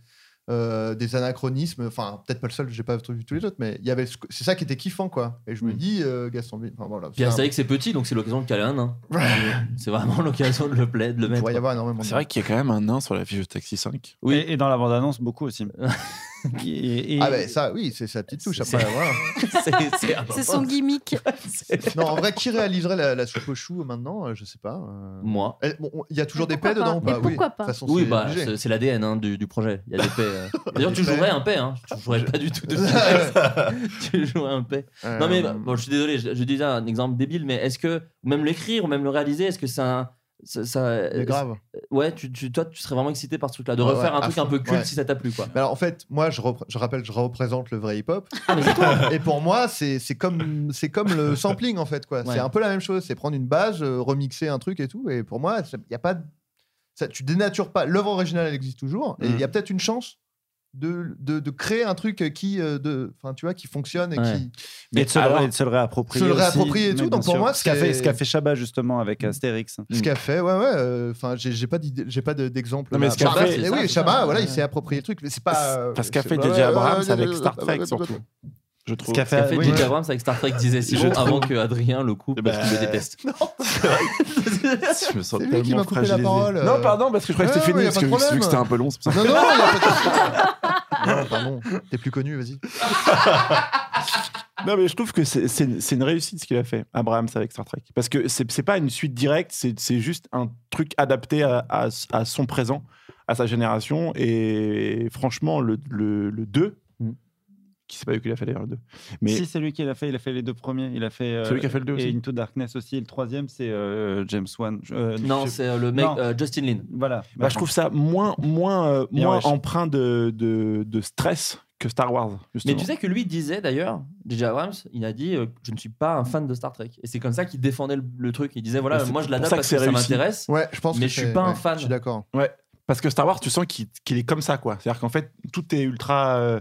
F: euh, des anachronismes. Enfin, peut-être pas le seul, j'ai pas vu tous les autres, mais il y avait ce- c'est ça qui était kiffant, quoi. Et je me
E: Mm.
F: dis, euh, Gaston Bide- enfin, voilà,
E: Puis
F: c'est un-
E: Astérix, c'est petit, donc c'est l'occasion de caler un nain. Euh, c'est vraiment l'occasion de le, pla- de le
F: il
E: mettre.
F: pourrait y avoir énormément de
G: C'est vrai qu'il y a quand même un nain sur la fiche de Taxi 5.
H: Oui. Et, et dans la bande-annonce, beaucoup aussi. Et- et-
F: Ah, ben ça, oui, c'est sa petite touche.
E: C'est-
F: Après, voilà.
E: C'est- c'est un-
I: C'est son gimmick.
F: non, en vrai, qui réaliserait la, la soupe aux choux maintenant Euh, Je sais pas. euh.
E: Moi.
F: Eh, bon, on- Il y a toujours
I: Mais
F: des paix
I: pourquoi
F: dedans ou
I: pas
F: pas
I: Mais
F: Oui.
I: pourquoi
F: De toute
I: pas
F: façon,
E: Hmm. Oui,
F: c'est
E: bah,
F: obligé.
E: c'est c'est l'ADN hein, du, du projet. Il y a des paix. euh. D'ailleurs, tu
F: Des paix.
E: jouerais un paix. Hein. Tu jouerais pas du tout de Tu jouerais un paix. Non, mais bah,
F: Euh,
E: bon, je suis désolé, je, je dis ça un exemple débile, mais est-ce que, ou même l'écrire, ou même le réaliser, est-ce que c'est un. Ça, ça- euh,
F: mais grave.
E: Ouais, tu, tu- toi, tu serais vraiment excité par ce truc-là, de
F: Ouais,
E: refaire
F: ouais,
E: un
F: à
E: truc
F: fond,
E: un peu culte
F: ouais.
E: si ça t'a plu, quoi.
F: Mais alors en fait, moi je, repr- je rappelle, je représente le vrai hip-hop.
E: Ah, mais c'est toi
F: Et pour moi, c'est c'est comme, c'est comme le sampling en fait. quoi.
E: Ouais.
F: C'est un peu la même chose. C'est prendre une base, euh, remixer un truc et tout. Et pour moi, il y a pas. de- Ça, tu dénatures pas. L'œuvre originale, elle existe toujours.
E: Mm.
F: Et il y a peut-être une chance de, de, de créer un truc qui, euh, de, enfin, tu vois, qui fonctionne et
E: Ouais.
F: qui.
H: et de se, le-
G: alors-
H: et de se le réapproprier.
F: Se le
H: aussi.
F: réapproprier et
H: Mais
F: tout,
H: bien
F: donc pour
H: sûr.
F: moi,
H: Ce qu'a fait,
F: c'est-
H: ce qu'a fait Chabat justement avec Astérix.
F: Ce qu'a fait, ouais, ouais. euh, Enfin, j'ai j'ai pas d'idée- j'ai pas de- d'exemple.
G: Non, mais
F: là.
G: ce qu'a
F: Chabat,
G: fait-
F: c'est-
E: c'est ça,
F: oui,
E: c'est
F: Chabat,
E: ça.
F: voilà, il
E: Ouais.
F: s'est approprié le truc. Mais c'est pas. euh,
G: Parce qu'a
F: c'est-
G: fait
F: ouais,
G: DJ
F: ouais,
G: Abrams
F: ouais,
G: avec
F: ouais,
G: Star
F: ouais,
G: Trek
F: ouais,
G: surtout. Je trouve.
H: qu'a
E: Qu'a fait
H: oui.
E: DJ Abrams avec Star Trek disait
G: Je
E: Simon
G: trouve-
E: avant que Adrien le coupe parce qu'il
G: Bah,
E: le déteste.
G: Je me sens
F: C'est lui qui m'a
G: tellement
F: coupé la
G: fragilisé.
F: parole, euh.
G: Non, pardon, parce que je croyais que
F: Ouais,
G: c'était fini,
F: ouais, y a
G: parce
F: pas
G: que
F: de
G: vu
F: problème.
G: que c'était un peu long, c'est pour ça.
F: Non, non, il a pas de souci. Non, pardon, t'es plus connu, vas-y.
G: Non, mais je trouve que c'est- c'est c'est une réussite ce qu'il a fait, Abrams, avec Star Trek. Parce que c'est c'est pas une suite directe, c'est c'est juste un truc adapté à, à- à son présent, à sa génération. Et franchement, le, le, le 2,
E: Mm.
G: qui sait pas lui qui l'a fait d'ailleurs, le 2. Mais
H: Si c'est lui qui l'a fait, il a fait les deux premiers. Il a fait. euh,
G: celui qui a fait le 2
H: et
G: aussi.
H: Into Darkness aussi. Et le troisième, c'est euh, James Wan. Je- euh,
E: Non,
H: je-
E: c'est euh, le mec
H: Non.
E: euh, Justin Lin.
H: Voilà.
G: Bah, je trouve ça moins, moins, euh,
H: Bien
G: moins
H: riche.
G: empreint de, de, de stress que Star Wars.
E: Mais
G: Justement.
E: tu sais que lui disait d'ailleurs, DJ Abrams, il a dit euh, Je ne suis pas un fan de Star Trek. Et c'est comme ça qu'il défendait le, le truc. Il disait Voilà,
G: Mais c'est
E: moi je
G: pour
E: l'adapte
G: ça que
E: parce
G: c'est
E: que ça
G: réussi.
E: m'intéresse.
F: Ouais, je pense
E: Mais
F: que
E: je suis
F: c'est-
E: pas un
F: ouais,
E: fan.
F: Je suis d'accord.
G: Parce que Star Wars, tu sens qu'il qu'il est comme ça, quoi. C'est-à-dire qu'en fait, tout est ultra euh,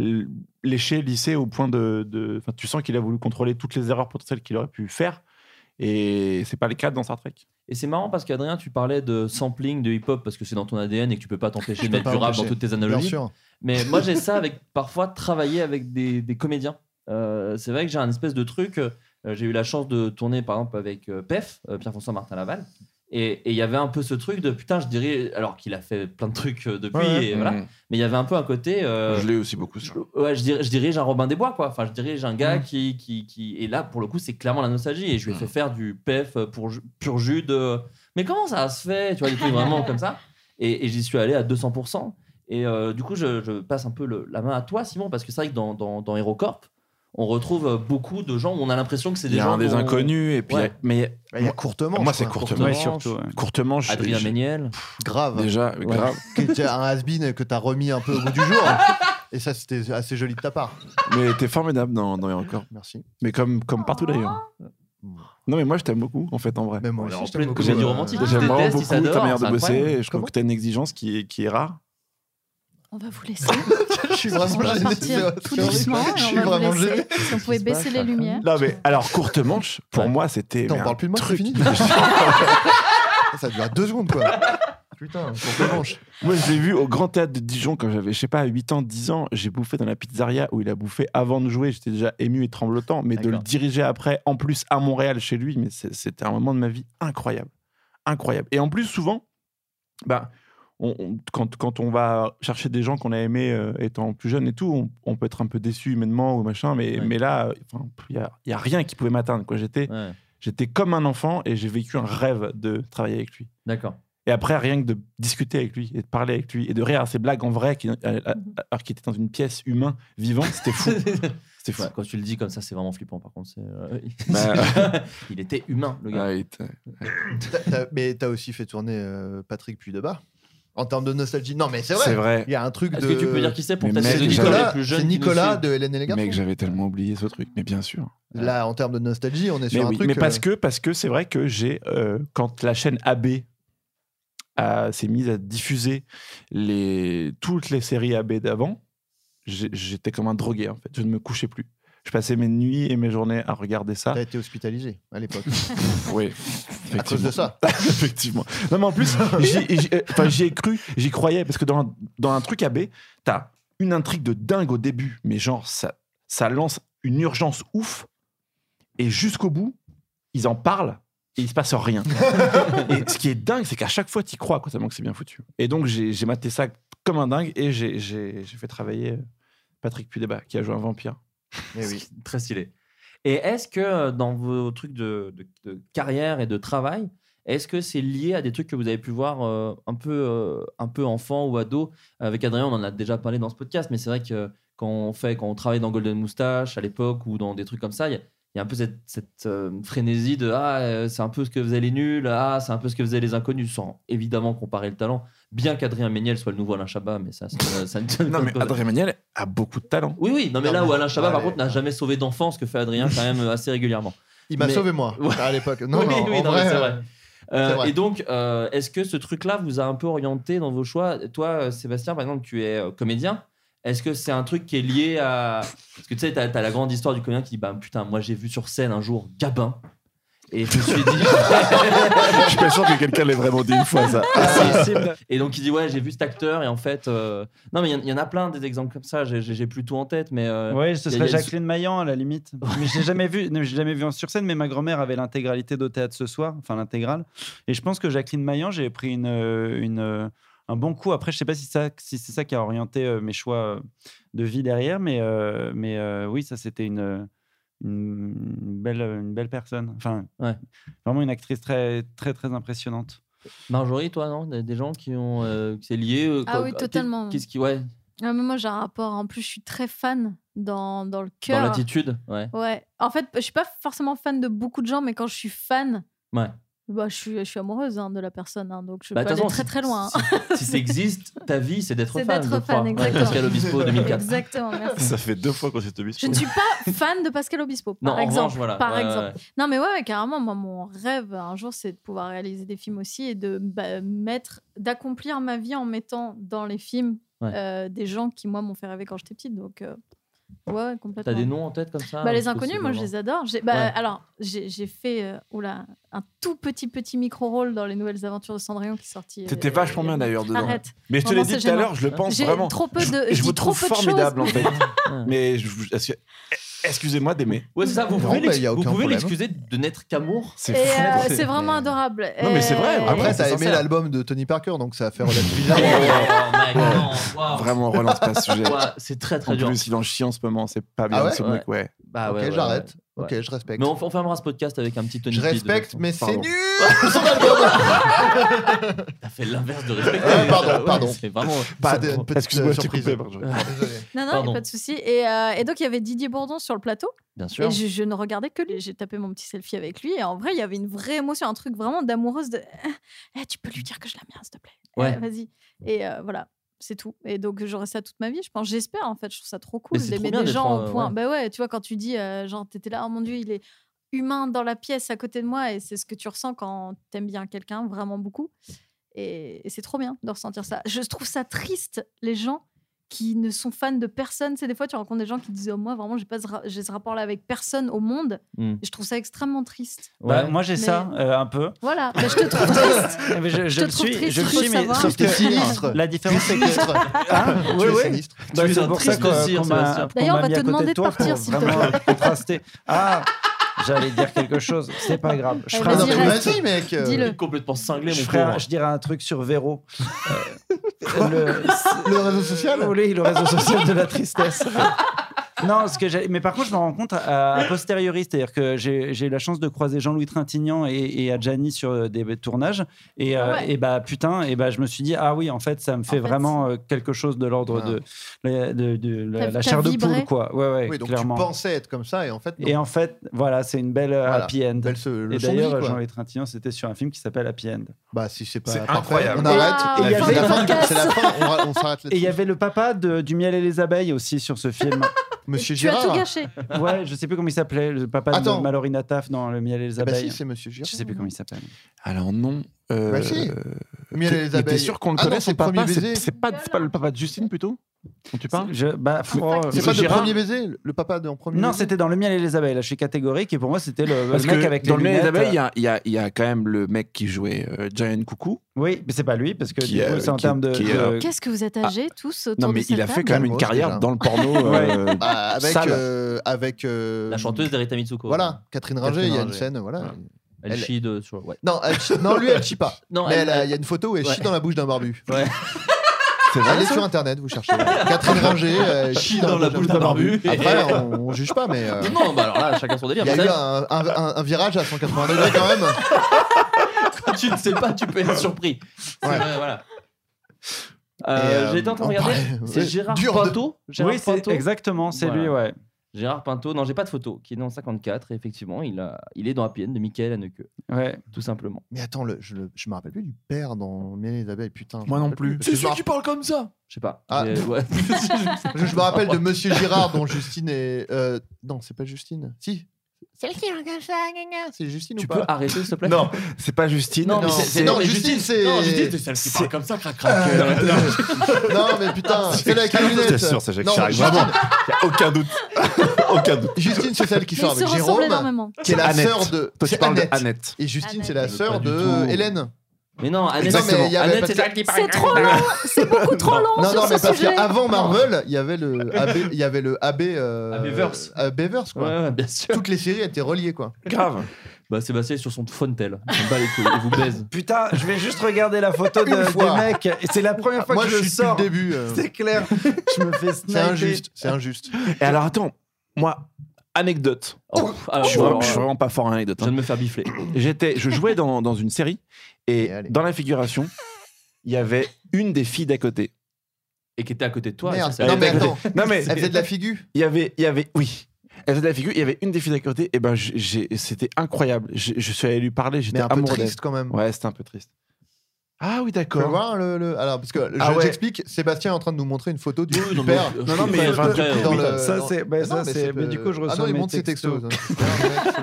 G: l- léché, lissé au point de. de- enfin, tu sens qu'il a voulu contrôler toutes les erreurs potentielles qu'il aurait pu faire. Et c'est pas le cas dans Star Trek.
E: Et c'est marrant parce qu'Adrien, tu parlais de sampling de hip-hop parce que c'est dans ton ADN et que tu peux pas t'empêcher de
F: peux
E: mettre
F: pas
E: du rap dans
F: m'empêcher.
E: toutes tes
F: Bien
E: analogies.
F: sûr.
E: Mais moi, j'ai ça avec parfois travailler avec des, des comédiens. Euh, c'est vrai que j'ai un espèce de truc. euh, j'ai eu la chance de tourner par exemple avec euh, PEF, euh, Pierre-François Martin Laval. Et et il y avait un peu ce truc de putain, je dirais, alors qu'il a fait plein de trucs euh, depuis,
F: Ouais, Mmh. ouais.
E: et voilà. mais il y avait un peu un côté. euh,
G: l'ai aussi beaucoup.
E: je, ouais, je, dir- je dirige un Robin des Bois, quoi. Enfin, je dirige un
G: Mm.
E: gars qui, qui, qui. Et là, pour le coup, c'est clairement la nostalgie. Et je lui ai fait faire du PEF pour ju- pur jus de. Mais comment ça se fait Tu vois, des trucs vraiment comme ça. Et, et j'y suis allé à 200%. Et euh, du coup, je, je passe un peu le- la main à toi, Simon, parce que c'est vrai que dans, dans, dans HeroCorp, on retrouve beaucoup de gens où on a l'impression que c'est
G: Il
E: des
G: y a
E: gens.
G: un des
E: dont-
G: inconnus, et puis. il y a-
E: Ouais.
G: Mais
F: Bah, Il y a courtement.
G: moi,
F: je
G: c'est
F: crois.
G: courtement.
H: Ouais, surtout. ouais.
G: Courtement, je-
E: Adrien
G: je-
E: Méniel.
F: Grave.
G: Déjà,
E: Ouais.
G: grave.
F: Que t'as un has-been que t'as remis un peu au bout du jour. Et ça, c'était assez joli de ta part.
G: Mais t'es formidable dans, dans encore.
F: Merci.
G: Mais comme, comme partout d'ailleurs. Oh. Non, mais moi, je t'aime beaucoup, en fait, en vrai.
F: Mais moi
E: On est
F: aussi,
E: en
F: je
E: pleine
F: t'aime beaucoup.
E: comédie
F: Euh,
E: romantique.
I: Je
G: J'aime vraiment
E: déteste, il
G: beaucoup
E: s'adore,
G: ta manière de
E: c'est
G: bosser.
E: incroyable.
G: et je trouve
F: Comment
G: que t'as une exigence qui est, qui est rare.
I: On va vous laisser.
F: Je suis vraiment
I: On va
F: gêné.
I: partir tout
F: C'est horrible.
I: doucement. et
F: Je
I: on
F: suis
I: va vous
F: vraiment
I: laisser.
F: gêné.
I: Si on
E: Qu'est-ce
I: pouvait
E: qui se
I: baisser
E: passe,
I: les
E: là
I: lumières.
G: Non mais alors courte manche pour
E: Ouais.
G: moi c'était
F: Putain,
G: mais
F: on
G: un
F: parle plus de moi, c'est
G: truc.
F: fini. Ça dure deux secondes, quoi. Putain, pour que manche.
G: moi je l'ai vu au Grand Théâtre de Dijon quand j'avais je sais pas 8 ans 10 ans, j'ai bouffé dans la pizzeria où il a bouffé avant de jouer, j'étais déjà ému et tremblotant mais de le
E: D'accord.
G: diriger après en plus à Montréal chez lui mais c'est- c'était un moment de ma vie incroyable. Incroyable. Et en plus souvent bah on- on- quand, quand on va chercher des gens qu'on a aimés euh, étant plus jeune et tout, on, on peut être un peu déçu humainement ou machin, mais,
E: Ouais.
G: mais là, euh, enfin, il n'y a, il y a rien qui pouvait m'atteindre. quoi. J'étais
E: Ouais,
G: J'étais comme un enfant et j'ai vécu un rêve de travailler avec lui.
E: D'accord.
G: Et après, rien que de discuter avec lui et de parler avec lui et de rire à ses blagues en vrai, qui, à- à-
F: Mhm.
G: alors qu'il était dans une pièce humain, vivant, c'était fou. C'était fou.
E: Ouais, quand tu le dis comme ça, c'est vraiment flippant. Par contre, c'est, euh,
G: Bah.
E: il était humain, le
G: Ah,
E: gars.
F: T'as- t'as- Mais t'as aussi fait tourner euh, Patrick Puy-de-Bas. En termes de nostalgie. Non, mais c'est
G: C'est
F: vrai.
G: vrai.
F: Il y a un truc de.
E: Est-ce que tu peux dire qui c'est pour
G: Mais
E: peut-être
G: mec,
F: c'est
E: les auditeurs
F: Nicolas,
E: les plus jeunes
F: c'est
E: qui nous
F: Nicolas
E: suivent
F: de Hélène et les garçons.
G: Mec, j'avais tellement oublié ce truc, mais bien sûr.
F: Là, en termes de nostalgie, on est
G: Mais,
F: sur un
G: oui,
F: truc.
G: mais parce
F: euh,
G: que parce que c'est vrai que j'ai euh, quand la chaîne AB a- s'est mise à diffuser les toutes les séries AB d'avant, j'ai- j'étais comme un drogué en fait. Je ne me couchais plus. Je passais mes nuits et mes journées à regarder ça.
F: T'as été hospitalisé à l'époque.
G: Oui.
F: à cause de ça.
G: Effectivement. Non, mais en plus, j'y- j'y euh, enfin, j'y ai cru, j'y croyais, parce que dans un, dans un truc AB, t'as une intrigue de dingue au début, mais genre, ça, ça lance une urgence ouf, et jusqu'au bout, ils en parlent, et il se passe rien. et ce qui est dingue, c'est qu'à chaque fois, t'y crois, quoi, tellement que c'est bien foutu. Et donc, j'ai j'ai maté ça comme un dingue, et j'ai- j'ai j'ai fait travailler euh, Patrick Pudeba, qui a joué un vampire.
F: Mais Eh oui.
E: Très stylé. Et est-ce que euh, dans vos trucs de, de- de carrière et de travail, est-ce que c'est lié à des trucs que vous avez pu voir euh, un, peu, euh, un peu enfant ou ado Avec Adrien, on en a déjà parlé dans ce podcast, mais c'est vrai que quand on, fait, quand on travaille dans Golden Moustache à l'époque ou dans des trucs comme ça, il y a, il y a un peu cette, cette, euh, frénésie de Ah, euh, c'est un peu ce que faisaient les nuls, Ah, c'est un peu ce que faisaient les inconnus, sans évidemment comparer le talent, bien qu'Adrien Méniel soit le nouveau Alain Chabat, mais ça, ça, ça ne tient
G: Non,
E: pas
G: mais
E: compte.
G: Adrien Méniel a beaucoup de talent.
E: Oui, oui, non, mais
F: Non,
E: là où
F: mais-
E: Alain Chabat, par
F: Ouais.
E: contre, n'a jamais sauvé d'enfant, ce que fait Adrien quand même euh, assez régulièrement.
F: Il m'a
E: Mais-
F: sauvé moi
E: Ouais.
F: à l'époque. Non,
E: oui,
F: non,
E: oui,
F: en
E: non, mais
F: vrai,
E: c'est
F: euh,
E: vrai. Euh,
F: c'est vrai.
E: Et donc, euh, est-ce que ce truc-là vous a un peu orienté dans vos choix Toi, euh, Sébastien, par exemple, tu es euh, comédien. Est-ce que c'est un truc qui est lié à. Parce que tu sais, t'as as la grande histoire du comédien qui dit Bah putain, moi j'ai vu sur scène un jour Gabin. Et je me suis dit.
G: Je suis pas sûr que quelqu'un l'ait vraiment dit une fois, ça.
E: Et donc il dit ouais j'ai vu cet acteur et en fait euh, non mais il y en- il y, en a plein des exemples comme ça j'ai- j'ai j'ai plus tout en tête mais euh,
H: Ouais, ce
E: y a-
H: serait
E: y a une-
H: Jacqueline Maillan à la limite. Mais je l'ai jamais vu, non, je l'ai jamais vu en sur scène. Mais ma grand-mère avait l'intégralité d'Au théâtre ce soir, enfin l'intégrale. Et je pense que Jacqueline Maillan, j'ai pris une, euh, une, euh, un bon coup. Après, je sais pas si, ça, si c'est ça qui a orienté euh, mes choix euh, de vie derrière, mais, euh, mais euh, oui, ça c'était une, euh, une belle, euh, une belle personne. Enfin,
E: Ouais.
H: vraiment une actrice très, très, très impressionnante.
E: Marjorie toi non des, des gens qui ont euh, qui c'est lié euh,
I: Ah
E: quoi-
I: oui, totalement.
E: qu'est-ce qui ouais
I: Ah, mais moi, j'ai un rapport. En plus, je suis très fan dans, dans le
E: dans
I: cœur.
E: l'attitude ouais
I: ouais. En fait, je suis pas forcément fan de beaucoup de gens, mais quand je suis fan,
E: ouais
I: bah, je, suis, je suis amoureuse hein, de la personne. hein, donc, je
E: Bah,
I: peux
E: de
I: aller
E: toute façon,
I: très
E: si-
I: très loin. hein.
E: Si, si ça existe, ta vie, c'est d'être
I: C'est
E: fan.
I: d'être
E: je
I: fan,
E: crois. Ouais,
I: exactement.
E: Pascal Obispo 2004.
I: Exactement, merci.
G: Ça fait deux fois qu'on s'est obus.
I: Je ne suis pas fan de Pascal Obispo,
E: Non,
I: par
E: en
I: exemple.
E: revanche, voilà. euh,
I: par
E: ouais, ouais,
I: exemple.
E: ouais.
I: Non, mais ouais, ouais, carrément, moi, mon rêve un jour, c'est de pouvoir réaliser des films aussi et de bah, mettre, d'accomplir ma vie en mettant dans les films
E: Ouais.
I: euh, des gens qui, moi, m'ont fait rêver quand j'étais petite. Donc, euh, ouais, ouais, complètement.
E: T'as des noms en tête comme ça
I: Bah,
E: hein,
I: les
E: parce que
I: inconnus,
E: c'est
I: moi, je
E: vraiment-
I: les adore. J'ai- bah,
E: Ouais.
I: Alors, j'ai j'ai fait euh, oula, un tout petit, petit micro-rôle dans Les Nouvelles Aventures de Cendrillon qui est sorti.
G: T'étais
I: euh,
G: vachement
I: il y a-
G: bien d'ailleurs dedans.
I: Arrête.
G: Mais je te
I: Vraiment,
G: l'ai dit
I: c'est
G: tout à
I: gênant.
G: l'heure, je le pense
I: J'ai
G: vraiment.
I: trop peu de.
G: Je, je
I: dis
G: vous
I: trop
G: trouve
I: peu de choses.
G: formidable hein, en fait.
E: Ouais.
G: Mais je vous- est-ce que- excusez-moi d'aimer.
E: Ouais, c'est ça, vous
F: Non,
E: pouvez
F: bah,
E: l'ex-
F: y a
E: vous
F: aucun
E: pouvez
F: problème.
E: l'excuser de n'être qu'amour.
I: Et
G: C'est fou.
I: euh,
G: quoi.
I: c'est vraiment
E: Mais-
I: adorable.
G: Non, mais c'est vrai,
I: Et-
G: Ouais,
F: Après,
G: c'est
F: t'as aimé
G: sincère.
F: l'album de Tony Parker, donc ça a fait relativiser.
E: Oh my
G: Ouais.
E: God,
J: Ah.
E: waouh.
G: Vraiment, relance pas ce sujet.
E: Ouais, C'est très très
G: En
E: dur.
G: plus, il en chie en ce moment, c'est pas bien
F: Ah ouais
G: ce mec, ouais.
E: Bah,
F: ok,
E: ouais, ouais, ouais.
F: j'arrête.
E: ouais.
F: Ok, je respecte.
E: Mais on, on fermera ce podcast avec un petit Tony
F: je
E: P, de
F: respecte,
E: toute façon.
F: mais c'est
G: Pardon.
F: nul.
E: T'as fait l'inverse de respecter.
F: Ouais, pardon,
E: Ouais,
F: pardon.
E: C'est vraiment.
F: C'était une petite,
G: excuse-moi,
F: euh,
G: je t'ai
F: surprise.
G: coupé, pardon.
F: Désolé.
I: Non, non, y
E: Pardon.
I: a pas de souci. Et, euh, et donc, il y avait Didier Bourdon sur le plateau.
E: Bien sûr.
I: Et je, je ne regardais que lui. J'ai tapé mon petit selfie avec lui. Et en vrai, il y avait une vraie émotion, un truc vraiment d'amoureuse. De... Eh, tu peux lui dire que je l'aime bien, s'il te plaît. Eh,
E: Ouais.
I: Vas-y. Et euh, voilà, c'est tout. Et donc, j'aurai ça toute ma vie, je pense. J'espère, en fait. Je trouve ça trop cool
E: Mais c'est
I: d'aimer
E: trop bien
I: des
E: d'être
I: gens
E: en-
I: au point.
E: ouais.
I: Bah ouais, tu vois, quand tu dis, euh, genre, t'étais là, oh mon Dieu, il est humain dans la pièce à côté de moi. Et c'est ce que tu ressens quand t'aimes bien quelqu'un vraiment beaucoup. Et, et c'est trop bien de ressentir ça. Je trouve ça triste, les gens qui ne sont fans de personne. C'est des fois, tu rencontres des gens qui disent, oh, moi, vraiment, j'ai pas ce ra- j'ai ce rapport-là avec personne au monde.
E: Hmm.
I: Et je trouve ça extrêmement triste.
H: Bah,
E: Ouais.
H: moi, j'ai
I: Mais-
H: ça euh, un peu.
I: Voilà, bah, je te trouve triste.
H: Eh ben, je, je
I: te
H: le
I: trouve
H: suis,
I: triste,
H: je le
I: il faut
H: suis,
I: le
H: mais
I: savoir.
H: sauf que
F: T'es sinistre.
H: la différence c'est que
F: Sinistre.
H: Ah,
F: Tu
H: ouais,
F: es
H: ouais.
F: sinistre.
H: Bah,
E: Tu es un
H: c'est pour ça
E: triste
H: qu'on
E: désir,
H: qu'on m'a-
E: Sébastien.
H: qu'on
I: D'ailleurs,
H: m'a
I: on va
H: mis
I: te
H: à côté
I: demander de
H: toi
I: partir,
H: pour
I: s'il te
H: vraiment contraster. Ah, j'allais dire quelque chose. C'est pas grave. Je
I: Eh,
H: ferai
F: Ah
H: un
F: non,
I: Vas-y,
F: mais
H: truc-
I: reste.
F: vas-y, mec. euh,
I: Dis-le.
E: Complètement cinglé,
H: je
E: mon
H: ferai un-
E: pauvre.
H: je dirai un truc sur Véro. Euh, le,
F: Le réseau social
H: Oui, le réseau social de la tristesse. Non, ce que j'ai- mais par contre, je me rends compte à- a posteriori, c'est-à-dire que j'ai j'ai eu la chance de croiser Jean-Louis Trintignant et, et Adjani sur euh, des tournages, et, euh,
I: Ah ouais.
H: et bah putain, et bah je me suis dit ah oui, en fait, ça me fait
I: fait,
H: vraiment euh, quelque chose de l'ordre de, la- de- de la,
I: T'as-
H: la
I: t'as
H: chair de
I: vibré.
H: poule, quoi. Ouais, ouais,
F: Oui, donc
H: clairement.
F: tu pensais être comme ça et en fait, non.
H: Et en fait, voilà, c'est une belle euh,
F: Voilà.
H: happy end.
F: Belle, ce- le
H: Et
F: son de vie,
H: d'ailleurs,
F: quoi.
H: Jean-Louis Trintignant, c'était sur un film qui s'appelle Happy End.
F: Bah, si c'est pas
G: C'est
F: parfait,
G: incroyable.
F: on arrête.
I: Ah,
F: Et
H: il y
F: c'est
H: avait
F: la
H: le
F: fin,
I: podcast.
F: c'est la fin, on ra- on s'arrête
H: Et il y
F: là-dessus.
H: avait le papa de, du miel et les abeilles aussi sur ce film.
F: Monsieur
I: tu as tout
F: Girard.
H: Ah,
F: Bah,
I: gâché.
H: Ouais, je sais plus comment il s'appelait, le papa
F: Attends.
H: de Malorina Taf dans Le miel et les
F: Eh Bah,
H: abeilles.
F: si, c'est Monsieur Girard.
H: je sais plus comment il s'appelle.
G: Alors non. Euh,
F: Bah si. Miel et les
G: mais t'es
F: abeilles.
G: sûr qu'on le
F: Ah non,
G: connaît,
F: c'est
G: son
F: le premier
G: papa C'est
F: baiser.
G: c'est pas, c'est pas le papa de Justine plutôt Dont tu parles
H: Je- bah, pff,
I: fact.
H: oh,
F: C'est pas le
H: Gérard-
F: premier baiser, le- le papa de en premier
H: Non,
F: baiser
H: c'était dans le miel et les abeilles. Là, je suis catégorique et pour moi, c'était le,
J: Parce
H: le mec
J: que
H: avec
J: dans
H: les
J: le Miel et
H: lunettes.
J: les abeilles, il y a- il y, a- il y a quand même le mec qui jouait euh, Giant Coucou.
H: Oui, mais c'est pas lui parce que
J: Qui,
H: du coup,
J: euh,
H: c'est en
J: qui-
H: termes de.
J: qui,
H: de-
J: euh,
I: Qu'est-ce que vous êtes âgés tous autour
J: Non,
I: de
J: mais
I: cette
J: il a fait
I: table
J: quand même une
F: Dalmos,
J: carrière
F: déjà.
J: dans le porno. euh,
F: Bah, avec
J: Sale.
F: euh, avec euh,
E: La chanteuse d'Erita Mitsuko.
F: Voilà, Catherine Ringer,
E: Catherine
F: il y a une
E: Ringer.
F: scène, voilà.
E: Elle,
F: Elle-
E: chie de- sur- ouais.
F: Non, elle chie- non, lui elle chie pas.
E: Non,
F: Mais
E: elle-
F: elle a- il y a une photo où elle
E: Ouais.
F: chie dans la bouche d'un barbu.
E: Ouais.
F: C'est vrai. Allez sur internet, vous cherchez. Catherine Ringer euh, chie dans, la bouche d'un barbu. Après, on, on juge pas, mais euh,
E: Non, bah alors là, chacun son délire.
F: il y a
E: mais
F: eu
E: ça,
F: un, un- un- un virage à 180 degrés quand même.
E: tu ne sais pas, tu peux être surpris. C'est
F: Ouais.
E: vrai, voilà.
F: euh,
E: J'étais en train de
F: on
E: regarder.
F: parlait-
E: C'est
F: ouais,
E: Gérard
F: dur de-
E: Pinto. Gérard
H: Oui, c'est
E: Pinto.
H: exactement, c'est lui, ouais.
E: Gérard Pinto. Non, j'ai pas de photo. Qui est né en 54. Et effectivement, il, a... il est dans Happy End de Michael Haneke.
H: ouais.
E: Tout simplement.
F: Mais attends, le- je, le- je me rappelle plus du père dans Miel et les abeilles, putain. je
J: Moi
F: me
J: non
F: rappelle
J: plus.
F: parce que je, me
J: parle comme ça
E: Je sais pas.
F: Ah.
E: J'ai- ouais.
F: rappelle- je- je me rappelle de Monsieur Girard dont Justine est. euh, non, c'est pas Justine. Si. C'est qui C'est Justine
E: Tu
F: ou pas
E: peux arrêter, s'il te plaît
J: Non, c'est pas Justine.
E: Non, mais
F: Non,
E: c'est-
F: c'est- non, Justine, c'est.
J: Non, Justine, c'est celle qui parle
F: comme ça, crac crac. Non, mais putain, c'est avec les
G: Je
F: lunettes.
G: t'assure, c'est Jacques
F: Non,
G: Chirac,
F: Justine-
G: Vraiment, il n'y a aucun doute. aucun doute.
F: Justine, c'est celle qui
I: Mais
F: sort
I: ils se
F: avec
I: ressemblent
F: Jérôme,
I: énormément.
F: qui est la
J: Annette.
F: sœur de.
J: Toi, tu
F: c'est
J: parles de
F: Annette.
J: Annette.
F: Et Justine,
I: Annette.
F: c'est la
I: Mais
F: sœur
E: pas du
F: de
E: tout.
F: Hélène.
E: Mais non, Annette,
F: Non, mais il y avait-
E: Annette,
F: parce
E: c'est
F: que-
E: elle qui parle.
I: C'est trop long, c'est beaucoup trop
F: Non,
I: long. Oh, sur
F: non,
I: ce
F: mais parce
I: sujet.
F: qu'avant Marvel, il y avait le AB. Il y avait le AB. euh,
E: Abeverse.
F: Abeverse,
E: Ouais,
F: quoi.
E: ouais, bien sûr.
F: Toutes les séries étaient reliées, quoi.
J: Grave.
E: Bah, Sébastien est sur son Fontel. Il s'en bat les couilles. Il vous baise.
H: Putain, je vais juste regarder la photo
F: Une
H: de,
F: fois.
H: du mec. Et c'est la première fois
F: Moi,
H: que
F: je
H: je,
F: suis depuis
H: sors.
F: le début. euh,
H: C'est clair. Je me fais
F: C'est
H: sniper.
F: injuste. C'est injuste.
J: Et alors, attends, moi, anecdote.
E: Oh, alors,
J: je, suis
E: bon,
J: vraiment,
E: alors,
J: je suis vraiment pas fort en anecdote.
E: je
J: hein.
E: viens de me faire bifler.
J: J'étais, je jouais dans, dans une série et
F: Et allez.
J: dans la figuration, il y avait une des filles d'à côté.
E: Et qui était à côté de toi. et
F: Merde.
E: ça, ça-
F: Non, mais
J: Elle était à
F: attends.
J: côté. Non mais
F: Elle faisait de la figure.
J: il y avait, il y avait, oui. Elle faisait de la figure. Il y avait une des filles d'à côté. Et ben, j'ai- j'ai- c'était incroyable. Je, je suis allé lui parler.
F: Mais
J: J'étais
F: un peu
J: amoureux d'elle.
F: triste quand même.
J: Ouais, c'était un peu triste. Ah oui,
F: Tu peux
J: d'accord.
F: voir le, le- Alors, parce que je-
J: Ah ouais.
F: j'explique, Sébastien est en train de nous montrer une photo du
E: Oui, non, mais-
F: père.
E: je
J: non, mais
E: comprends
J: enfin,
E: après,
F: dans
E: oui.
F: le- euh,
H: ça,
F: non.
H: c'est. bah, ça,
F: Non,
H: c'est-
F: mais c'est
H: mais
F: peu-
H: du coup, je
F: Ah
H: reçois
F: non, il
H: mes
F: montre ses textos. hein.
H: textos.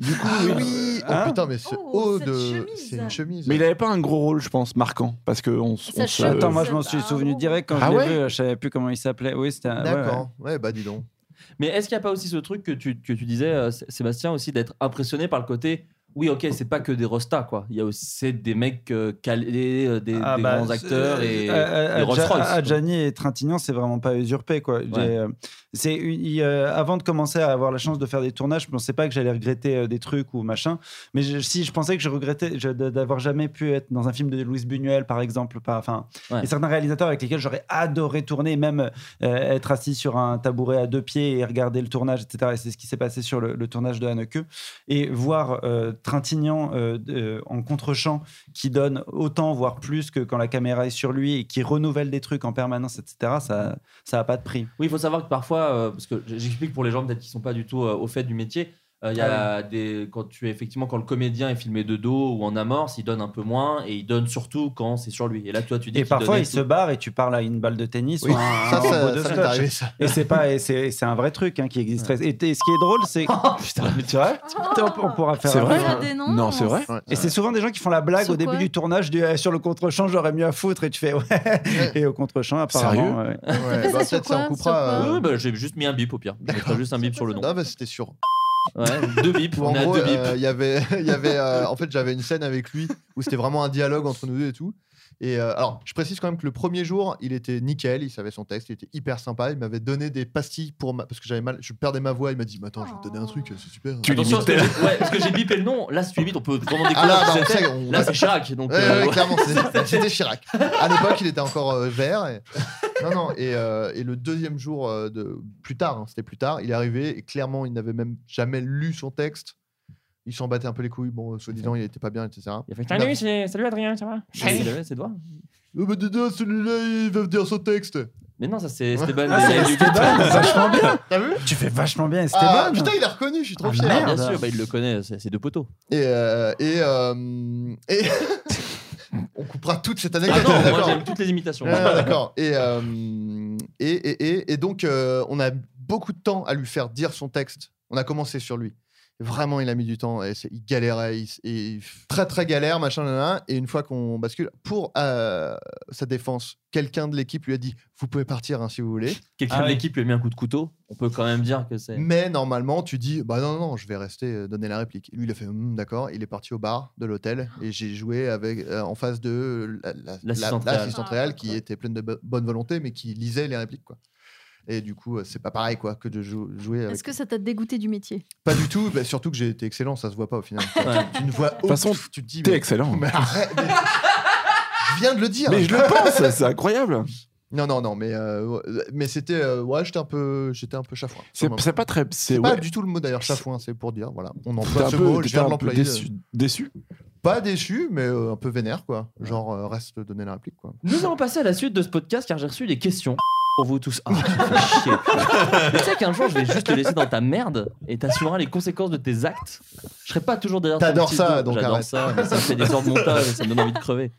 F: Du coup, oui. Oh
H: Hein
F: putain, mais ce
I: Oh,
F: haut
I: cette
F: de.
I: chemise.
F: C'est une chemise.
J: Mais il avait pas un gros rôle, je pense, marquant, parce que on, s-
I: Sa
J: on se-
I: chemise.
H: Attends, moi, je m'en suis
I: Ah,
H: souvenu
I: bon.
H: direct quand
J: Ah
H: je l'ai
J: ouais
H: vu. Je savais plus comment il s'appelait. Oui, c'était. un- ouais, ouais.
F: D'accord. Ouais, bah dis donc.
E: Mais est-ce qu'il n'y a pas aussi ce truc que tu, que tu disais, euh, Sé- Sébastien, aussi d'être impressionné par le côté. Oui, ok, c'est pas que des rostas, quoi. Il y a aussi c'est des mecs euh, calés, euh, des,
H: Ah
E: des
H: bah,
E: grands
H: c'est-
E: acteurs et
H: euh, euh,
E: des
H: à
E: Rolls
H: Ja-
E: Royce.
H: à Gianni et Trintignant, c'est vraiment pas usurpé quoi. J'ai, euh, C'est une- il, euh, avant de commencer à avoir la chance de faire des tournages, je pensais pas que j'allais regretter euh, des trucs ou machin. Mais je- si je pensais que je regrettais je- de- d'avoir jamais pu être dans un film de Louis Buñuel par exemple, par enfin
E: Ouais.
H: et certains réalisateurs avec lesquels j'aurais adoré tourner, même euh, être assis sur un tabouret à deux pieds et regarder le tournage, etc. Et c'est ce qui s'est passé sur le, le tournage de Haneke et voir euh, Trintignant euh, d- euh, en contre-champ qui donne autant, voire plus que quand la caméra est sur lui et qui renouvelle des trucs en permanence, etc., ça ça a pas de prix.
E: Oui, il faut savoir que parfois, euh, parce que j- j'explique pour les gens peut-être qui sont pas du tout euh, au fait du métier, euh, il y a
H: Ah
E: des quand tu es effectivement quand le comédien est filmé de dos ou en amorce, il donne un peu moins et il donne surtout quand c'est sur lui. Et là, toi, tu dis
H: Et
E: qu'il
H: parfois,
E: donnait
H: il
E: tout.
H: se barre et tu parles à une balle de tennis
F: Oui,
H: ou à un,
E: Ah,
F: ça,
H: un robot de
F: ça, ça m'est
H: scotch.
F: arrivé ça.
H: Et c'est pas, et c'est et c'est un vrai truc hein, qui existerait. Et, et ce qui est drôle, c'est putain, mais tu vois,
I: Oh.
H: putain, on, on pourra faire.
J: C'est
H: un-
J: vrai
I: Je la dénonce.
J: Non, c'est
F: Ah.
J: vrai.
H: Et c'est souvent des gens qui font la blague
I: Sur
H: au début
I: quoi
H: du tournage du, euh, sur le contre-champ, j'aurais mieux à foutre et tu fais ouais. Et au contre-champ, apparemment. ouais.
F: Ouais,
I: fait
F: bah,
I: ça sur
F: Peut-être ça
I: quoi
F: on coupera.
I: Sur
E: Oui,
F: euh,
E: oui, bah, j'ai juste mis un bip au pire. Je mettrai juste un bip sur le nom.
F: Non, bah c'était sûr.
E: Ouais, deux bips,
F: Ou
E: on
F: en
E: est à
F: gros,
E: deux bips.
F: euh, il y avait, il y avait euh, en fait, j'avais une scène avec lui où c'était vraiment un dialogue entre nous deux et tout. Et euh, alors, je précise quand même que le premier jour, il était nickel, il savait son texte, il était hyper sympa. Il m'avait donné des pastilles pour ma... parce que j'avais mal, je perdais ma voix. Il m'a dit, mais attends, je vais te donner un truc, c'est super.
J: Tu
E: Attention,
J: limites.
E: parce que j'ai- ouais, parce que j'ai bipé le nom. Là, si tu limites, on peut vraiment découvrir
F: Ah là,
E: ce
F: bah, on
E: que c'était.
F: sait, on-
E: Là, c'est Chirac. Donc,
F: Ouais, ouais,
E: euh,
F: ouais, clairement, c'est- c'était Chirac. À l'époque, il était encore euh, vert. et- Non, non. Et, euh, et le deuxième jour, euh, de... plus tard, hein, c'était plus tard, il est arrivé et clairement, il n'avait même jamais lu son texte. Il s'en battait un peu les couilles. Bon, euh, soi-disant, il n'était pas bien, etc.
E: Il a fait
F: Non.
E: Salut, c'est- salut Adrien, ça va Ah, C'est le- c'est toi
F: Oh, bah, dis donc, celui-là, il va me dire son texte.
E: Mais non, ça c'est
F: Ouais.
E: Esteban.
H: Ah,
E: des-
H: c'est
E: du-
H: Esteban, vachement bien.
F: T'as vu
H: Tu fais vachement bien,
F: Ah,
H: Esteban.
F: putain, il a reconnu, je suis trop
H: Ah,
F: fier.
E: Ah, bien
H: Merde.
E: sûr, bah, il le connaît, c'est c'est deux poteaux.
F: Et, euh, et, euh, et on coupera toute cette
E: Ah
F: anecdote.
E: non, moi
F: d'accord.
E: j'aime toutes les imitations.
F: Ah, d'accord. Et, euh, et, et, et, et donc, euh, on a beaucoup de temps à lui faire dire son texte. On a commencé sur lui. Vraiment, il a mis du temps. Et c'est- il galérait. Il, s- et il- très, très galère, machin, nan, nan. Et une fois qu'on bascule, pour euh, sa défense, quelqu'un de l'équipe lui a dit Vous pouvez partir hein, si vous voulez.
E: Quelqu'un
F: Ah
E: de
F: oui.
E: l'équipe lui a mis un coup de couteau. On peut quand même dire que c'est.
F: Mais normalement, tu dis Bah non, non, non, je vais rester, euh, donner la réplique. Lui, il a fait Hum, D'accord. Il est parti au bar de l'hôtel. Et j'ai joué avec, euh, en face de euh, la- la-
E: L'assistante
F: la-
E: réelle.
F: l'assistante réelle qui était pleine de bo- bonne volonté, mais qui lisait les répliques. Quoi. Et du coup, euh, c'est pas pareil quoi, que de jou- jouer avec
I: Est-ce que ça t'a dégoûté du métier
F: Pas du tout, bah, surtout que j'ai été excellent, ça se voit pas au final. Tu, tu ne vois
G: toute façon,
F: tu te dis.
G: t'es
F: mais-
G: excellent.
F: mais arrête, mais- Je viens de le dire.
G: Mais je le pense, c'est incroyable.
F: Non, non, non, mais, euh, mais c'était. euh, ouais, j'étais un peu, j'étais un peu chafouin.
G: C'est
F: Vraiment.
G: c'est pas très.
F: C'est
G: C'est
F: pas
G: ouais,
F: du tout le mot d'ailleurs, chafouin, c'est pour dire, voilà. On
G: t'es
F: emploie
G: un
F: ce
G: peu,
F: mot,
G: t'es
F: je viens
G: un
F: de
G: peu
F: l'employer. euh,
G: déçu, déçu.
F: Pas déçu, mais euh, un peu vénère, quoi. Genre, euh, reste donner la réplique, quoi.
E: Nous allons passer à la suite de ce podcast car j'ai reçu des questions pour vous tous. Ah, tu me fais chier, putain. Mais tu sais qu'un jour je vais juste te laisser dans ta merde et t'assumeras les conséquences de tes actes. Je serai pas toujours derrière ton
F: T'adores
E: petit
F: ça,
E: dos.
F: donc
E: J'adore
F: arrête.
E: ça, mais ça me fait des heures de montage et ça me donne envie de crever.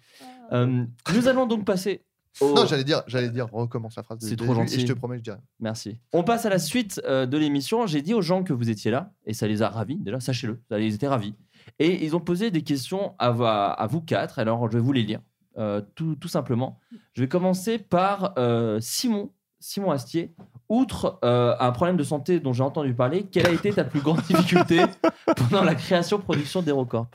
E: Euh, nous allons donc passer.
K: Oh.
E: au-
F: Non, j'allais dire, j'allais dire, recommence la phrase. de-
E: C'est
F: de-
E: trop
F: Et
E: gentil.
F: je te promets, je dirais.
E: Merci. On passe à la suite euh, de l'émission. J'ai dit aux gens que vous étiez là, et ça les a ravis, déjà, sachez-le, ça les était ravis. Et ils ont posé des questions à, vo- à vous quatre, alors je vais vous les lire, euh, tout, tout simplement. Je vais commencer par euh, Simon, Simon Astier. Outre euh, un problème de santé dont j'ai entendu parler, quelle a été ta plus grande difficulté pendant la création-production d'Hérocorp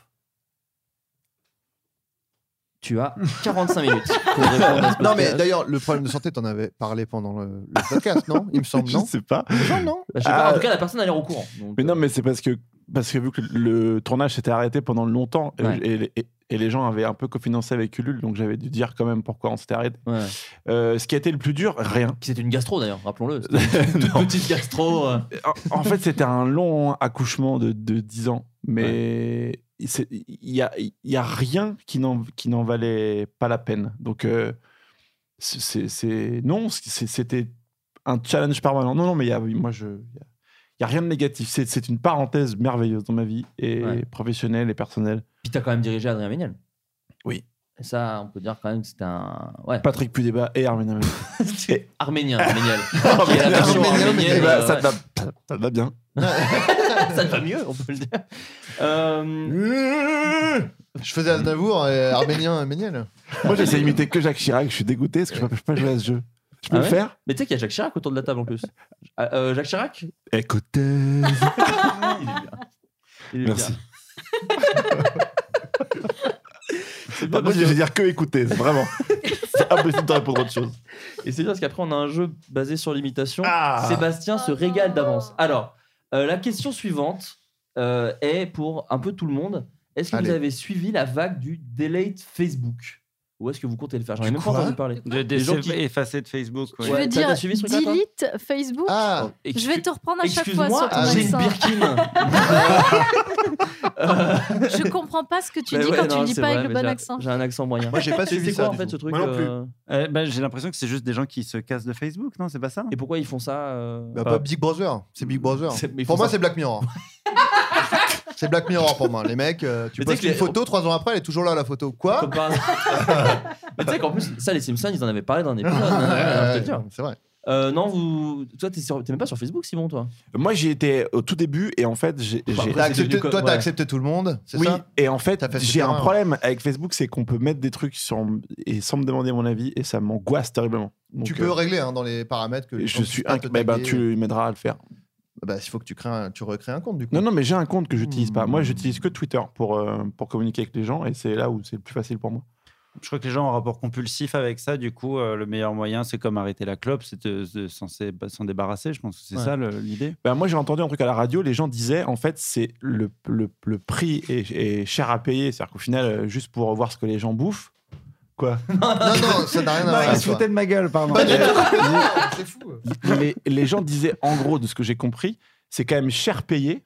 E: Tu as 45 minutes pour répondre
G: Ah,
E: à ce
F: Non, mais
E: podcast.
F: d'ailleurs, le problème de santé, t'en avais parlé pendant le, le podcast, non Il me semble,
G: Je
F: non
G: sais pas.
F: Il me semble, non
E: Bah, je sais pas,
G: Ah.
E: en tout cas, la personne elle est au courant. donc, euh,
G: Mais non, mais c'est parce que, parce que vu que le tournage s'était arrêté pendant longtemps et-
E: Ouais.
G: et, et- et les gens avaient un peu cofinancé avec Ulule, donc j'avais dû dire quand même pourquoi on s'était arrêté.
E: euh, ouais.
G: Euh, ce qui a été le plus dur, rien.
E: qui c'était une gastro d'ailleurs, rappelons-le. C'était une toute
G: Non.
E: petite gastro. euh.
G: En- en fait, c'était un long accouchement de, de 10 ans, mais c'est- il n'y a, il y a rien qui n'en qui n'en valait pas la peine. Donc, euh, c'est- c'est c'est- non, c'est- c'était un challenge permanent. Non, non, mais il y a, moi, je. il y a- Il n'y a rien de négatif. C'est- C'est une parenthèse merveilleuse dans ma vie, et
E: Ouais.
G: professionnelle et personnelle.
E: Puis t'as quand même dirigé Adrien Méniel.
G: Oui.
E: Et ça, on peut dire quand même que c'était un. Ouais.
G: Patrick Pudéba et Armin Hamel.
E: C'était arménien, Méniel.
G: Ah,
E: Qui est la version
F: Arménien,
E: arménienne,
G: Eh ben,
E: euh,
G: ça,
E: ouais.
G: te va, ça- ça te va bien.
E: Ça te va mieux, on peut le dire. Euh,
F: Je faisais Aznavour, et arménien, méniel.
G: Moi, j'essaie d'imiter que Jacques Chirac. Je suis dégoûté parce que je ne peux pas jouer à ce jeu. Je peux
E: Ah
G: le
E: ouais
G: faire
E: Mais tu sais qu'il y a Jacques Chirac autour de la table en plus. Euh, euh, Jacques Chirac
G: Écoutez.
E: Il est bien. Il est
G: Merci.
E: bien.
G: C'est
F: Bah,
G: pas possible, je vais dire que écouter, c'est vraiment. c'est impossible de répondre à autre chose.
E: Et c'est bien parce qu'après, on a un jeu basé sur l'imitation.
G: Ah.
E: Sébastien se
I: Oh
E: régale
I: non.
E: d'avance. Alors, euh, la question suivante euh, est pour un peu tout le monde. Est-ce que
F: Allez.
E: vous avez suivi la vague du delete Facebook Ou est-ce que vous comptez le faire J'en ai
F: Du
E: même pas
F: quoi
E: entendu parler.
H: De, de
E: Les gens
H: s'eff-
E: qui-
H: effacer de Facebook. ouais.
I: Tu
E: Ouais,
I: veux
E: t'as-
I: dire
E: t'as suivi ce truc-là, toi
I: delete Facebook
F: Ah
I: Je vais te reprendre à chaque fois sur
E: Excuse-moi,
I: ton
F: ah,
E: j'ai une
I: accent.
E: birkin.
I: Je comprends pas ce que tu
E: Euh, Bah
I: dis
E: ouais,
I: quand
E: non,
I: tu le dis
E: c'est
I: pas
E: vrai,
I: avec le
E: mais j'ai-
I: bon accent.
E: J'ai un accent moyen.
F: Moi, j'ai pas suivi
E: C'est
F: ça.
E: quoi en
F: du
E: fait
F: tout.
E: ce truc
K: Moi non plus.
E: euh,
H: Euh, ben, J'ai l'impression que c'est juste des gens qui se cassent de Facebook, non C'est pas ça
E: Et pourquoi ils font ça euh,
F: Bah, pas Big Brother, c'est Big Brother.
E: C'est- mais ils
F: Pour
E: font
F: moi,
E: ça-
F: c'est Black Mirror. c'est Black Mirror pour moi. Les mecs, euh, tu
E: Mais tu sais
F: postes
E: que
F: une
E: les-
F: photo, trois ans après, elle est toujours là, la photo. Quoi
E: comme par hasard. Mais Bah, tu sais qu'en plus, ça, les Simpsons, ils en avaient parlé dans un épisode. hein, on peut le dire.
F: C'est vrai.
E: Euh, non, vous. Toi, t'es, sur... t'es même pas sur Facebook, Simon, toi
G: Moi, j'y étais au tout début et en fait, j'ai.
E: Bah,
G: j'ai-
E: après,
F: T'as
E: c'est
F: accepté-
E: devenu co-
F: toi, t'as
E: ouais.
F: accepté tout le monde, c'est
G: Oui,
F: ça
G: et en fait,
F: T'as fait cette
G: j'ai un
F: erreur.
G: problème avec Facebook, c'est qu'on peut mettre des trucs sans, et sans me demander mon avis et ça m'angoisse terriblement. Donc,
F: Tu peux
G: euh,
F: régler hein, dans les paramètres que. les gens
G: Je
F: puissent
G: suis
F: pas
G: un...
F: te
G: bah, bah,
F: taguer.
G: tu m'aideras à le faire.
F: Bah, il faut que tu, crées un- tu recrées un compte du coup.
G: Non, non, mais j'ai un compte que j'utilise pas.
F: Hmm.
G: Moi, j'utilise que Twitter pour, euh, pour communiquer avec les gens et c'est là où c'est le plus facile pour moi.
H: Je crois que les gens ont un rapport compulsif avec ça. Du coup, euh, le meilleur moyen, c'est comme arrêter la clope, c'est de, de s'en sé- bah, s'en débarrasser. Je pense que c'est
E: Ouais.
H: ça le- l'idée.
G: Bah, moi, j'ai entendu un truc à la radio, les gens disaient, en fait, c'est le, le- le prix est, est cher à payer. C'est-à-dire qu'au final, euh, juste pour voir ce que les gens bouffent. Quoi
F: non, non, ça n'a rien à voir.
H: Non, il
F: avec
H: se
F: toi.
H: foutait de ma gueule, pardon.
F: Pas du tout. C'est fou.
G: les, les gens disaient, en gros, de ce que j'ai compris, c'est quand même cher payé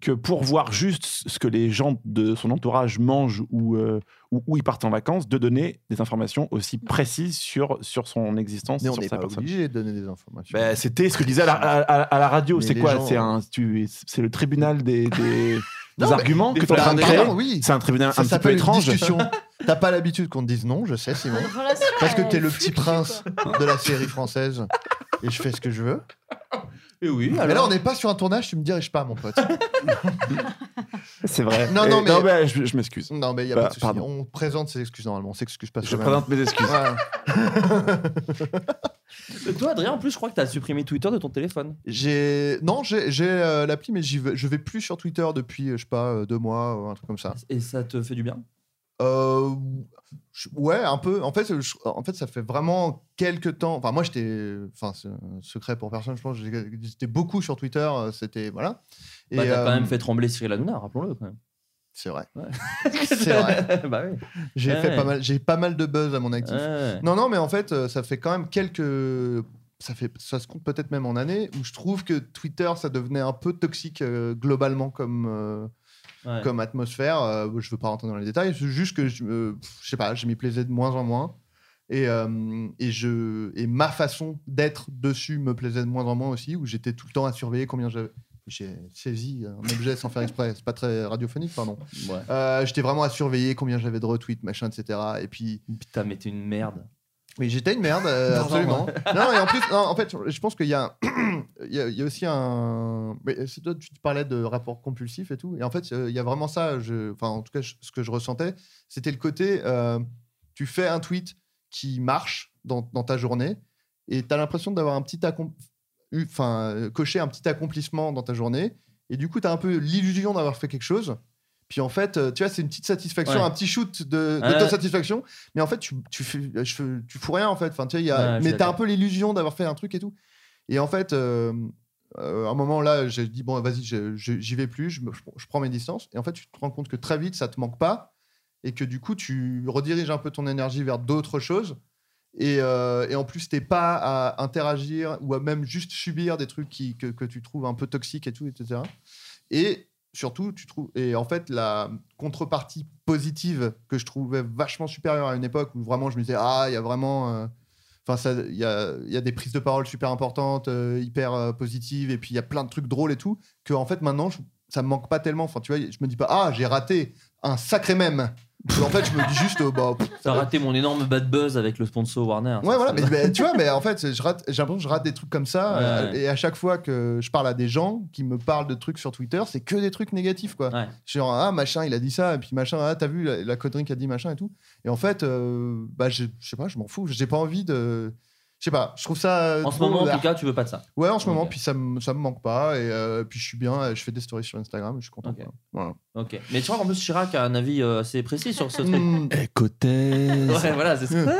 G: que pour voir juste ce que les gens de son entourage mangent ou, euh, ou où ils partent en vacances, de donner des informations aussi précises sur, sur son existence,
F: Mais on
G: sur
F: n'est
G: sa
F: pas
G: personne.
F: obligé de donner des informations.
G: Bah, c'était ce que disait à la, à- à- à la radio.
F: Mais
G: C'est
F: les
G: quoi
F: gens- hein.
G: C'est un, tu- c'est le tribunal des, des, des
F: Non, mais-
G: arguments que tu es en train
F: Pardon,
G: de créer.
F: oui.
G: C'est un tribunal
F: Ça
G: un petit peu
F: s'appelle une
G: étrange.
F: discussion. T'as pas l'habitude qu'on te dise non, je sais, Simon.
I: Relation,
F: Parce que
I: elle
F: t'es le
I: fluctue,
F: petit prince
I: quoi.
F: de la série française. et je fais ce que je veux.
E: Et oui,
F: Mais là, on n'est pas sur un tournage, tu me dirais, je pars, mon pote.
J: C'est vrai.
F: Non,
J: Et-
F: non, mais-
G: bah,
J: je, je m'excuse.
F: non, mais il n'y a
J: Bah,
F: pas de souci.
J: pardon.
F: On présente ses excuses normalement, on s'excuse pas
J: Je
F: soi-même.
J: présente mes excuses.
F: Ouais.
E: Toi, Adrien, en plus, je crois que tu as supprimé Twitter de ton téléphone.
F: J'ai non, j'ai j'ai, euh, l'appli, mais j'y vais, je vais plus sur Twitter depuis euh, je sais pas euh, deux mois, ou un truc comme ça.
E: Et ça te fait du bien
F: Euh, je- ouais, un peu. En fait, je- en fait, ça fait vraiment quelques temps. Enfin, moi, j'étais, enfin, c'est un secret pour personne, je pense. j'ai- J'étais beaucoup sur Twitter. euh, C'était voilà. Et,
E: bah, T'as
F: euh,
E: quand même fait trembler Cyril Hanouna, rappelons-le quand même.
F: C'est vrai.
E: Ouais.
F: C'est vrai.
E: bah oui.
F: J'ai
E: Ouais.
F: fait pas mal. J'ai pas mal de buzz à mon actif.
E: Ouais.
F: Non, non, mais en fait, euh, ça fait quand même quelques. Ça, fait, ça se compte peut-être même en années où je trouve que Twitter, ça devenait un peu toxique euh, globalement comme, euh,
E: Ouais.
F: comme atmosphère. Euh, je veux pas rentrer dans les détails, c'est juste que je, me- pff, je sais pas, je m'y plaisais de moins en moins. Et, euh, et, je, et ma façon d'être dessus me plaisait de moins en moins aussi, où j'étais tout le temps à surveiller combien j'avais. J'ai saisi un objet sans faire exprès, c'est pas très radiophonique, pardon.
E: Ouais.
F: Euh, j'étais vraiment à surveiller combien j'avais de retweets, machin, etc. Et puis,
E: Putain, mais t'es une merde.
F: oui, j'étais une merde, euh,
E: Pardon,
F: absolument. non, et en plus, non, en fait, je pense qu'il y a, il y, a- il y a aussi un. mais c'est toi, tu parlais de rapport compulsif et tout. Et en fait, euh, il y a vraiment ça. Je, enfin, en tout cas, je- ce que je ressentais, c'était le côté. euh, tu fais un tweet qui marche dans, dans ta journée, et t'as l'impression d'avoir un petit accom- eu- enfin, euh, coché un petit accomplissement dans ta journée, et du coup, t'as un peu l'illusion d'avoir fait quelque chose. Puis en fait, euh, tu vois, c'est une petite satisfaction,
E: Ouais.
F: un petit shoot de,
E: Ouais.
F: satisfaction mais en fait tu tu fais euh, je fais- tu fous rien en fait enfin tu sais, il y
E: Ouais,
F: a,
E: je suis
F: mais t'as un
E: d'accord.
F: peu l'illusion d'avoir fait un truc et tout et en fait euh, euh, à un moment là j'ai dit bon vas-y je- je- j'y vais plus je, me- je prends mes distances et en fait tu te rends compte que très vite ça te manque pas et que du coup tu rediriges un peu ton énergie vers d'autres choses et, euh, et en plus t'es pas à interagir ou à même juste subir des trucs qui, que, que tu trouves un peu toxiques et tout etc et surtout, tu trouves. Et en fait, la contrepartie positive que je trouvais vachement supérieure à une époque où vraiment je me disais, ah, il y a vraiment. euh, Enfin, ça- il y a, il y a des prises de parole super importantes, euh, hyper euh, positives, et puis il y a plein de trucs drôles et tout, que en fait, maintenant, je- ça me manque pas tellement. Enfin, tu vois, je me dis pas, ah, j'ai raté un sacré même. en fait, je me dis juste, euh, bah, pff,
E: T'as raté mon énorme bad buzz avec le sponsor Warner.
F: Ouais,
E: Ça,
F: voilà,
E: c'est-
F: mais, mais tu vois, mais en fait, je rate- j'ai l'impression que je rate des trucs comme ça.
E: Ouais,
F: euh,
E: ouais.
F: Et à chaque fois que je parle à des gens qui me parlent de trucs sur Twitter, c'est que des trucs négatifs, quoi.
E: Ouais.
F: Genre, ah, machin, il a dit ça, et puis machin, ah, t'as vu la, la connerie qu'a dit machin et tout. Et en fait, euh, bah, je je sais pas, je m'en fous. J'ai pas envie de. Je sais pas, je trouve ça. euh,
E: En ce moment, en tout cas, tu veux pas de ça.
F: Ouais, en ce moment,
E: Ok.
F: puis ça me, ça me manque pas. Et euh, puis je suis bien, euh, je fais des stories sur Instagram, je suis content.
E: Ok.
F: quoi.
E: Ok. Mais tu vois qu'en plus, Chirac a un avis euh, assez précis sur ce truc.
F: Mm.
J: Écoutez.
E: Ouais, voilà, c'est ça.
H: Ouais,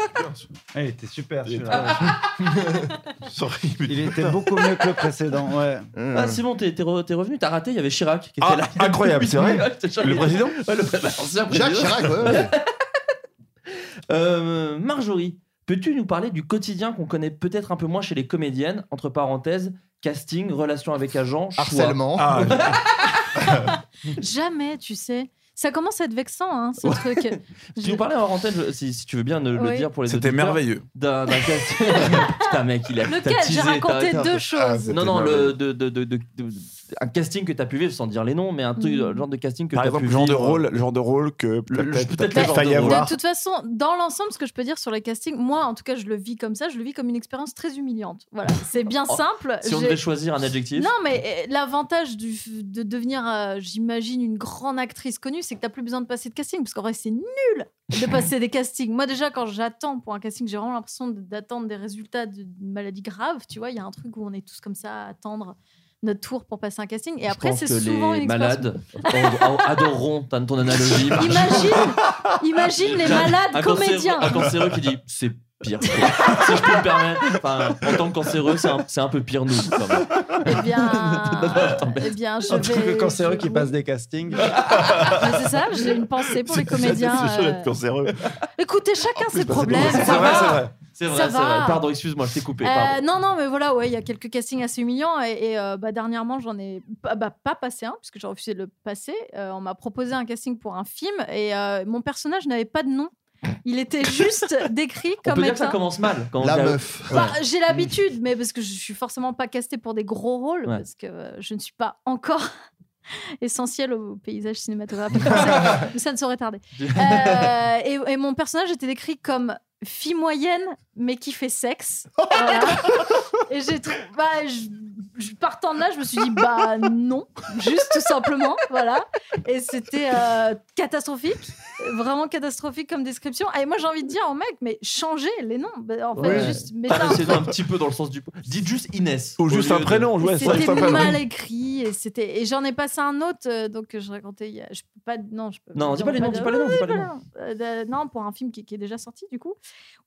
H: Ah, il était super
G: Il était-
H: celui-là.
G: Sorry, mais-
H: Il était beaucoup mieux que le précédent. Ouais.
F: Euh,
E: Ah, c'est bon, t'es t'es re- t'es revenu, t'as raté, il y avait Chirac qui était
G: Ah,
E: là.
G: incroyable, c'est vrai
E: Ouais, je te jure,
G: Le
E: il-
G: président
E: Ouais, le pré- bah, l'ancien
F: Jacques
E: président.
F: Chirac, ouais, ouais.
E: Euh, Marjorie, peux-tu nous parler du quotidien qu'on connaît peut-être un peu moins chez les comédiennes, entre parenthèses, casting, relation avec agent, choix.
F: harcèlement.
G: Ah,
I: Jamais, tu sais. Ça commence à être vexant, hein, ce truc.
E: Tu nous
I: Je-
E: parlais en antenne, je- si, si tu veux bien ne- le
I: Oui.
E: dire pour les
J: C'était
E: auditeurs,
J: merveilleux.
E: D'un d'un casting. Putain, mec, il a
I: Lequel
E: t'as teasé,
I: J'ai raconté
E: t'as-
I: deux
G: Ah,
I: choses.
G: c'était
E: Non, non,
G: merveilleux.
E: le, de, de- de- de- de- un casting que t'as pu vivre sans dire les noms, mais un truc-
I: Mm.
E: le genre de casting que
J: Par
E: t'as
J: exemple,
E: pu
J: le genre de
E: vivre. euh,
J: rôle, le genre de rôle que peut-être
E: peut-être
J: t'as
E: le genre
J: failli
E: de rôle.
J: avoir.
I: De toute façon, dans l'ensemble, ce que je peux dire sur les castings, moi, en tout cas, je le vis comme ça. Je le vis comme une expérience très humiliante. Voilà, c'est bien
E: Oh,
I: simple.
E: Si on
I: J'ai-
E: devait choisir un adjectif.
I: Non, mais euh, l'avantage du f- de devenir, euh, j'imagine, une grande actrice connue, c'est que t'as plus besoin de passer de casting, parce qu'en vrai, c'est nul de passer des castings. Moi, déjà, quand j'attends pour un casting, j'ai vraiment l'impression de- d'attendre des résultats de- d'une maladie grave. Tu vois, il y a un truc où on est tous comme ça à attendre notre tour pour passer un casting. Et
E: je
I: après,
E: pense
I: c'est
E: que
I: souvent
E: les
I: une expérience
E: malades en- en- adoreront ta- ton analogie.
I: Imagine, imagine les
E: Un
I: malades
E: cancéreux-
I: comédiens.
E: Un cancéreux qui dit c'est pire. si je peux me permettre. Enfin, en tant que cancéreux, c'est un, c'est un peu pire nous. quand même.
I: Eh bien,
E: je t'embête.
I: eh bien, je
H: Entre
I: vais.
H: le cancéreux qui
I: je-
H: passe des castings.
I: Ah, C'est ça, j'ai une pensée pour les comédiens.
G: C'est chaud d'être
I: euh,
G: cancéreux.
I: Écoutez, chacun ses problèmes.
G: C'est
I: ça
G: vrai,
I: va.
G: c'est vrai.
E: C'est vrai,
I: Ça
E: c'est
I: va.
E: vrai. Pardon, excuse-moi, je t'ai coupé.
I: Euh,
E: pardon.
I: non, non, mais voilà, ouais, il y a quelques castings assez humiliants et, et, euh, bah, dernièrement, j'en ai pas- bah, pas passé un puisque j'ai refusé de le passer. Euh, on m'a proposé un casting pour un film et euh, mon personnage n'avait pas de nom. Il était juste décrit
E: On
I: comme
E: peut dire que
I: étant.
E: ça commence mal. Quand on
F: La
E: dit euh, à-
F: meuf.
E: Ouais.
I: Bah, j'ai l'habitude, mais parce que je suis forcément pas castée pour des gros rôles,
E: Ouais.
I: parce que euh, je ne suis pas encore essentielle au paysage cinématographique français, mais ça ne saurait tarder. Euh, et, et mon personnage était décrit comme fille moyenne, mais qui fait sexe. Voilà. Et j'ai trouvé. Bah, je, je- partant de là, je me suis dit, bah non, juste tout simplement. Voilà. Et c'était euh, catastrophique, vraiment catastrophique comme description. Ah, Et moi, j'ai envie de dire au mec, mais changez les noms. Bah, en fait,
E: Ouais.
I: juste. mettez un
E: Parlez-en un petit peu dans le sens du. Dites juste Inès.
J: Ou juste
E: au
J: un
E: lieu
J: prénom,
I: Et
J: ouais, c'est juste un
I: c'était
J: prénom.
E: hein.
I: mal écrit et c'était et j'en ai passé un autre euh, donc que je racontais il y a... je peux pas non je peux
E: Non, dis pas les noms,
I: de-
E: dis pas les noms, dis pas les
I: voilà. Euh, de- non pour un film qui, qui est déjà sorti du coup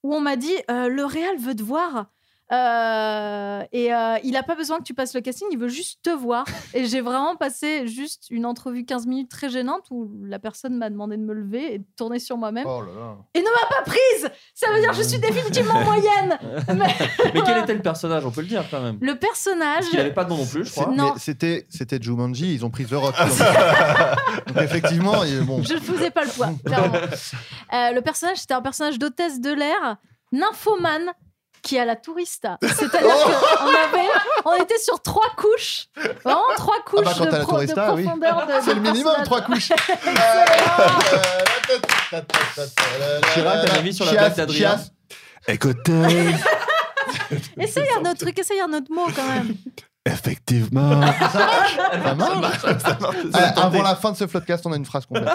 I: où on m'a dit euh, le réal veut te voir euh, et euh, il a pas besoin que tu passes le casting il veut juste te voir et j'ai vraiment passé juste une entrevue 15 minutes très gênante où la personne m'a demandé de me lever et de tourner sur moi-même
F: Oh là là.
I: et ne m'a pas prise ça veut dire je suis définitivement moyenne
E: nom. Mais quel était le personnage On peut le dire quand même.
I: le personnage
E: Parce qu'il n'avait pas de nom non plus, je
F: C'est-
E: crois.
I: Non.
F: mais C'était c'était Jumanji, ils ont pris The Rock. Donc effectivement, il- bon.
I: Je ne faisais pas le poids, clairement. Euh, le personnage, c'était un personnage d'hôtesse de l'air, nymphomane, qui a la tourista. C'est-à-dire qu'on avait, on était sur trois couches, vraiment trois couches
F: bah, quand
I: de,
F: t'as la
I: pro- de
F: tourista, oui.
I: profondeur de,
F: C'est
I: de
F: le minimum,
I: personnage.
F: trois couches.
E: Chirac, t'as un avis sur la blague d'Adrien
F: Chiasse.
J: Écoutez,
I: Essaye un autre truc, essaye un autre mot quand même.
J: effectivement.
F: Ça marche Ah, Avant la fin de ce podcast, on a une phrase complète.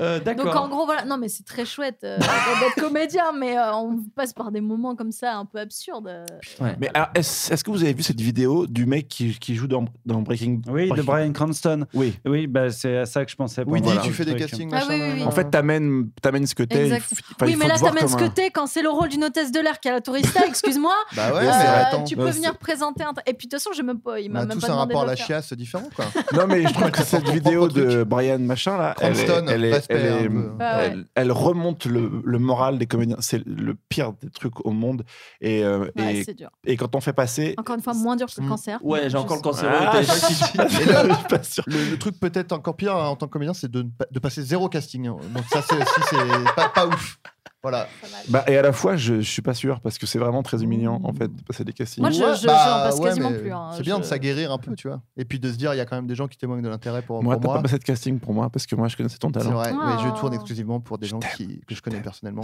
E: Euh,
I: Donc en
E: D'accord.
I: gros, voilà. Non, mais c'est très chouette euh, d'être comédien, mais euh, on passe par des moments comme ça un peu absurdes. euh.
G: Mais alors, est-ce est-ce que vous avez vu cette vidéo du mec qui, qui joue dans, dans Breaking
H: Oui, de
G: Breaking-
H: Brian Cranston.
G: Oui.
H: Oui, bah, c'est à ça que je pensais.
F: Oui,
H: pendant
F: dis,
H: le
F: tu fais des
H: truc.
F: castings,
I: Ah
F: machin.
I: oui, oui,
F: nan,
I: oui.
F: nan.
J: En fait, t'amènes t'amènes ce que t'es. il
I: Exact.
J: faut- enfin, il
I: oui,
J: faut
I: mais
J: te
I: là,
J: voir
I: t'amènes ce
J: comme un-
I: que t'es quand c'est le rôle d'une hôtesse de l'air qui a la tourista, excuse-moi.
F: Bah ouais,
I: Euh,
F: mais attends.
I: tu peux venir présenter un. tra- Et puis de toute façon, j'ai même pas. Il
F: On
I: m'a
F: Bah, a
I: même
F: tous
I: pas
F: un
I: demandé
F: rapport à
I: de
F: la
I: le faire.
F: chiasse différent, quoi.
J: Non, mais je trouve que cette
F: propre
J: vidéo
F: truc.
J: de Brian Machin, là, elle, est-
F: Cranston,
J: elle, est-
F: respect,
J: elle est-
F: un peu.
I: Ah ouais.
J: elle- elle remonte le, le moral des comédiens. C'est le pire des trucs au monde. Et, euh,
I: Ouais,
J: et-
I: c'est Oh. dur.
J: et quand on fait passer.
I: Encore une fois, moins dur que le cancer.
E: Ouais, j'ai encore le cancer.
J: Ah.
E: au téléphone qui dit-
F: Et là,
J: Je suis pas sûr.
F: Le, le truc peut-être encore pire hein, en tant que comédien, c'est de, ne pas- de passer zéro casting. hein. Donc ça, c'est aussi c'est pas, pas ouf. Voilà.
J: Bah, et à la fois, je, je suis pas sûr parce que c'est vraiment très humiliant en fait de passer des castings.
I: Moi, je-
F: Ouais,
I: je- j'en passe quasiment
F: mais
I: plus, hein.
F: C'est bien de
I: Je-
F: s'aguerrir un peu, tu vois. Et puis de se dire, il y a quand même des gens qui témoignent de l'intérêt pour
J: Moi,
F: pour
J: t'as
F: moi.
J: pas passé de casting pour moi parce que moi, je connaissais ton
F: C'est
J: talent.
F: vrai,
I: Ah.
F: mais je tourne exclusivement pour des gens qui, que je connais personnellement.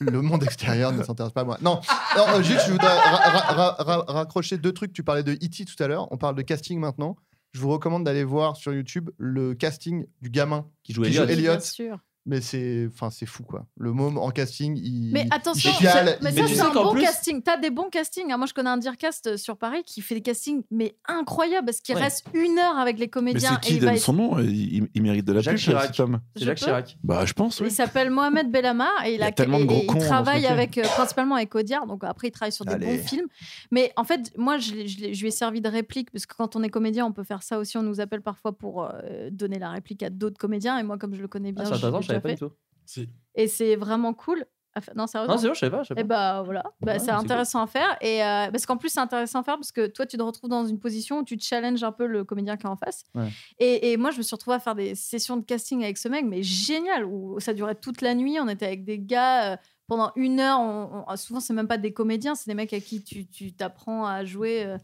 F: Le monde extérieur ne s'intéresse pas à moi. Non, non, euh, juste, je voudrais ra- ra- ra- ra- raccrocher deux trucs. Tu parlais de E.T. tout à l'heure, on parle de casting maintenant. Je vous recommande d'aller voir sur YouTube le casting du gamin
E: Qui joue
F: Qui joue
E: Elliot.
F: Elliot.
I: Bien sûr.
F: mais c'est enfin c'est fou quoi le môme en casting il
I: Mais attention,
F: il chiale,
I: mais
F: il-
I: ça,
E: tu
I: c'est
E: sais
I: un
E: qu'en
I: bon
E: plus-
I: casting. T'as des bons castings. hein. Moi, je connais un Dircast sur Paris qui fait des castings, mais incroyables, parce qu'il
E: Ouais.
I: reste une heure avec les
J: Mais
I: comédiens.
J: c'est qui
I: et il va
J: donne
I: être-
J: son nom il, il- il mérite de la
E: Jacques
J: pub,
E: Chirac.
J: cet homme.
I: Je
E: C'est Jacques
I: peux
E: Chirac.
J: Bah, je pense, oui.
I: Il s'appelle Mohamed Belhamar et il,
J: y a
I: a,
J: tellement de
I: et-
J: gros
I: et il
J: cons dans ce
I: travaille
J: métier.
I: avec, euh, principalement avec Audiard. Donc après, il travaille sur des
F: Allez.
I: bons films. Mais en fait, moi, je, l'ai- je l'ai- je lui ai servi de réplique parce que quand on est comédien, on peut faire ça aussi. On nous appelle parfois pour euh, donner la réplique à d'autres comédiens. Et moi, comme je le connais bien,
E: Ah, c'est
I: je l'ai
E: intéressant, je
I: déjà
E: savais pas du
I: fait.
E: tout.
I: Et c'est vraiment cool. à fa- Non, sérieusement.
E: Non, c'est bon, je savais pas. je savais
I: Et
E: pas.
I: bah voilà, Bah,
E: Ouais,
I: c'est
E: c'est
I: intéressant à faire. Et, euh, parce qu'en plus, c'est intéressant à faire parce que toi, tu te retrouves dans une position où tu challenges un peu le comédien qui est en face.
E: Ouais.
I: Et, et moi, je me suis retrouvée à faire des sessions de casting avec ce mec, mais génial, où ça durait toute la nuit. On était avec des gars euh, pendant une heure. On, on- souvent, c'est même pas des comédiens, c'est des mecs à qui tu tu t'apprends à jouer. euh,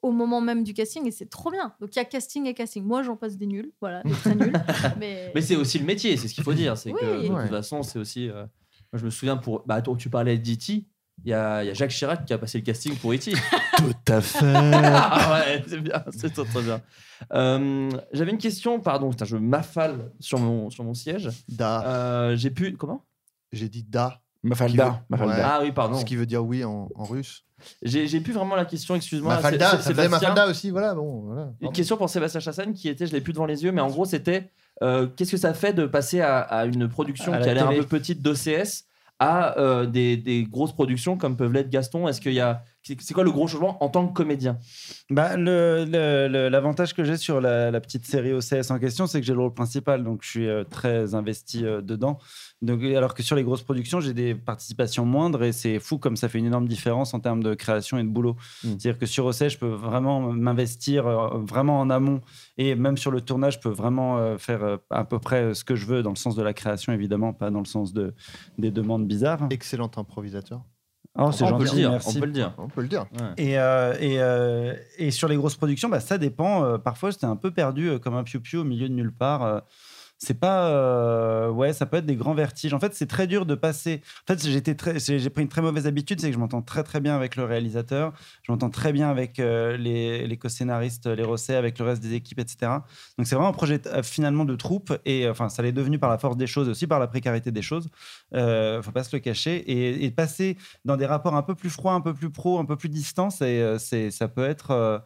I: au moment même du casting et c'est trop bien donc il y a casting et casting moi j'en passe des nuls voilà des très nuls mais,
E: Mais c'est aussi le métier, c'est ce qu'il faut dire. C'est
I: Oui.
E: que de
F: Ouais.
E: toute façon, c'est aussi. euh, Moi, je me souviens pour. Bah, toi, tu parlais d'E.T. Il y, a, il y a Jacques Chirac qui a passé le casting pour E.T.
J: Tout à fait.
E: Ah ouais, c'est bien, c'est très, très bien. Euh, J'avais une question, pardon, putain, je m'affale sur mon, sur mon siège.
F: da
E: Euh, J'ai pu. Comment
F: j'ai dit da
J: Mafalda.
F: Ouais.
J: Mafalda.
E: Ah oui, pardon.
F: ce qui veut dire oui en, en russe
E: J'ai j'ai plus vraiment la question, excuse-moi.
F: Mafalda
E: C'est-
F: ça
E: c'est-
F: faisait
E: Sébastien.
F: Mafalda aussi voilà bon voilà
E: Une
F: Pardon.
E: question pour Sébastien Chassagne qui était, je l'ai plus devant les yeux, mais en gros c'était euh, qu'est-ce que ça fait de passer à, à une production
H: À la
E: qui a l'air un
H: télé.
E: peu petite d'OCS à euh, des, des grosses productions comme peuvent l'être Gaston Est-ce qu'il y a c'est c'est quoi le gros changement en tant que comédien
H: Bah, le- le- le- L'avantage que j'ai sur la, la petite série OCS en question, c'est que j'ai le rôle principal, donc je suis euh, très investi euh, dedans. Donc, alors que sur les grosses productions, j'ai des participations moindres et c'est fou comme ça fait une énorme différence en termes de création et de boulot.
E: Mm.
H: C'est-à-dire que sur OCS, je peux vraiment m'investir euh, vraiment en amont et même sur le tournage, je peux vraiment euh, faire euh, à peu près euh, ce que je veux dans le sens de la création, évidemment, pas dans le sens de, des demandes bizarres.
F: excellent improvisateur
H: Oh, c'est
E: on peut le
H: gentil,
E: dire,
H: merci.
E: on peut le dire.
F: on peut le dire
H: Et, euh, et, euh, et sur les grosses productions, bah, ça dépend. Euh, parfois, j'étais un peu perdu euh, comme un piou-piou au milieu de nulle part. euh, c'est pas euh, ouais ça peut être des grands vertiges en fait c'est très dur de passer en fait j'étais très j'ai j'ai pris une très mauvaise habitude c'est que je m'entends très très bien avec le réalisateur je m'entends très bien avec euh, les, les co-scénaristes les Rosset avec le reste des équipes etc donc c'est vraiment un projet euh, finalement de troupe et euh, enfin ça l'est devenu par la force des choses aussi par la précarité des choses euh, faut pas se le cacher et, et passer dans des rapports un peu plus froids un peu plus pro un peu plus distants c'est euh, c'est ça peut être euh,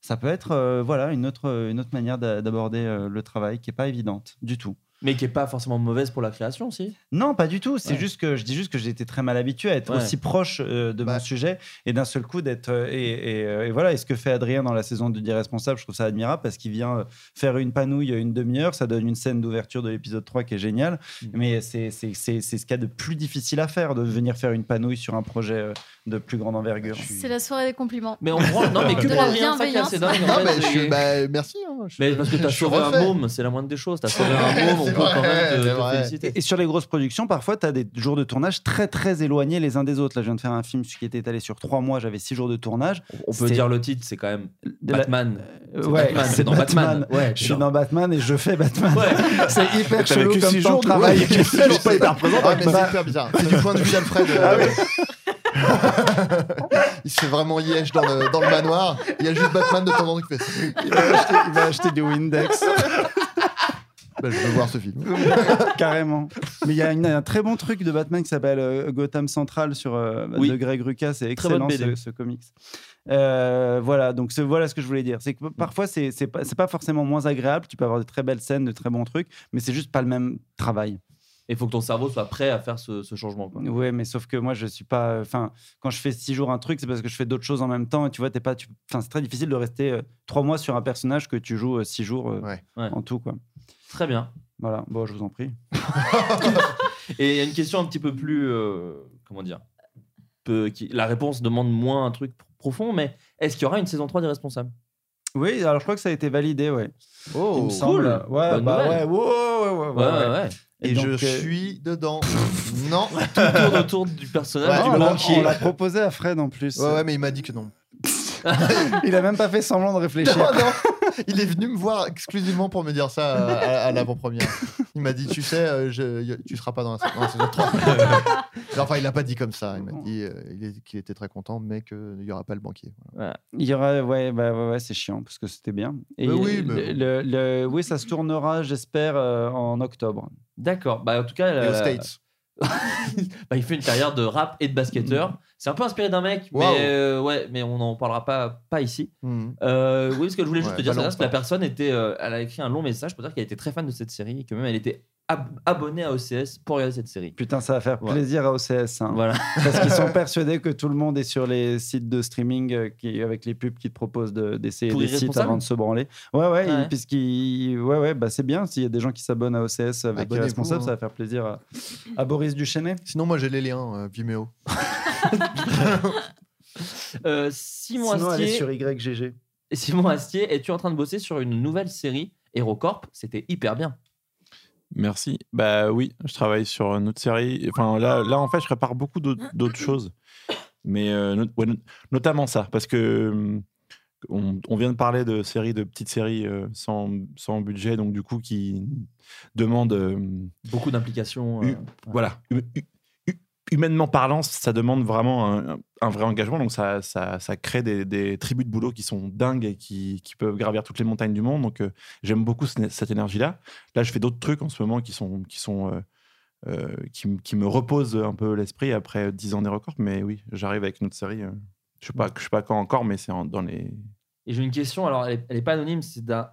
H: ça peut être euh, voilà une autre une autre manière d'a- d'aborder euh, le travail qui est pas évidente du tout
E: Mais qui est pas forcément mauvaise pour la création, si.
H: non, pas du tout. C'est
E: Ouais.
H: juste que je dis juste que j'étais très mal habitué à être
E: Ouais.
H: aussi proche euh, de mon sujet et d'un seul coup d'être euh, et, et, euh, et voilà. Et ce que fait Adrien dans la saison du Responsable, je trouve ça admirable parce qu'il vient euh, faire une panouille une demi-heure, ça donne une scène d'ouverture de l'épisode 3 qui est géniale.
E: Mmh.
H: Mais c'est c'est c'est- c'est ce qu'il y a de plus difficile à faire de venir faire une panouille sur un projet euh, de plus grande envergure.
I: C'est la soirée des compliments.
E: Mais on prend. Non, mais que
I: De
E: prend
I: la
E: rien, ça qui est assez dingue. en
F: Non,
E: fait,
F: mais je
E: c'est-
F: suis- bah, merci. hein, je-
E: Mais parce que t'as
F: je suis
E: sauvé un
F: refait.
E: môme, c'est la moindre des choses. T'as sauvé un môme, on
F: C'est
E: peut quand
F: vrai,
E: même te,
F: c'est
E: te
F: vrai.
E: féliciter.
H: Et, et sur les grosses productions, parfois, tu as des jours de tournage très, très éloignés les uns des autres. Là, je viens de faire un film qui était étalé sur trois mois, j'avais six jours de tournage.
E: On peut
H: C'est-
E: dire le titre, c'est quand même
H: De la-
E: Batman.
H: Euh,
E: C'est
H: ouais,
E: Batman,
H: c'est
E: c'est dans Batman.
H: Batman.
E: Ouais,
H: Je suis dans Batman et je fais Batman. C'est hyper
J: T'avais
H: chelou
J: que
H: comme
J: six
H: temps
J: jours
H: de
J: de-
H: travail.
J: Ouais, six jours, pas hyper
F: Ah,
J: présent.
F: mais c'est hyper bizarre. C'est du point de vue d'Alfred. euh, Ah il se fait vraiment liège dans le, dans le manoir. Il y a juste Batman de temps en temps qui fait.
H: Il va acheter- il va acheter du Windex.
F: Bah, je veux voir ce film.
H: Carrément. Mais il y a une- un très bon truc de Batman qui s'appelle euh, Gotham Central sur, euh,
E: Oui.
H: de Greg Rucka. C'est
E: Très bonne
H: excellent
E: BD.
H: ce, ce comics. Euh, voilà, donc ce, voilà ce que je voulais dire. C'est
E: Mm.
H: que parfois, c'est c'est pas, c'est pas forcément moins agréable. Tu peux avoir de très belles scènes, de très bons trucs, mais c'est juste pas le même travail.
E: Il faut que ton cerveau soit prêt à faire ce, ce changement. quoi.
H: Ouais, mais sauf que moi, je suis pas. euh, Enfin, quand je fais six jours un truc, c'est parce que je fais d'autres choses en même temps. Et tu vois, t'es pas. tu- Enfin, c'est très difficile de rester euh, trois mois sur un personnage que tu joues euh, six jours euh,
F: Ouais.
E: Ouais.
H: en tout, quoi.
E: Très bien.
H: Voilà. Bon, je vous en prie.
E: Et il y a une question un petit peu plus. euh, comment dire peu, qui, La réponse demande moins un truc profond, mais est-ce qu'il y aura une saison 3 des responsables
H: Oui, alors je crois que ça a été validé, ouais. Il
F: Oh,
H: me semble. Ouais,
E: Bonne
H: bah
E: nouvelle.
H: ouais, wow, ouais, ouais, ouais, ouais.
F: Et,
H: donc,
F: je
H: euh,
F: suis dedans. non.
E: Tourne autour du personnage
F: Ouais,
H: on
E: du
H: l'a- on
E: banquier.
H: l'a proposé à Fred en plus.
F: Ouais, ouais, mais il m'a dit que non.
H: Il a même pas fait semblant de
F: Non,
H: réfléchir.
F: non. Il est venu me voir exclusivement pour me dire ça à, à- à l'avant-première. Il m'a dit, tu sais, euh, je- y- tu seras pas dans la, sa- dans la saison 3. Non, enfin, il l'a pas dit comme ça. Il m'a dit euh, il est- qu'il était très content, mais qu'il n'y aura pas le banquier.
H: Il y aura, ouais, bah, ouais, ouais, c'est chiant parce que c'était bien. Et
F: Mais oui,
H: le-
F: mais-
H: le- le- oui, ça se tournera, j'espère, euh, en octobre.
E: D'accord. Bah, en tout cas,
F: Et aux
E: la-
F: States.
E: bah, il fait une carrière de rap et de
H: Mm.
E: basketteur. C'est un peu inspiré d'un mec,
F: Waouh.
E: mais, euh, ouais, mais on n'en parlera pas, pas ici.
F: Mhm.
E: Euh, oui, ce que je voulais juste
F: Ouais,
E: te dire, c'est parce
F: balance
E: que la personne était, euh, elle a écrit un long message pour dire qu'elle était très fan de cette série et que même elle était ab- abonnée à OCS pour regarder cette série.
H: Putain, ça va faire
E: Ouais.
H: plaisir à OCS. hein.
E: Voilà.
H: Parce qu'ils sont persuadés que tout le monde est sur les sites de streaming euh, qui, avec les pubs qui te proposent de- d'essayer
E: Pour
H: des sites
E: irresponsable
H: avant de se branler. Ouais, ouais,
E: Ouais.
H: ils- puisqu'ils- ouais, ouais bah, c'est bien. S'il y a des gens qui s'abonnent à OCS avec
F: Abonnez-vous,
H: Irresponsable,
F: hein.
H: ça va faire plaisir à, à Boris Duchesnet.
F: Sinon, moi, j'ai les liens euh, Vimeo.
E: Euh, Simon,
H: Sinon, allez
E: Astier,
H: sur YGG.
E: Simon Astier, es-tu en train de bosser sur une nouvelle série HeroCorp C'était hyper bien.
J: Merci. Bah oui, je travaille sur une autre série. Enfin là, là en fait, je prépare beaucoup d'autres d'autres choses, mais euh, not- ouais, not- notamment ça, parce que euh, on, on vient de parler de séries, de petites séries euh, sans, sans budget, donc du coup qui demandent, euh,
E: Beaucoup d'implications. euh,
J: U- voilà, hu- hu- hu- humainement parlant, ça demande vraiment un, un vrai engagement, donc ça, ça, ça crée des, des tribus de boulot qui sont dingues et qui, qui peuvent gravir toutes les montagnes du monde. Donc euh, j'aime beaucoup ce- cette énergie-là. Là, je fais d'autres trucs en ce moment qui sont qui sont euh, euh, qui, m- qui me reposent un peu l'esprit après 10 ans des records. Mais oui, j'arrive avec une autre série. euh, je sais pas, je sais pas quand encore, mais c'est en- dans les.
E: Et j'ai une question, alors elle n'est pas anonyme, c'est d'un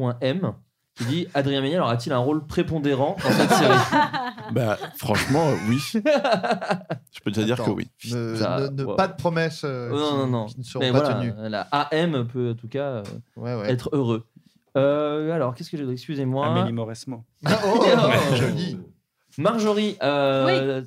E: A.M qui dit Adrien Méniel aura-t-il un rôle prépondérant dans cette série
J: Bah franchement, oui. Je peux déjà dire que
F: Attends.
J: oui.
F: Ne,
E: Ça,
F: ne- ne-
E: wow.
F: Pas de promesses euh,
E: Non, Euh, Oh, non,
F: qui,
E: non.
F: qui ne seront
E: Mais
F: pas
E: voilà,
F: tenues.
E: la AM peut en tout cas euh,
F: Ouais, ouais.
E: être heureux. Euh, alors, qu'est-ce que j'ai Excusez-moi.
H: Amélie Mauresmo.
F: Ah, oh,
E: Oh.
F: joli.
E: Marjorie, euh,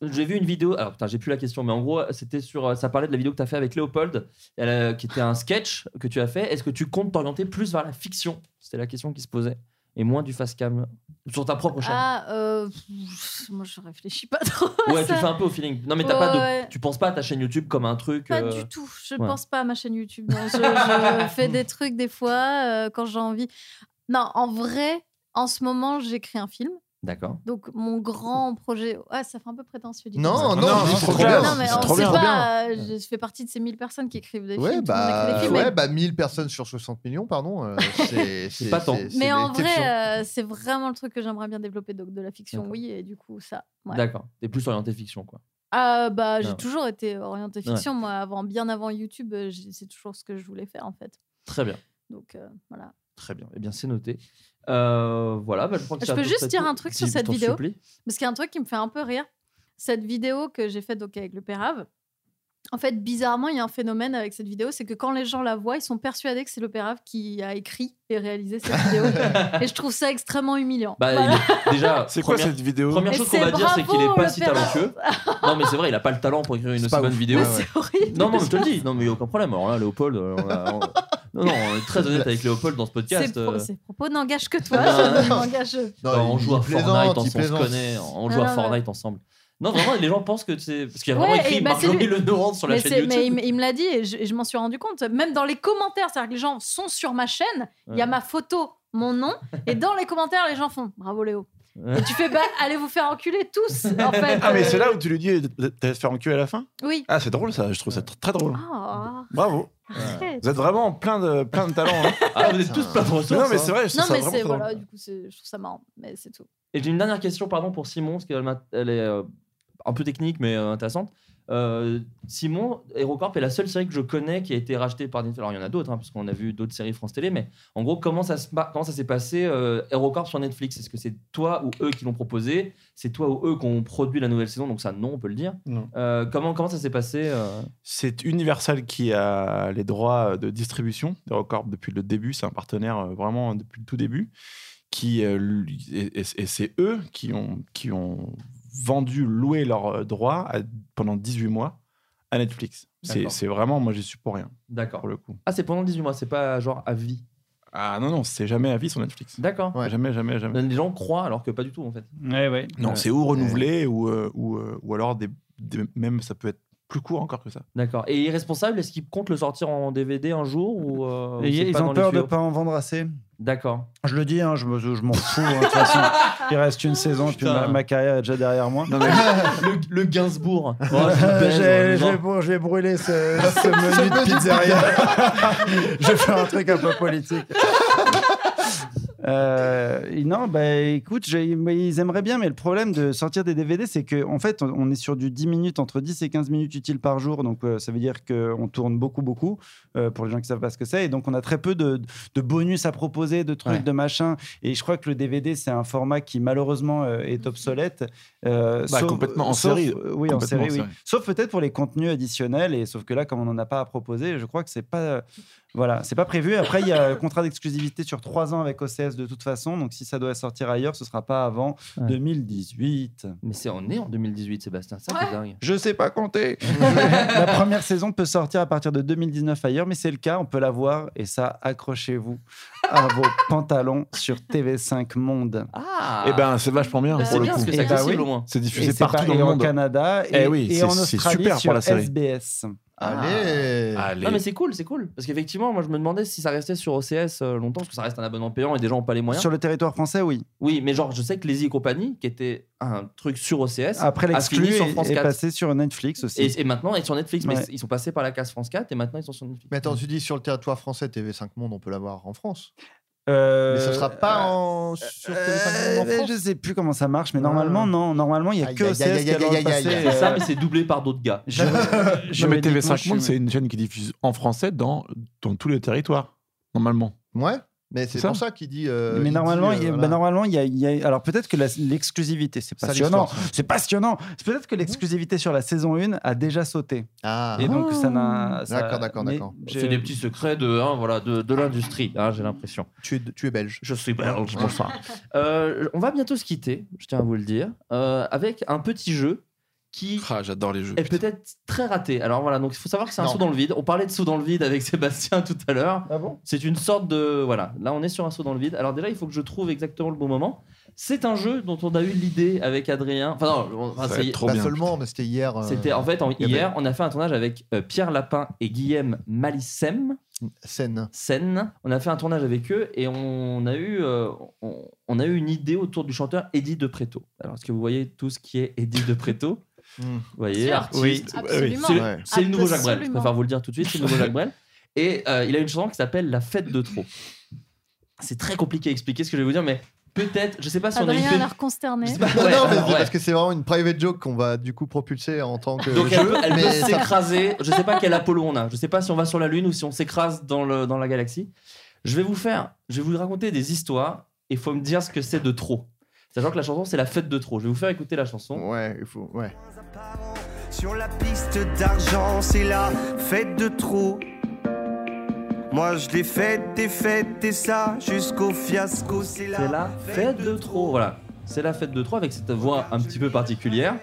E: j'ai vu une vidéo. Alors putain, j'ai plus la question, mais en gros, c'était sur. euh, Ça parlait de la vidéo que tu as fait avec Léopold, elle, euh, qui était un sketch que tu as fait. Est-ce que tu comptes t'orienter plus vers la fiction C'était la question qui se posait, et moins du face cam sur ta propre chaîne.
I: Ah, euh, pff, moi je réfléchis pas trop. à
E: ouais, tu
I: ça.
E: le fais un peu au feeling. Non, mais t'as
I: Ouais,
E: pas de.
I: ouais.
E: Tu penses pas à ta chaîne YouTube comme un truc.
I: Pas
E: euh,
I: du tout. Je
E: ouais.
I: pense pas à ma chaîne YouTube. non. Je, je fais des trucs des fois euh, quand j'ai envie. Non, en vrai, En ce moment, j'écris un film.
E: D'accord.
I: Donc, mon grand projet. Ah, ça fait un peu prétentieux. du coup.
F: Non,
I: Ça.
F: non,
J: Non,
F: mais
J: non,
F: c'est
J: c'est
F: trop
J: clair.
F: bien.
I: Non, mais
J: c'est
I: on
J: trop
I: sait
J: bien.
I: pas. euh, Je fais partie de ces 1000 personnes qui écrivent des films.
F: Ouais,
I: tout le monde écrit des
F: bah,
I: films,
F: ouais,
I: mais-
F: bah 1000 personnes sur 60 millions, pardon. euh, c'est c'est-
E: pas tant.
F: c'est- c'est
I: Mais en
F: l'exception.
I: vrai, euh, c'est vraiment le truc que j'aimerais bien développer, donc de la fiction,
E: D'accord.
I: oui, et du coup, ça. ouais.
E: D'accord. T'es plus orienté fiction, quoi.
I: Ah, bah,
E: Ouais.
I: j'ai toujours été orientée fiction, moi, avant, bien avant YouTube, euh, j'ai- c'est toujours ce que je voulais faire, en fait.
E: Très bien.
I: Donc, euh, voilà.
E: Très bien. Eh bien, c'est noté. Euh, voilà, bah, je crois que
I: Je
E: c'est à
I: peux
E: peu
I: juste
E: près
I: dire
E: tout.
I: un truc sur
E: Dis-
I: cette
E: t'en
I: vidéo
E: supplie.
I: Parce qu'il y a un truc qui me fait un peu rire. Cette vidéo que j'ai faite donc, avec le Pérave, en fait, bizarrement, il y a un phénomène avec cette vidéo, c'est que quand les gens la voient, ils sont persuadés que c'est le Pérave qui a écrit et réalisé cette vidéo. et je trouve ça extrêmement humiliant.
E: Bah, il
I: Voilà.
E: est- déjà,
J: C'est quoi
E: première,
J: cette vidéo
E: première
I: Mais
E: chose qu'on
I: c'est
E: va dire, c'est qu'il est
I: bravo,
E: pas
I: le
E: si
I: Pérave.
E: talentueux. Non, mais c'est vrai, il a pas le talent pour écrire une
F: C'est
E: aussi
F: pas
E: bonne
F: ouf.
E: vidéo.
I: Mais
F: Ouais, ouais.
I: c'est horrible.
E: Non, non, mais je te le dis. Non, mais il y a aucun problème. Alors là, Léopold, euh, on a- on- non, non, on est très honnête avec Léopold dans ce podcast.
I: Ces pro-
E: euh,
I: ces propos n'engagent que toi,
E: Non,
I: je
F: non.
I: n'engage
F: Non,
E: bah,
F: il-
E: on
F: il
E: joue à
F: plaisante,
E: Fortnite,
F: il
E: ensemble, on se
F: plaisante.
E: connaît, on joue
I: Non,
E: à
I: non, ouais.
E: Fortnite ensemble. Non, vraiment, les gens pensent que c'est. Parce qu'il y a vraiment
I: Ah Ouais,
E: écrit
I: et bah, c'est
E: Margot
I: lui-
E: Le Nohant sur la
I: mais,
E: chaîne
I: c'est-
E: YouTube.
I: mais il, me- il me l'a dit et je, et je m'en suis rendu compte. Même dans les commentaires, c'est-à-dire que les gens sont sur ma chaîne, il y a
E: Ouais.
I: ma photo, mon nom, et dans les commentaires, les gens font bravo Léo. Et tu fais bah allez vous faire enculer tous en fait.
J: Ah, mais c'est
I: euh,
J: là où tu lui dis de- de te faire enculer à la fin
I: Oui.
J: Ah, c'est drôle ça, je trouve ça tr- très drôle.
I: Ah,
J: Bravo.
I: arrête.
J: Vous êtes vraiment plein de, plein de talent. hein.
E: Ah, vous êtes tous plein de
J: Mais non,
E: ressources.
J: mais
E: hein.
J: c'est vrai, je
I: non
J: trouve ça
I: mais
J: vraiment
I: c'est
J: très drôle.
I: voilà du coup c'est- je trouve ça marrant mais c'est tout.
E: Et j'ai une dernière question, pardon, pour Simon, parce qu'elle m'a- elle est euh, un peu technique, mais euh, intéressante. Euh, Simon, HeroCorp est la seule série que je connais qui a été rachetée par Netflix. Alors, il y en a d'autres, hein, parce qu'on a vu d'autres séries France Télé, mais en gros, comment ça, se pa- comment ça s'est passé euh, HeroCorp sur Netflix Est-ce que c'est toi ou eux qui l'ont proposé C'est toi ou eux qui ont produit la nouvelle saison Donc, ça, non, on peut le dire.
J: Non.
E: Euh, comment, comment ça s'est passé euh,
J: C'est Universal qui a les droits de distribution d'HeroCorp depuis le début. C'est un partenaire euh, vraiment depuis le tout début. Qui, euh, lui- et et- et c'est eux qui ont, qui ont vendu, loué leurs euh, droits à- pendant 18 mois à Netflix. C'est
E: D'accord.
J: c'est vraiment, moi, j'y suis pour rien,
E: D'accord.
J: pour le coup.
E: Ah, c'est pendant 18 mois, c'est pas genre à vie.
J: Ah non, non, c'est jamais à vie sur Netflix.
E: D'accord.
F: Ouais.
J: Jamais, jamais, jamais.
E: Les gens croient alors que pas du tout, en fait.
H: Ouais, ouais.
J: Non,
E: Ouais.
J: c'est ou renouvelé ou, euh, ou, euh, ou alors des, des- même ça peut être plus court encore que ça.
E: D'accord. Et Irresponsable, est-ce qu'ils comptent le sortir en DVD un jour ou, euh, ou
H: Et
E: c'est
H: ils
E: pas dans
H: ont
E: les
H: peur de
E: tuyaux
H: pas en vendre assez.
E: D'accord.
H: Je le dis, hein, je, me- je m'en fous. hein, de toute façon, il reste une saison, puis
E: Putain.
H: ma, ma carrière est déjà derrière moi.
E: le, le Gainsbourg. Oh, je le baise,
H: Euh, J'ai- je,
E: genre.
H: vais, brû- je vais brûler ce, ce menu de pizzeria. je vais faire un truc un peu politique. Euh, et non, bah écoute, j'ai- mais ils aimeraient bien, mais le problème de sortir des DVD, c'est qu'en fait, on- on est sur du 10 minutes, entre 10 et 15 minutes utiles par jour, donc euh, ça veut dire qu'on tourne beaucoup, beaucoup, euh, pour les gens qui savent pas ce que c'est, et donc on a très peu de, de bonus à proposer, de trucs,
E: Ouais.
H: de machins, et je crois que le DVD, c'est un format qui malheureusement euh, est obsolète. euh,
J: Bah, complètement, en série.
H: euh, oui,
J: Complètement
H: en série,
J: en
H: oui.
J: série.
H: Sauf peut-être pour les contenus additionnels, et sauf que là, comme on n'en a pas à proposer, je crois que c'est pas, euh, voilà, c'est pas prévu. Après, il y a un contrat d'exclusivité sur trois ans avec OCS de toute façon, donc si ça doit sortir ailleurs, ce sera pas avant
E: Ouais.
H: 2018.
E: Mais c'est on est en 2018, Sébastien. Ça, c'est
I: Ouais.
E: dingue.
J: Je sais pas compter.
H: la première saison peut sortir à partir de 2019 ailleurs, mais c'est le cas, on peut la voir, et ça, accrochez-vous à vos pantalons sur TV5 Monde.
E: Ah.
J: Eh ben, c'est vachement bien
I: Bah,
J: pour
E: c'est
J: le
E: bien
J: coup.
E: parce que
H: Eh
E: c'est
H: ben
E: accessible
H: oui.
E: au moins.
J: C'est
H: Et
J: diffusé
H: c'est
J: partout
H: pas-
J: dans
H: et
J: le
H: au
J: monde.
H: Canada et,
J: Eh oui,
H: et
J: c'est-
H: en
J: c'est
H: Australie
J: super pour
H: sur
J: la série.
H: SBS.
F: Allez
J: Allez.
E: Non mais c'est cool, c'est cool. Parce qu'effectivement, moi je me demandais si ça restait sur OCS euh, longtemps, parce que ça reste un abonnement payant et des gens n'ont pas les moyens.
H: Sur le territoire français, oui.
E: Oui, mais genre je sais que Lazy et compagnie, qui était un truc sur OCS,
H: Après
E: a
H: l'exclu,
E: fini sur
H: est,
E: France
H: est
E: 4.
H: passé sur Netflix aussi.
E: Et, et maintenant est sur Netflix, mais
H: Ouais.
E: c- ils sont passés par la case France 4 et maintenant ils sont sur Netflix.
F: Mais attends, tu dis sur le territoire français, TV5 Monde, on peut l'avoir en France.
H: Euh,
F: Mais ça sera pas
H: euh,
F: en... sur
H: euh,
F: TV5 Monde en France.
H: je sais plus comment ça marche, mais
F: Ah.
H: normalement, non. Normalement, il n'y a
F: Aïe,
H: que
F: aïe,
H: OCS qui
F: aïe,
H: a
F: aïe,
H: le droit
F: aïe,
H: de
F: aïe,
H: passer,
F: aïe,
E: C'est ça,
H: euh,
E: mais c'est doublé par d'autres gars.
H: je-
J: Non, mais
H: juridiquement,
J: TV5
H: je
J: Monde,
H: suis-
J: c'est une chaîne qui diffuse en français dans, dans tous les territoires, normalement.
F: Ouais, mais c'est
J: C'est
F: pour
J: ça
F: ça qu'il dit... euh,
H: mais
F: il
H: normalement,
F: dit, euh,
H: il y a- bah,
F: voilà.
H: normalement, il y a, il y a- alors peut-être que la- l'exclusivité, c'est
F: Ça,
H: passionnant,
F: l'histoire, ça.
H: c'est passionnant. C'est peut-être que l'exclusivité sur la saison 1 a déjà sauté,
F: Ah,
H: et donc ça n'a. ça-
F: D'accord, d'accord,
H: mais
F: d'accord.
H: j'ai-
E: C'est des petits secrets de, hein, voilà, de, de l'industrie, hein, j'ai l'impression.
F: tu, es, tu es belge.
E: Je suis belge,
F: Ouais.
E: bonsoir. Euh, on va bientôt se quitter, je tiens à vous le dire, euh, avec un petit jeu qui
G: Oh,
J: Ah, j'adore les jeux.
E: est peut-être très raté. Alors voilà, donc il faut savoir que c'est un
F: Non.
E: saut dans le vide. On parlait de saut dans le vide avec Sébastien tout à l'heure.
H: Ah bon
E: C'est une sorte de... Voilà, là on est sur un saut dans le vide. Alors déjà, il faut que je trouve exactement le bon moment. C'est un jeu dont on a eu l'idée avec Adrien. Enfin, non, on- enfin,
G: Ça va
E: c'est-
G: être trop
F: pas
G: bien,
F: Bah, seulement, mais c'était hier. euh,
E: C'était en fait en-
F: il y avait
E: hier, on a fait un tournage avec euh, Pierre Lapin et Guillaume Malissem.
F: Scène.
E: Seine. On a fait un tournage avec eux et on a eu, euh, on, on a eu une idée autour du chanteur Eddie De Preto. Alors, est-ce que vous voyez tout ce qui est Eddie De Preto
F: Mm.
E: Vous voyez,
I: Sûr.
E: artiste.
I: Absolument.
E: C'est-
F: Ouais.
E: C'est le nouveau Jacques Brel. Je
I: Absolument.
E: préfère vous le dire tout de suite, c'est le nouveau Jacques Brel. Et euh, il a une chanson qui s'appelle La fête de trop. C'est très compliqué à expliquer ce que je vais vous dire, mais peut-être, je sais pas si on a une
I: Adrien a
E: pép-
I: l'air consterné.
E: je sais pas- ouais,
F: Non, non, mais
E: alors,
F: c'est
E: ouais.
F: parce que c'est vraiment une private joke qu'on va du coup propulser en tant que.
E: Donc elle peut, elle peut
F: mais ça-
E: s'écraser. Je sais pas quel Apollo on a. Je sais pas si on va sur la Lune ou si on s'écrase dans, le- dans la galaxie. Je vais vous faire, je vais vous raconter des histoires et faut me dire ce que c'est de trop. Sachant que la chanson c'est la fête de trop. Je vais vous faire écouter la chanson.
F: Ouais, il faut. Ouais.
L: Sur la piste d'argent, c'est la fête de trop. Moi je l'ai faite, des fêtes et ça jusqu'au fiasco, c'est la,
E: C'est la fête de trop. Voilà, c'est la fête de trop avec cette voix un petit peu particulière.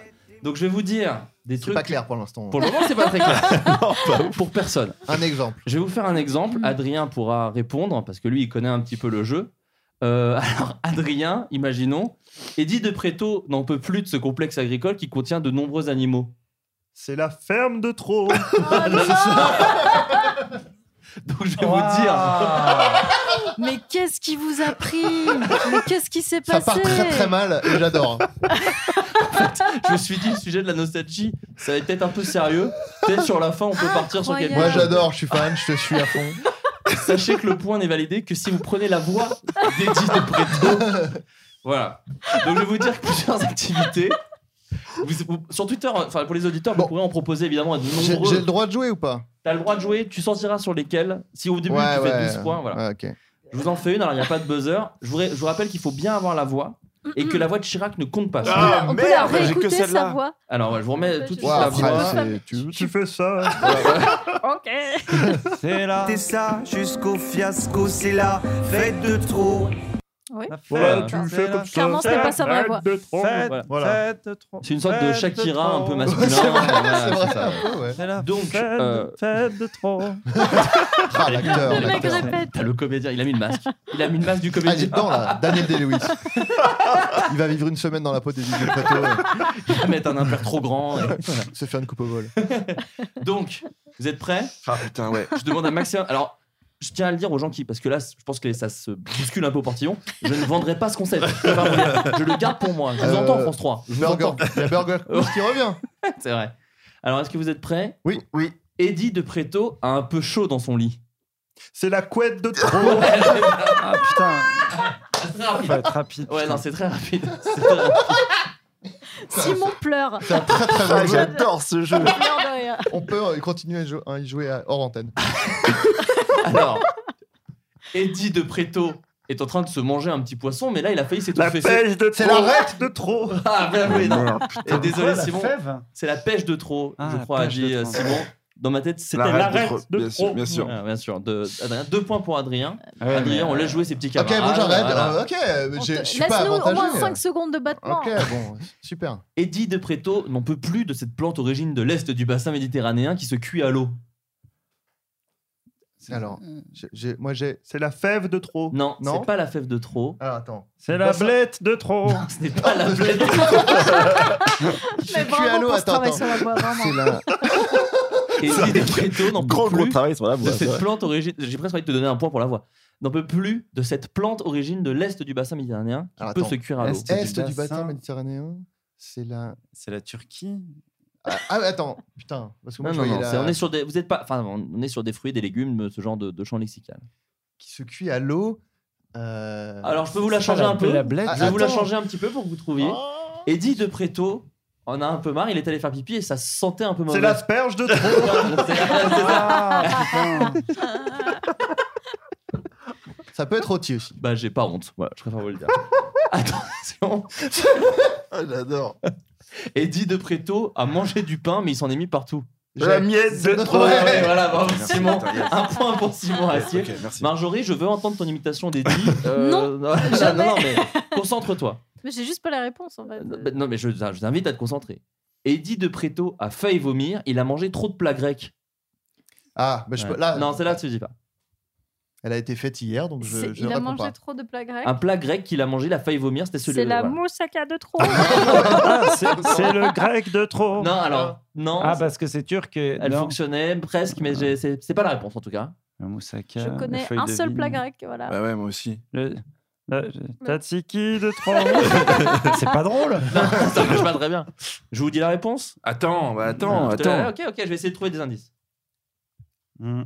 E: Donc je vais vous dire des
F: C'est
E: trucs.
F: pas clair pour l'instant.
E: Pour le moment c'est pas très clair. pour personne.
F: Un exemple.
E: Je vais vous faire un exemple. Adrien pourra répondre parce que lui, il connaît un petit peu le jeu. Euh, alors, Adrien, imaginons, Eddie de Préto n'en peut plus de ce complexe agricole qui contient de nombreux animaux.
F: C'est la ferme de trop.
I: Oh non
E: Donc, je vais vous dire.
I: mais qu'est-ce qui vous a pris Mais qu'est-ce qui s'est
F: Ça
I: passé
F: part très très mal et j'adore.
E: Je me suis dit, le sujet de la nostalgie, ça va être peut-être un peu sérieux. Peut-être sur la fin, on peut partir sur quelque
I: Incroyable.
F: Moi
E: chose.
F: j'adore, je suis fan, je te suis à fond.
E: Sachez que le point n'est validé que si vous prenez la voix d'Eddie de Préto. Voilà. Donc, je vais vous dire plusieurs activités. Vous- vous- sur Twitter, enfin pour les auditeurs,
F: Bon.
E: vous pourrez en proposer évidemment à de
F: J'ai
E: nombreux.
F: j'ai le droit de jouer ou pas
E: T'as le droit de jouer, tu sortiras sur lesquels. Si au début tu fais 12 points, voilà.
F: Ouais, ok.
E: Je vous en fais une, alors il n'y a pas de buzzer. Je vous, ré- je vous rappelle qu'il faut bien avoir la voix et que la voix de Chirac ne compte pas.
I: On peut
H: Ah.
I: la- Mm, on peut la
G: merde, j'ai que
I: réécouter
G: celle-là.
I: sa voix.
E: Alors ouais, je vous remets tout de suite
F: Ouais,
E: la
I: Wow,
F: après,
E: voix.
I: Fred.
F: c'est- tu, tu fais ça.
I: Ok.
E: hein.
H: C'est là.
L: fête et ça jusqu'au fiasco, c'est la fête de trop.
E: Voilà.
H: tu le fais comme ça.
I: Clairement, ce n'est pas ça ma voix.
E: Voilà.
J: Voilà.
E: C'est une sorte de Shakira un peu masculin.
F: C'est vrai,
E: Voilà,
F: c'est
E: c'est
F: vrai,
E: ça.
F: un peu, ouais.
E: Donc, euh,
F: Ah, l'acteur,
I: Le mec
F: l'acteur.
I: répète.
E: t'as le comédien, il a mis le masque. Il a mis le masque du
F: Ah, il est
E: comédien.
F: dedans là, Daniel Day-Lewis. Il va vivre une semaine dans la peau des îles Plateau,
E: Il va mettre un impair trop grand.
F: se faire une coupe au vol.
E: Donc, vous êtes prêts
G: Ah putain, ouais.
E: je demande un maximum. Alors, je tiens à le dire aux gens qui, parce que là, je pense que ça se bouscule un peu au portillon. Je ne vendrai pas ce concept. Je, vais pas vous dire. Je le garde pour moi. Je vous
F: Euh,
E: entends, France 3. Je vous
F: Burger,
E: entends.
F: il y a Burger Quiz qui revient.
E: C'est vrai. Alors, est-ce que vous êtes prêts
F: Oui, oui.
E: Eddie de Préto a un peu chaud dans son lit.
F: C'est la couette de trop.
H: Ah putain,
E: C'est très rapide.
H: faut être rapide.
E: Ouais,
H: putain.
E: non, c'est très rapide. C'est très rapide.
I: Simon pleure.
F: C'est un très très bon jeu.
G: J'adore ce jeu.
I: Il pleure de rire.
F: On peut euh, continuer à jou- à y jouer à- hors antenne.
E: Alors, Eddie de Préto est en train de se manger un petit poisson, mais là, il a failli s'étouffer.
J: de
F: C'est la rête de trop.
E: Ah, bien joué, non. Et désolé,
H: Quoi, la
E: Simon.
H: fève
E: C'est la pêche de trop,
H: Ah,
E: je
H: la
E: crois, a
H: pêche de
E: dit euh,
H: trop.
E: Simon. Dans ma tête, c'était
G: L'arrête de
E: l'arrête
G: trop,
E: de
G: bien sûr,
E: trop.
G: bien sûr.
E: Ah, bien sûr. De, Adrien. Deux points pour Adrien.
H: Ah ouais, mais-
E: Adrien, on laisse jouer ses petits
F: euh, Ok,
E: camarades.
F: bon, j'arrête.
E: voilà.
F: Euh, Ok, mais
I: On
F: j'ai-
I: te-
F: je suis pas
I: Laisse-nous au moins
F: avantagé. hein.
I: 5 secondes de battement.
F: Ok, bon, super.
E: Eddie de Preto n'en peut plus de cette plante origine de l'Est du bassin méditerranéen qui se cuit à l'eau.
F: Alors, j'ai- j'ai- moi j'ai. C'est la fève de trop.
E: Non,
F: Non.
E: c'est pas la fève de trop.
F: Alors attends.
J: C'est la
F: Bah, ça-
J: blette de trop.
E: Ce n'est pas la fève de
I: Mais
F: Je suis à
I: bravo
F: l'eau,
I: pour ce
F: attends,
I: travail
F: attends.
I: sur la voix, vraiment.
F: C'est la.
E: Eddie de Preto n'en peut plus
G: travail sur la
E: de cette plante origine. J'ai presque envie de te donner un point pour la voix. N'en peut plus de cette plante origine de l'Est du bassin méditerranéen qui
F: Alors,
E: peut
F: attends.
E: se cuire à l'eau.
H: Est-
F: Est du bassin
H: bassin.
F: méditerranéen. C'est la.
H: C'est la Turquie.
F: Ah, ah, attends, putain. Parce que moi
E: Non,
F: je
E: non, non,
F: voyais la-
E: c'est- on est sur des, vous êtes pas, enfin, on est sur des fruits, des légumes, ce genre de, de champ lexical.
F: qui se cuit à l'eau. euh,
E: Alors, je peux vous la changer un peu.
H: La blette.
F: Ah,
E: Je vais vous la
F: attends.
E: changer un petit peu pour que vous trouviez. Eddie de Préto en a un peu marre, il est allé faire pipi et ça se sentait un peu mauvais.
J: l'asperge de trop.
H: Ah, putain.
F: Ça peut être rôti aussi.
E: Bah, j'ai pas honte, voilà, je préfère vous le dire. Attention,
F: j'adore.
E: Eddie de Préto a mangé du pain, mais il s'en est mis partout.
G: La miette de trop.
E: Ouais,
F: Ouais.
E: voilà, bravo
G: Merci,
E: Simon.
G: putain, yes.
E: Un point pour Simon
H: Ah,
E: Assier.
G: Ok, merci.
E: Marjorie, je veux entendre ton imitation d'Eddie.
I: Non,
E: non,
I: jamais.
E: non, mais concentre-toi.
I: Mais j'ai juste pas la réponse en fait.
E: Euh, bah, Non, mais je, je t'invite à te concentrer. Eddie de Préto a failli vomir, il a mangé trop de plats grecs.
F: Ah, bah, je peux. Là,
E: Non, c'est là que tu dis pas.
F: Elle a été faite hier, donc je
I: C'est-
F: je
I: Il a
F: réponds
I: mangé
F: pas.
I: trop de plats grecs.
E: Un plat grec qu'il a mangé, il a failli vomir, c'était celui-là.
I: C'est la
E: voilà.
I: moussaka de trop.
F: Ah,
H: Ah, C'est le grec de trop.
E: Non, alors, non.
G: bah,
H: Ah, parce que c'est turc. Et...
E: Elle
H: non.
E: fonctionnait presque,
G: Ah.
E: mais j'ai- c'est c'est pas la réponse en tout cas.
H: Le moussaka.
F: euh,
I: Je connais un seul plat grec, voilà.
G: Bah ouais, moi aussi.
H: Le... le- Tatsiki de trop. c'est pas drôle.
E: Ça marche pas très bien. Je vous dis la réponse
G: Attends, bah attends,
E: Je te la-
G: attends.
E: Ok, ok, je vais essayer de trouver des indices.
H: Hmm.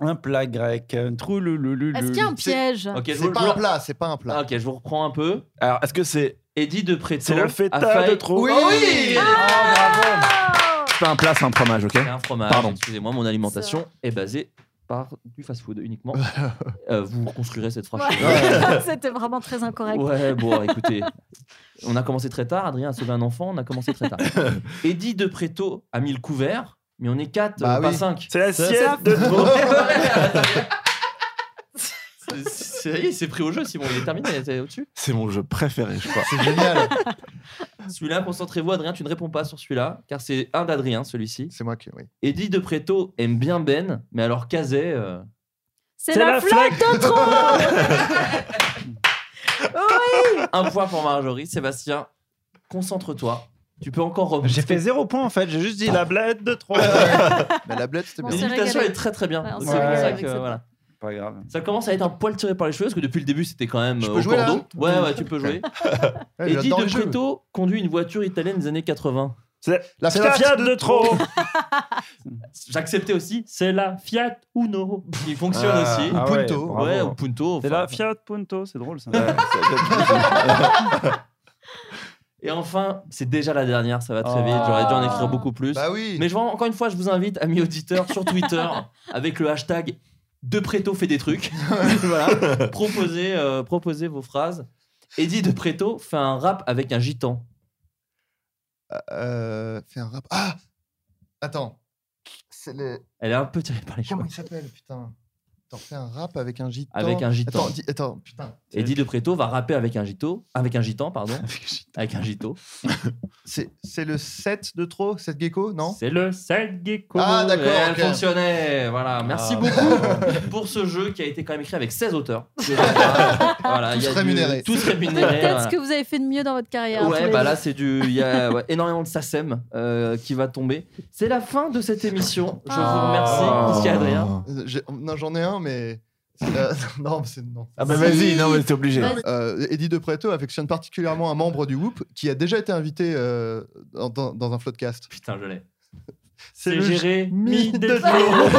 H: Un plat grec. Un trou
I: Est-ce qu'il y a un piège
E: Ok, je
F: C'est
E: vous,
F: pas
E: je vous-
F: un plat, c'est pas un plat.
E: Ah, ok, je vous reprends un peu.
G: Alors, est-ce que c'est
E: Eddie de Préto.
G: C'est la feta de trop.
E: Oui,
G: Oh
E: oui
I: Oh
G: c'est pas un plat, c'est un fromage, ok
E: C'est un fromage.
G: Pardon.
E: Excusez-moi, mon alimentation est basée par du fast-food uniquement. Euh, vous reconstruirez cette phrase. chez vous.
I: Ouais. C'était vraiment très incorrect.
E: Ouais, bon, écoutez, on a commencé très tard. Adrien a sauvé un enfant, on a commencé très tard. Eddie de Préto a mis le couvert, mais on est quatre,
F: Bah
E: euh, pas
F: oui.
E: cinq.
J: C'est la
E: Ça-
J: sieste de trop.
E: C'est- c'est- Ça y est, il s'est pris au jeu, Simon, il est terminé, il était au-dessus.
G: C'est mon jeu préféré, je crois.
F: C'est génial.
E: Celui-là, concentrez-vous, Adrien, tu ne réponds pas sur celui-là, car c'est un d'Adrien, celui-ci.
F: c'est moi qui. Oui.
E: Eddie de Préto aime bien Ben, mais alors Kazé. euh,
I: C'est la, flaque de trop
E: Un point pour Marjorie. Sébastien, concentre-toi. Tu peux encore remonter.
H: J'ai fait zéro point en fait. J'ai juste dit la bled de trop.
F: Mais la blette, c'était
I: On
F: bien.
I: s'est
E: L'invitation
I: régalé.
E: est très très bien.
I: Ouais, on
E: Donc,
H: s'est
E: c'est pour
H: régalé
E: ça
I: avec
E: que,
I: ce
E: voilà.
H: pas grave.
E: Ça commence à être un poil tiré par les cheveux parce que depuis le début c'était quand même
F: Je
E: euh,
F: peux
E: au
F: jouer, là
E: cordeau. Ouais, ouais, tu peux jouer.
F: Ouais,
E: Eddie
F: Eh, j'adore
E: de
F: les jeux.
E: Preto conduit une voiture italienne des années 80.
H: C'est
F: La
H: la
F: Fiat.
H: Fiat de trop.
E: J'acceptais aussi, c'est la Fiat Uno qui fonctionne
G: Ah,
E: aussi.
H: ah ouais,
F: Punto.
H: bravo.
E: ouais, ou Punto.
H: C'est
E: enfin.
H: la Fiat Punto. C'est drôle ça.
G: Euh,
E: Et enfin, c'est déjà la dernière, ça va très
H: Oh.
E: vite. J'aurais dû en écrire beaucoup plus.
F: Bah oui.
E: Mais je vois, encore une fois, je vous invite, amis auditeurs, sur Twitter, avec le hashtag De Préto fait des trucs. voilà. proposez, euh, proposez vos phrases. Eddie De Préto fait un rap avec un gitan.
F: Euh, fais un rap. Ah Attends. C'est le.
E: Elle est un peu tirée par les cheveux.
F: Comment il s'appelle, putain Attends, fais un rap avec un gitan.
E: Avec un gitan.
F: Attends, dis- attends, putain.
E: Eddie De Préto va rapper avec un gito, avec un gitan, pardon, avec un gito.
F: C'est c'est le 7 de trop 7 gecko, non
E: C'est le Sad Gecko.
F: Ah, d'accord,
E: Elle
F: ok.
E: fonctionnait. Voilà. Merci beaucoup pour ce jeu qui a été quand même écrit avec 16 auteurs. voilà,
F: Tous
E: il y a du-
F: rémunérés.
E: Tous rémunérés.
I: Peut-être
E: voilà.
I: ce que vous avez fait de mieux dans votre carrière. tous
E: Ouais,
I: les
E: bah
I: deux.
E: là, c'est du. Il y a ouais, énormément de SACEM euh, qui va tomber. C'est la fin de cette émission. Je vous
I: Ah.
E: remercie, ici Adrien.
F: Euh, j'ai- Non, j'en ai un, mais. Euh, non, mais c'est non.
G: Ah bah vas-y, non mais t'es obligé.
I: Vas-y.
F: Euh, Eddie de Preto affectionne particulièrement un membre du Whoop qui a déjà été invité euh, dans, dans- dans un floodcast.
E: Putain, je l'ai.
F: le
E: Jérémy
F: Jérémy
E: Delvaux.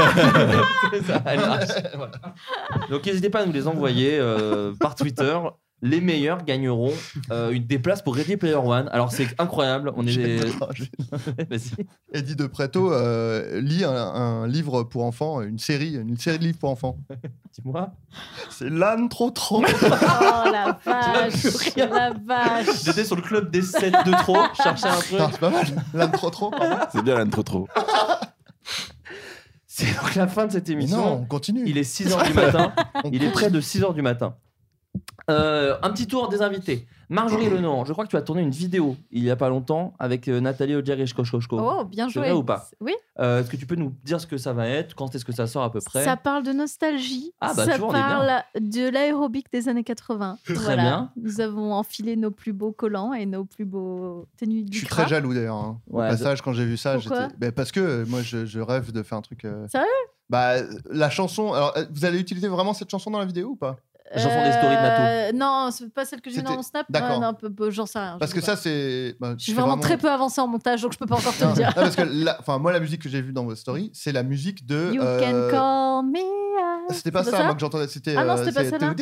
E: C'est ça, elle marche. Donc, n'hésitez pas à nous les envoyer euh, par Twitter. Les meilleurs gagneront euh, une des places pour Ready Player One. Alors, c'est incroyable. On est.
F: J'ai-
E: Vas-y.
F: Eddie de Preto euh, lit un, un livre pour enfants, une série, une série de livres pour enfants.
E: Dis-moi.
F: C'est l'âne trop trop.
I: Oh la vache,
E: plus rien.
I: la vache.
E: J'étais sur le club des 7 de trop. Je cherchais un truc.
F: Putain, c'est pas mal. L'âne trop trop. pardon.
G: C'est bien, Anne, trop trop.
E: C'est donc la fin de cette
F: Mais
E: émission.
F: non, on continue.
E: Il est 6h du matin.
F: On
E: Il est près de 6h du matin. Euh, un petit tour des invités. Marjorie Lenoir, je crois que tu as tourné une vidéo il y a pas longtemps avec euh, Nathalie Odjarishkoshkoshko.
I: Oh, bien
E: C'est
I: joué.
E: vrai ou pas
I: Oui,
E: Euh, Est-ce que tu peux nous dire ce que ça va être Quand est-ce que ça sort à peu près
I: ça parle de nostalgie.
E: Ah, bah,
I: ça
E: tu vois, on est
I: parle de l'aérobic des années 80. voilà.
E: bien.
I: Nous avons enfilé nos plus beaux collants et nos plus beaux tenues
F: Je
I: du
F: suis très jaloux d'ailleurs. hein.
E: Ouais,
F: Au passage, quand j'ai vu ça,
I: Pourquoi
F: j'étais. Ben, parce que euh, moi, je, je rêve de faire un truc. euh,
I: Sérieux
F: Bah, la chanson. Alors, euh, vous allez utiliser vraiment cette chanson dans la vidéo ou pas
E: J'en fais des stories de Nato.
I: Euh, Non, c'est pas celle que j'ai mis dans
F: C'était-
I: mon snap.
F: D'accord.
I: Ouais, non, peu- peu- j'en sais rien.
F: Parce
I: je
F: que
I: sais pas.
F: ça, c'est. bah,
I: Je suis vraiment, très peu avancée en montage, donc je peux pas encore te le dire.
F: Ah, parce que la- enfin, moi, la musique que j'ai vue dans vos stories, c'est la musique de.
I: You
F: euh,
I: can call me. out.
F: C'était pas
I: C'est
F: ça, moi que j'entendais. C'était.
I: Ah non,
F: euh,
I: c'était pas
F: c'est-
I: celle-là.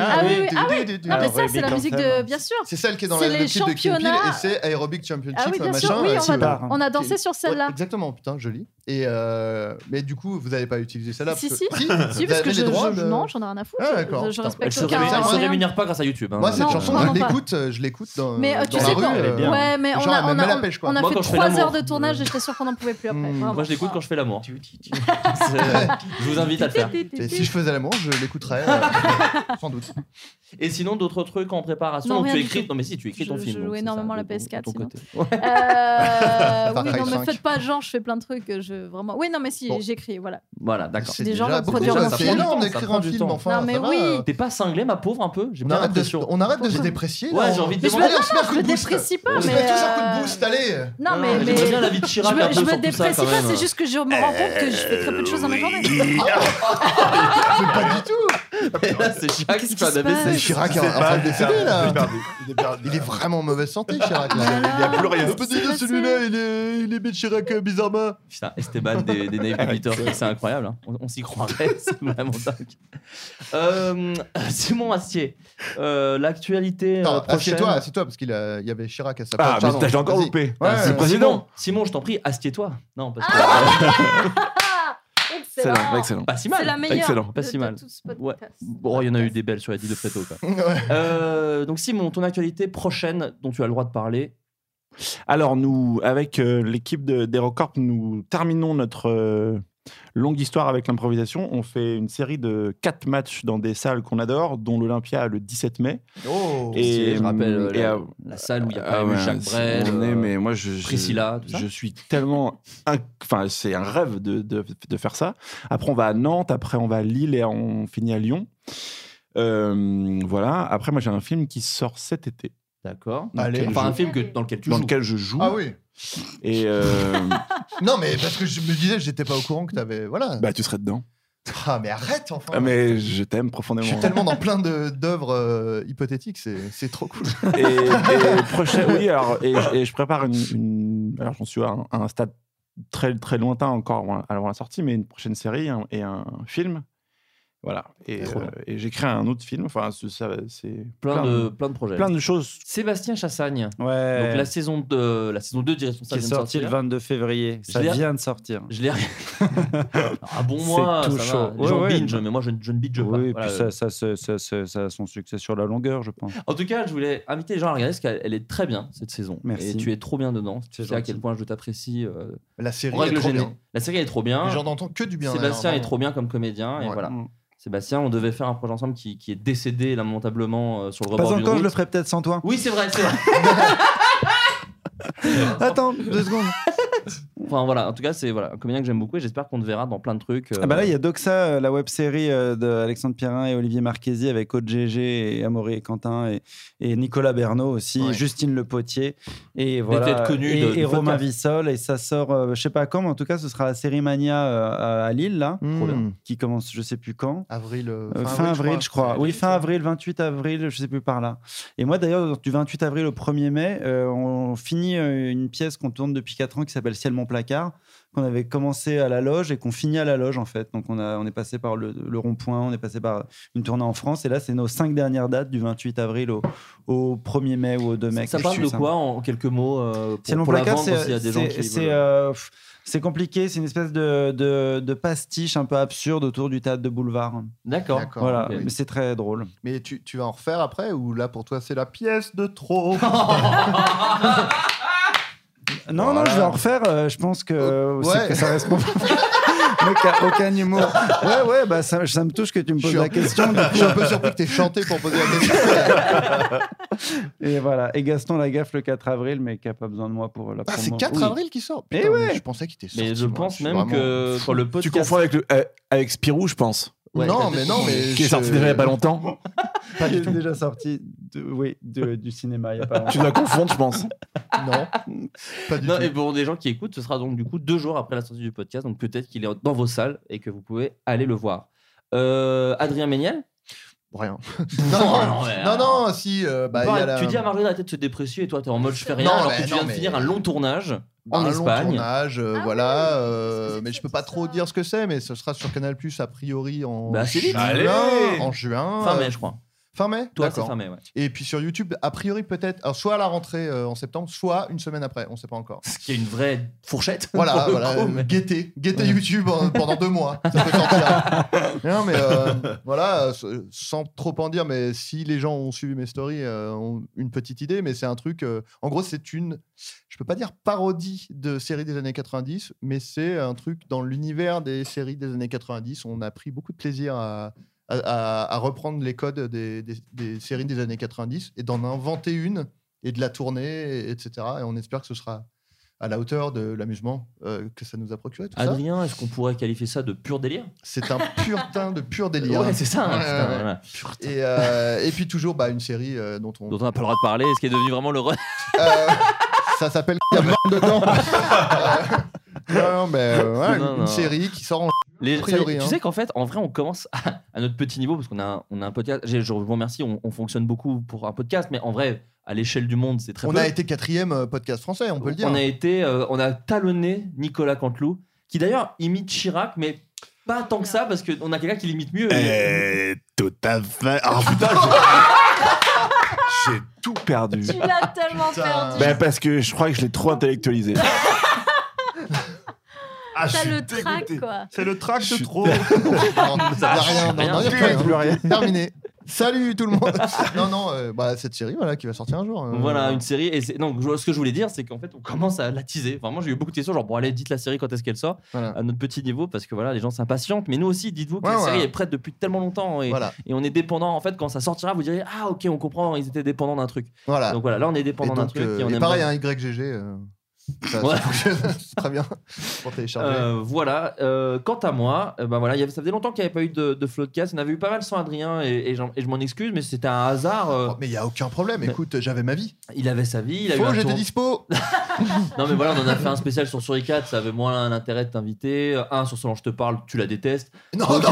F: Ah
I: oui, oui, ah Ah, mais
H: Alors,
I: ça,
H: Rubik
I: c'est la
H: Anthem.
I: musique de. Bien sûr.
F: C'est celle qui est dans
I: C'est
F: la,
I: les
F: le clip de Kill Bill
I: championnats.
F: et c'est Aerobic Championship,
I: Ah oui, bien sûr.
F: machin.
I: Oui,
F: euh,
I: on, va-
H: Bar.
I: on a dansé
F: Qui-
I: sur
F: Ouais,
I: celle-là.
F: exactement, putain, joli. Et euh, mais du coup, vous n'allez pas utiliser celle-là.
I: Si,
F: parce
I: si.
F: que-
I: Si,
F: vous
I: parce
F: avez
I: que
F: les
I: je,
F: droits
I: je,
F: de-
I: non, j'en ai rien à foutre.
F: Ah, d'accord.
I: Je, je
F: Putain,
E: Elle
I: respecte
E: se,
I: aucun.
E: rémunère- elle se
I: rien.
E: rémunère pas grâce à YouTube. hein.
F: Moi, cette
I: non,
F: chanson,
I: vraiment
F: je
I: pas.
F: l'écoute, euh, je l'écoute dans,
I: Mais euh,
F: dans
I: tu
F: la
I: sais
F: rue.
I: quoi
H: elle est
F: euh,
H: bien.
I: Ouais, mais on
F: Genre,
I: a,
F: elle met
I: on
F: même
I: a,
F: la pêche, quoi.
I: on a
E: Moi,
I: fait
E: quand je fais
I: 3
E: l'amour. Mmh.
I: heures de tournage et j'étais sûre qu'on n'en pouvait plus après.
F: Mm.
E: Moi, je l'écoute quand je fais l'amour. Moi, je l'écoute quand je fais l'amour. C'est- Je vous invite à le faire.
F: Et si je faisais l'amour, je l'écouterais. euh, sans doute.
E: Et sinon, d'autres trucs en préparation
I: Non,
E: où
I: rien
E: tu
I: du
E: écris.
I: tout.
E: Non, mais si, tu écris ton
I: Je-
E: film.
I: je
E: donc
I: joue
E: c'est
I: énormément
E: ça,
I: la
E: de- de
I: PS4,
E: ton
I: sinon.
E: côté.
I: Euh,
E: Far
I: oui,
E: Cry
I: non, mais
E: 5.
I: faites pas genre, je fais plein de trucs. euh, Je, vraiment... Oui, non, mais si,
E: Bon.
I: j'écris, voilà.
E: Voilà, d'accord.
I: C'est Des déjà gens vont beaucoup, produire ça, mon c'est film. énorme
E: Ça
I: d'écrire
E: prend
I: un
E: du
I: film,
E: temps.
I: enfin, Non, mais ça va, oui. euh.
E: T'es pas cinglé, ma pauvre, un peu J'ai
F: On
E: bien
F: arrête, de,
E: l'impression.
F: on arrête de se déprécier. là,
E: Ouais,
F: on-
E: j'ai envie de
F: Mais
E: demander-
F: je me- non, non,
E: Non, non,
F: je me
E: je me
F: déprécie
I: pas,
F: On se
I: mais,
F: met tous un coup
I: euh,
F: de boost, allez
I: Non,
E: Non,
I: mais.
E: mais
I: mais-
E: j'aimerais bien la vie de Chirac
I: je me,
E: un peu
I: je
E: sur
I: me
E: tout ça,
I: déprécie
E: quand
I: pas,
E: même.
I: c'est juste que je me rends compte que je fais très peu de choses dans ma journée.
E: C'est Chirac qui fait un
F: Mais
E: AVC.
F: Chirac est en
E: C'est
F: en
E: pas-
F: train de décéder là.
G: Il est perdu.
F: Il est vraiment en mauvaise santé, Chirac. Là.
G: Il
I: Ah,
G: y a plus rien.
F: Le petit de celui-là, il est, il est bien Chirac euh, bizarrement.
E: Putain, Esteban des, des
F: Ah,
E: Naïve Publiteurs, c'est incroyable. hein. On, on s'y croirait, c'est vraiment dingue. Euh, Simon Astier, euh, l'actualité euh,
F: Attends,
E: prochaine.
F: assieds-toi, assieds-toi, parce qu'il a- il y avait Chirac à
E: Ah,
F: sa place.
E: mais
F: Pardon,
E: t'as- j'ai
G: encore
F: vas-y.
G: loupé.
F: Ouais,
E: Ah, Simon-
F: ouais.
E: Simon, Simon, je t'en prie, assieds-toi. Non, parce que.
I: Excellent.
E: Pas si mal.
I: C'est la meilleure.
E: Excellent.
I: de-
E: Pas si
I: de
E: mal.
I: tout ce podcast.
E: Ouais. Bon, il y en a eu des belles sur la 10 de Préto. quoi.
F: Ouais.
E: Euh, donc, Simon, ton actualité prochaine dont tu as le droit de parler.
G: Alors, nous, avec euh, l'équipe de- d'Hérocorp, nous terminons notre euh, longue histoire avec l'improvisation. On fait une série de quatre matchs dans des salles qu'on adore, dont l'Olympia le 17 mai.
F: Oh.
E: je rappelle euh,
G: et,
E: la,
G: euh,
E: la salle où il y a
G: Ah
E: pas eu
G: ouais,
E: Jacques
G: si
E: Brel.
G: on est,
E: euh,
G: mais moi, je, je-
E: Priscilla, tout ça
G: je suis tellement. inc- Enfin, c'est un rêve de, de- de faire ça. Après, on va à Nantes, après, on va à Lille et on finit à Lyon. Euh, voilà. Après, moi, j'ai un film qui sort cet été.
E: D'accord.
G: Dans lequel
E: Enfin,
G: je-
E: un film que, dans lequel tu
G: dans
E: joues.
G: lequel je joue.
F: Ah oui.
G: Et euh,
F: Non, mais parce que je me disais, j'étais pas au courant que t'avais. Voilà.
G: bah, tu serais dedans.
F: Ah, mais arrête, enfin.
G: Ah, mais je t'aime
F: Je
G: profondément.
F: suis tellement dans plein de- d'œuvres euh, hypothétiques, c'est c'est trop cool.
G: Et, et prochain, oui, alors, et, et je prépare une. une- alors, j'en suis à un, à un stade très, très lointain encore avant la- avant la sortie, mais une prochaine série un- et un film. Voilà. Et,
E: Trop
G: euh,
E: bien.
G: et j'écris un autre film. Enfin, c'est- ça, c'est
E: Plein, de, plein de projets.
G: plein de choses.
E: Sébastien Chassagne.
H: Ouais.
E: Donc la saison 2, la saison 2 Direction ça
H: Euh, qui est
E: vient de
H: sorti
E: sortir.
H: le 22 février.
E: Je
H: Ça
E: l'ai-
H: vient de sortir.
E: Je l'ai Ah bon
H: C'est
E: moi,
H: tout
E: ça
H: chaud.
E: va. Les
H: Ouais,
E: gens
H: ouais.
E: binge, mais moi je, ne- je ne binge pas.
H: Oui, et
E: Voilà.
H: puis ça, ça, se- ça, se- ça a son succès sur la longueur, je pense.
E: En tout cas, je voulais inviter les gens à regarder parce qu'elle elle est très bien cette saison.
H: Merci.
E: Et tu es trop bien dedans. Tu sais à
H: gentil.
E: quel point je t'apprécie. euh,
F: La série
E: en
F: est
E: règle
F: trop
E: générale.
F: bien.
E: La série elle est trop bien.
F: Les gens n'entendent que du bien.
E: Sébastien
F: alors,
E: est trop bien comme comédien et
F: Ouais.
E: voilà.
H: Mm.
E: Sébastien, on devait faire un projet ensemble qui, qui est décédé lamentablement euh, sur le
H: Pas
E: rebord d'une
H: encore, je le
E: route.
H: ferai peut-être sans toi.
E: Oui, c'est vrai, c'est vrai.
H: Attends, deux secondes.
E: Enfin voilà, en tout cas, c'est voilà, un comédien que j'aime beaucoup et j'espère qu'on te verra dans plein de trucs. euh,
H: Ah bah là, il y a Doxa, euh, la web série d'Alexandre Pierrin et Olivier Marchesi avec OGG et Amaury et Quentin et, et Nicolas Bernot aussi,
F: Ouais.
H: Justine Le Potier et voilà.
E: têtes connues
H: et,
E: de-
H: et
E: du podcast.
H: Romain Vissol. Et ça sort, euh, je sais pas quand, mais en tout cas, ce sera la série Mania euh, à- à Lille, là,
F: vraiment.
E: Trop bien.
F: Mm.
H: qui commence, je sais plus quand.
F: Avril. euh,
H: Euh, fin avril, je crois. Oui, fin
F: Ouais.
H: avril, 28 avril, je sais plus par là. Et moi, d'ailleurs, du 28 avril au 1er mai, euh, on finit euh, une pièce qu'on tourne depuis 4 ans qui s'appelle Ciel mon placard, qu'on avait commencé à la loge et qu'on finit à la loge, en fait. Donc, on, a, on est passé par le, le rond-point, on est passé par une tournée en France. Et là, c'est nos 5 dernières dates du 28 avril au, au 1er mai ou au 2 mai.
E: Ça
H: quelque
E: parle
H: chose
E: de
H: comme
E: quoi en quelques mots euh,
H: c'est
E: pour,
H: mon
E: pour la
H: placard,
E: vendre
H: c'est
E: s'il y a des gens
H: c'est-
E: qui
H: c'est,
E: veulent-
H: euh, pff, c'est compliqué, c'est une espèce de, de, de pastiche un peu absurde autour du théâtre de boulevard.
E: D'accord.
F: D'accord.
H: Voilà,
E: ok.
H: mais c'est très drôle.
F: Mais tu, tu vas en refaire après ou là pour toi c'est la pièce de trop
H: Non,
F: Voilà.
H: non, je vais en refaire. euh, je pense que, euh, c'est
F: ouais.
H: que ça reste mon mec a aucun humour. Ouais, ouais, bah ça, ça me touche que tu me
F: Je
H: poses
F: suis un-
H: la question. du
F: Je suis un peu surpris que t'aies chanté pour poser la question. Ah,
H: coup. Et voilà. Et Gaston Lagaffe le 4 avril, mais qui a pas besoin de moi pour la
F: Ah,
H: promo.
F: c'est 4
H: Oui.
F: avril qui sort
H: Eh
F: Putain, mais
H: ouais.
F: Je pensais qu'il était sorti.
E: Mais je
F: moi.
E: pense
F: suis
E: même
F: vraiment
E: que
F: fou.
E: quand le
J: Tu
E: podcast.
J: confonds avec, le, euh, avec Spirou, je pense.
E: Ouais,
F: non,
E: t'as-
F: mais non, mais.
J: Qui est
F: je-
J: sorti déjà il n'y a pas longtemps.
F: Pas
H: Il
F: du
H: est
F: tout.
H: déjà sorti de- oui, de- du cinéma il y a pas longtemps.
J: tu dois confondre, je pense.
F: Non. Pas du
E: Non,
F: tout.
E: et pour des gens qui écoutent, ce sera donc du coup deux jours après la sortie du podcast. Donc peut-être qu'il est dans vos salles et que vous pouvez aller le voir. Euh, Adrien Méniel
F: Rien. non, non,
E: mais-
F: non, non, si. euh, bah, il y a la-
E: Tu dis à Marjorie d'arrêter de se déprécier et toi t'es en mode je fais rien
F: Non,
E: alors que
F: mais
E: tu
F: non,
E: viens de
F: mais-
E: finir un long tournage
F: bah,
E: en
F: un long
E: Espagne.
F: tournage, euh,
I: Ah
F: voilà.
I: oui,
F: euh,
I: qu'est-ce que
F: mais
I: c'est
F: je peux
I: que
F: pas
I: ça
F: trop dire ce que c'est, mais ce sera sur Canal Plus a priori en
E: Bah, c'est vite.
F: juin.
J: Allez.
F: En juin.
E: Fin
F: euh,
E: mai, je crois.
F: Fin mai
E: Toi,
F: D'accord.
E: c'est fin mai, ouais.
F: Et puis sur YouTube, a priori peut-être, alors soit à la rentrée euh, en septembre, soit une semaine après, on ne sait pas encore.
E: Ce qui est une vraie fourchette.
F: Voilà,
E: pour le
F: voilà
E: coup,
F: euh,
E: mais-
F: guettez, guettez
E: Ouais.
F: YouTube euh, pendant deux mois. Ça peut sortir là. Non, mais euh, voilà, euh, sans trop en dire, mais si les gens ont suivi mes stories, euh, ont une petite idée, mais c'est un truc. euh, en gros, c'est une, je peux pas dire parodie de séries des années 90, mais c'est un truc dans l'univers des séries des années 90. On a pris beaucoup de plaisir à. à- à- à reprendre les codes des, des- des séries des années 90 et d'en inventer une et de la tourner, etc. Et on espère que ce sera à la hauteur de l'amusement euh, que ça nous a procuré. Tout ça.
E: Adrien, est-ce qu'on pourrait qualifier ça de pur délire
F: C'est un putain de pur délire.
E: Ouais, c'est ça, hein.
F: Ouais,
E: putain,
F: ouais.
E: voilà.
F: Et, euh, et puis toujours bah, une série euh, dont on. Euh,
E: dont on n'a pas le droit de parler, ce qui est devenu vraiment le run.
F: Ça s'appelle. Il y a mort dedans. Euh, non, non, mais euh, ouais,
E: Non,
F: une
E: non.
F: série qui sort en.
E: Les-
F: a priori,
E: ça y est,
F: hein.
E: Tu sais qu'en fait, en vrai, on commence à, à notre petit niveau parce qu'on a, un- on a un podcast. J'ai- Je vous remercie, on, on fonctionne beaucoup pour un podcast, mais en vrai, à l'échelle du monde, c'est très
F: on
E: peu.
F: a été quatrième euh, podcast français, on peut le dire.
E: On a été, euh, on a talonné Nicolas Canteloup, qui d'ailleurs imite Chirac, mais pas tant que ça parce qu'on a quelqu'un qui l'imite mieux.
H: Eh.
G: tout à fait. Ah putain,
H: Oh,
G: j'ai- j'ai tout perdu.
I: Tu l'as tellement perdu.
E: Bah,
F: Bah,
G: Ben, parce que je crois que je l'ai trop intellectualisé. Ah, je
I: T'as
G: suis
I: le track, quoi.
G: C'est le track de trop.
F: Non, non,
E: Ah,
G: Ça,
F: rien, non,
G: rien.
F: non, y a
G: Plus
F: plus
G: rien, plus rien.
F: Terminé. Salut tout le monde. non, non, euh, bah, cette série voilà, qui va sortir un jour. euh,
E: Voilà une série. Et c'est- donc, je- ce que je voulais dire, c'est qu'en fait, on commence à la teaser. Vraiment, j'ai eu beaucoup de questions, genre, bon, allez, dites la série quand est-ce qu'elle sort,
F: Voilà.
E: à notre petit niveau, parce que voilà, les gens s'impatientent. Mais nous aussi, dites-vous que
F: Ouais,
E: la série
F: ouais.
E: est prête depuis tellement longtemps et,
F: Voilà.
E: et on est dépendant. En fait, quand ça sortira, vous direz, ah, ok, on comprend, ils étaient dépendants d'un truc.
F: Voilà.
E: Donc voilà, là, on est
F: Ah. Et
E: dépendant d'un
F: donc,
E: truc.
F: euh,
E: et on
F: et
E: aime
F: pareil,
E: bien.
F: un YGG. euh, ça,
E: Ouais.
F: ça fonctionne. C'est très bien pour télécharger.
E: Euh, voilà. euh, quant à moi, euh, ben voilà, il y avait- ça faisait longtemps qu'il n'y avait pas eu de, de floodcast. On avait eu pas mal sans Adrien et, et j'en- et je m'en excuse, mais c'était un hasard. euh,
F: Oh, mais il y a aucun problème.
E: Mais-
F: Écoute, j'avais ma vie.
E: il avait sa vie, il a eu
F: Faux,
E: un
F: j'étais
E: tour-
F: dispo.
E: Non mais voilà, on en a fait un spécial sur Suricat, ça avait moins l'intérêt de t'inviter. Un sur Solange te parle, tu la détestes.
F: Non, non,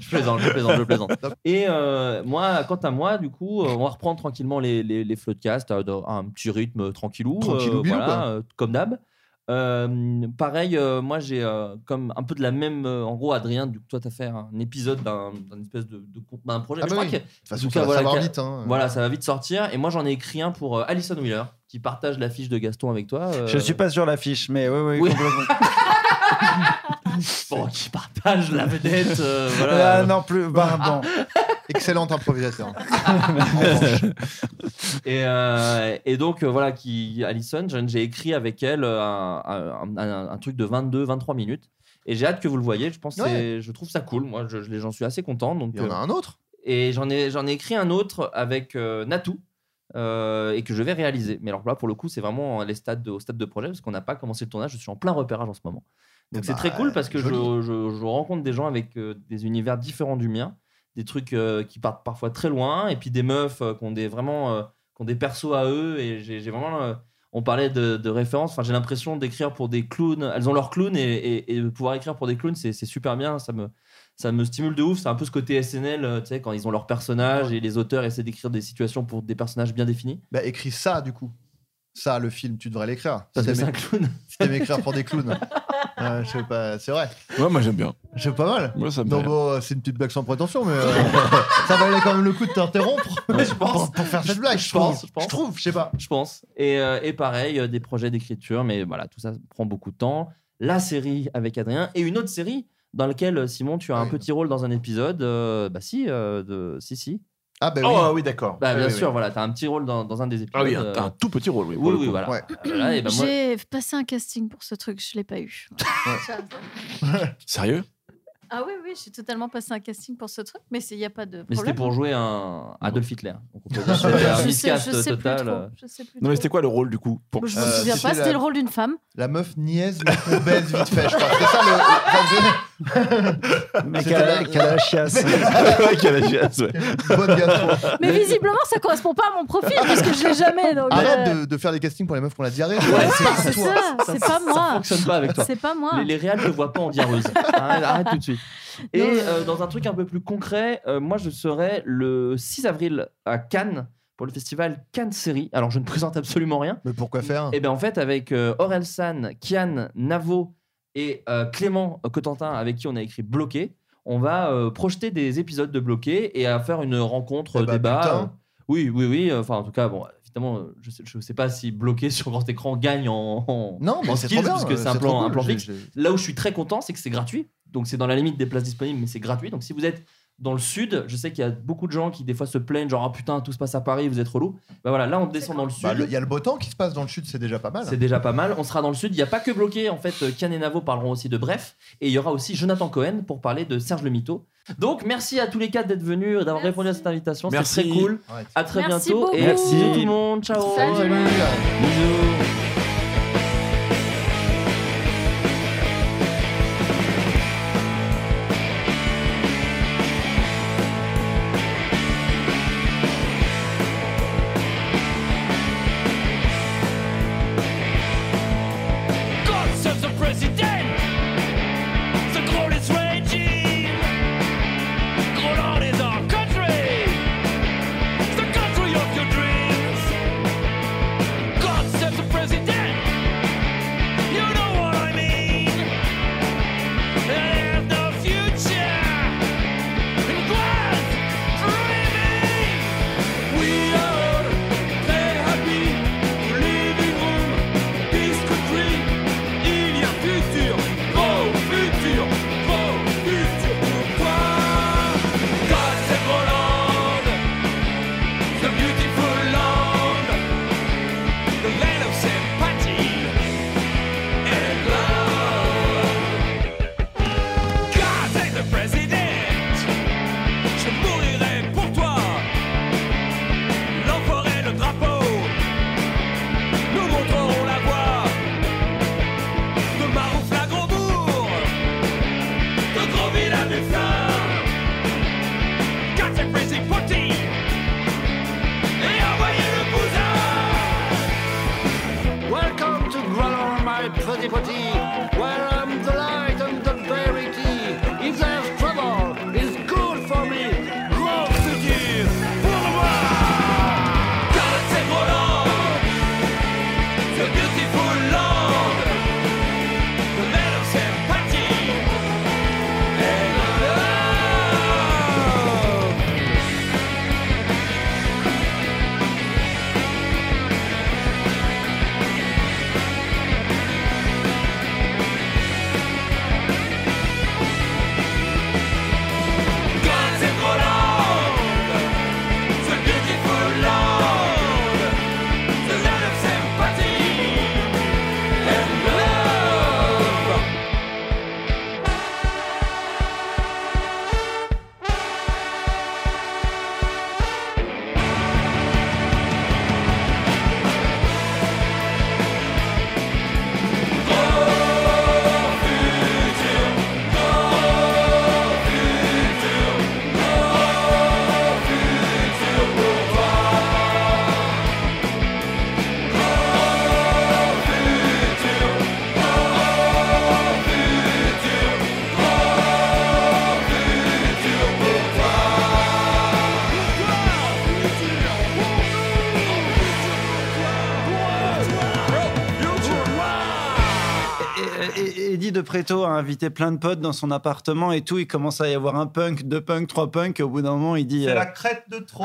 E: Je plaisante, je plaisante, je plaisante. Et euh, moi, quant à moi, du coup, euh, on va reprendre tranquillement les, les, les floodcasts euh, dans un petit rythme euh, tranquillou.
F: Tranquillou
E: euh,
F: bilou,
E: voilà,
F: quoi.
E: euh, comme d'hab. Euh, pareil, euh, moi j'ai euh, comme un peu de la même. euh, en gros, Adrien, du coup, toi, t'as fait un épisode d'un d'un espèce de, de con- d'un projet.
F: Ah
E: mais je
F: bah
E: crois
F: oui.
E: que-
F: toute façon,
E: en tout
F: ça
E: cas,
F: va savoir
E: quel-
F: vite, hein.
E: voilà, ça va vite sortir. Et moi, j'en ai écrit un pour euh, Alison Wheeler, qui partage l'affiche de Gaston avec toi. euh,
H: Je suis pas sur l'affiche, mais oui, oui,
E: Oui.
H: complètement.
E: bon, qui partage la vedette. euh, voilà.
H: Ah, non plus, pardon.
F: Excellent improvisateur.
E: Et, euh, et donc, euh, voilà, qui, Alison, jeune, j'ai écrit avec elle euh, un, un- un- un truc de 22-23 minutes. Et j'ai hâte que vous le voyez. Je pense que
F: Ouais.
E: c'est- je trouve ça cool. Moi, je- je- j'en suis assez content. Donc,
F: Il y en a
E: euh,
F: un autre.
E: et j'en ai, j'en ai écrit un autre avec euh, Natou. euh, et que je vais réaliser. Mais alors là, pour le coup, c'est vraiment les stades de- au stade de projet parce qu'on n'a pas commencé le tournage. Je suis en plein repérage en ce moment. Donc
F: Eh
E: c'est
F: bah,
E: très cool parce que je,
F: joli.
E: je- je rencontre des gens avec euh, des univers différents du mien, des trucs euh, qui partent parfois très loin, et puis des meufs euh, qui ont des vraiment euh, qui ont des persos à eux. Et j'ai j'ai vraiment, euh, on parlait de, de références. Enfin, j'ai l'impression d'écrire pour des clowns. Elles ont leurs clowns et, et- et de pouvoir écrire pour des clowns, c'est c'est super bien. Ça me ça me stimule de ouf. C'est un peu ce côté SNL, euh, tu sais, quand ils ont leurs personnages et les auteurs essaient d'écrire des situations pour des personnages bien définis.
F: Bah, écris ça, du coup. Ça, le film, tu devrais l'écrire. Si
E: Parce que
F: t'aimes-
E: c'est un clown.
F: si t'aimes écrire pour des clowns. Euh, je sais pas, c'est vrai.
J: Ouais, moi j'aime bien.
F: Je sais pas mal.
J: Moi ça me
F: Non,
J: plaît.
F: bon, euh, c'est une petite blague sans prétention, mais euh, ça valait quand même le coup de t'interrompre
E: je pense.
F: pour, pour faire cette blague.
E: Je
F: Je,
E: pense,
F: trouve.
E: je pense.
F: Je trouve, je sais pas.
E: je pense. Et, euh, et pareil, euh, des projets d'écriture, mais voilà, tout ça prend beaucoup de temps. La série avec Adrien et une autre série dans laquelle, euh, Simon, tu as un
F: Oui.
E: petit rôle dans un épisode. euh, bah si, euh, de, si, si.
F: Ah, bah oui.
G: Oh ah oui, d'accord.
E: Bah,
G: Ah
E: bien
G: oui,
E: sûr,
G: oui.
E: voilà, tu as un petit rôle dans, dans un des épisodes.
G: Ah oui, un,
E: euh,
G: un tout petit rôle. Oui, pour
E: oui,
G: le
E: oui,
G: coup.
E: voilà.
F: Ouais.
E: Voilà, et bah, moi,
I: J'ai passé un casting pour ce truc, je l'ai pas eu.
G: Sérieux
I: Ah oui, oui, j'ai totalement passé un casting pour ce truc, mais il n'y a pas de
E: mais c'était
I: problème.
E: pour jouer un Adolf Hitler. Donc, on peut dire que c'était un
I: Ah bah, je sais,
E: miscast
I: je sais plus
E: Euh, total.
I: trop. Je sais plus
J: Non, mais
I: trop.
J: c'était quoi le rôle du coup pour...
I: Bon, Je
F: Euh,
I: me souviens
F: c'était
I: pas,
F: la-
I: c'était le rôle d'une femme.
F: La meuf niaise, mais on baise vite fait, je crois. C'est ça le. enfin,
H: Mais
F: C'était
H: qu'elle
F: la-
H: a, qu'elle a la chiasse.
G: Ouais, qu'elle a chiasse, ouais.
F: c'est une bonne gastro.
I: Mais visiblement, ça correspond pas à mon profil parce que je l'ai jamais. Donc,
F: Arrête
I: euh,
F: de, de faire des castings pour les meufs qu'on a diarrhée.
I: C'est ça, c'est pas
E: Ça
I: moi.
E: fonctionne pas avec toi.
I: C'est pas moi.
E: Les, les réals ne voient pas en diarrhose. arrête, arrête tout de suite. Et euh, dans un truc un peu plus concret, euh, moi je serai le 6 avril à Cannes pour le festival Cannes Série. Alors je ne présente absolument rien.
F: Mais pourquoi faire
E: Et bien en fait avec euh, Aurel San, Kian, Navo et euh, Clément Cotentin avec qui on a écrit Bloqué, on on va euh, projeter des épisodes de bloqués et à faire une rencontre euh, débat.
F: Eh ben, putain.
E: Euh, oui, oui, oui. Enfin, en tout cas, bon, évidemment, euh, je sais, je sais pas si bloqué sur grand écran gagne en, en-
F: Non, mais
E: en
F: c'est
E: skills,
F: trop bien, euh,
E: parce que c'est
F: c'est
E: un plan,
F: trop
E: un
F: cool,
E: plan
F: j'ai-
E: fixe.
F: j'ai-
E: Là où je suis très content, c'est que c'est gratuit. Donc c'est dans la limite des places disponibles, mais c'est gratuit. Donc si vous êtes dans le sud, je sais qu'il y a beaucoup de gens qui des fois se plaignent, genre ah putain tout se passe à Paris, vous êtes relou. Bah voilà, là on descend dans le sud.
F: Bah, le- Il y a le beau temps qui se passe dans le sud, c'est déjà pas mal.
E: C'est déjà pas mal. On sera dans le sud. Il n'y a pas que bloqué. En fait, euh, Kian et Navo parleront aussi de Bref. Et il y aura aussi Jonathan Cohen pour parler de Serge le Mito. Donc, merci à tous les quatre d'être venus et d'avoir répondu à cette invitation. C'est
M: Merci.
E: très cool.
F: Ouais.
E: À très
I: Merci
E: bientôt.
I: beaucoup.
E: Et
M: Merci.
E: bisous tout le monde. Ciao.
I: Salut. Salut.
E: Bisous.
H: God serves the president. The glorious regime. Going on is our country. The country of your dreams. God serves the president. You know what I mean. They have no future. And God's dreaming. We are very happy living room. This country. Il y a futur, beau futur, beau futur pour toi. God save Hollande, the beautiful land, the land of sympathy and love. God save the president, je mourrai pour toi. L'enfoiré, le drapeau, nous montrerons la voie de Marouf à Grandbourg, de Grandville à Buffard, Quatre Freezing Potty, et envoyez le cousin!
N: Welcome to Granola, my pretty potty, where I'm the light and the verity. If there's trouble, it's good for me. Grand futur pour moi.
H: God save Roland, the beautiful land, the land of sympathy and love. God save Roland, the beautiful land, the land of sympathy and love.
O: Et- et- Eddie de Preto a invité plein de potes dans son appartement et tout. Il commence à y avoir un punk, deux punks, trois punks. Et au bout d'un moment, il dit.
F: C'est
O: euh,
F: la crête de trop.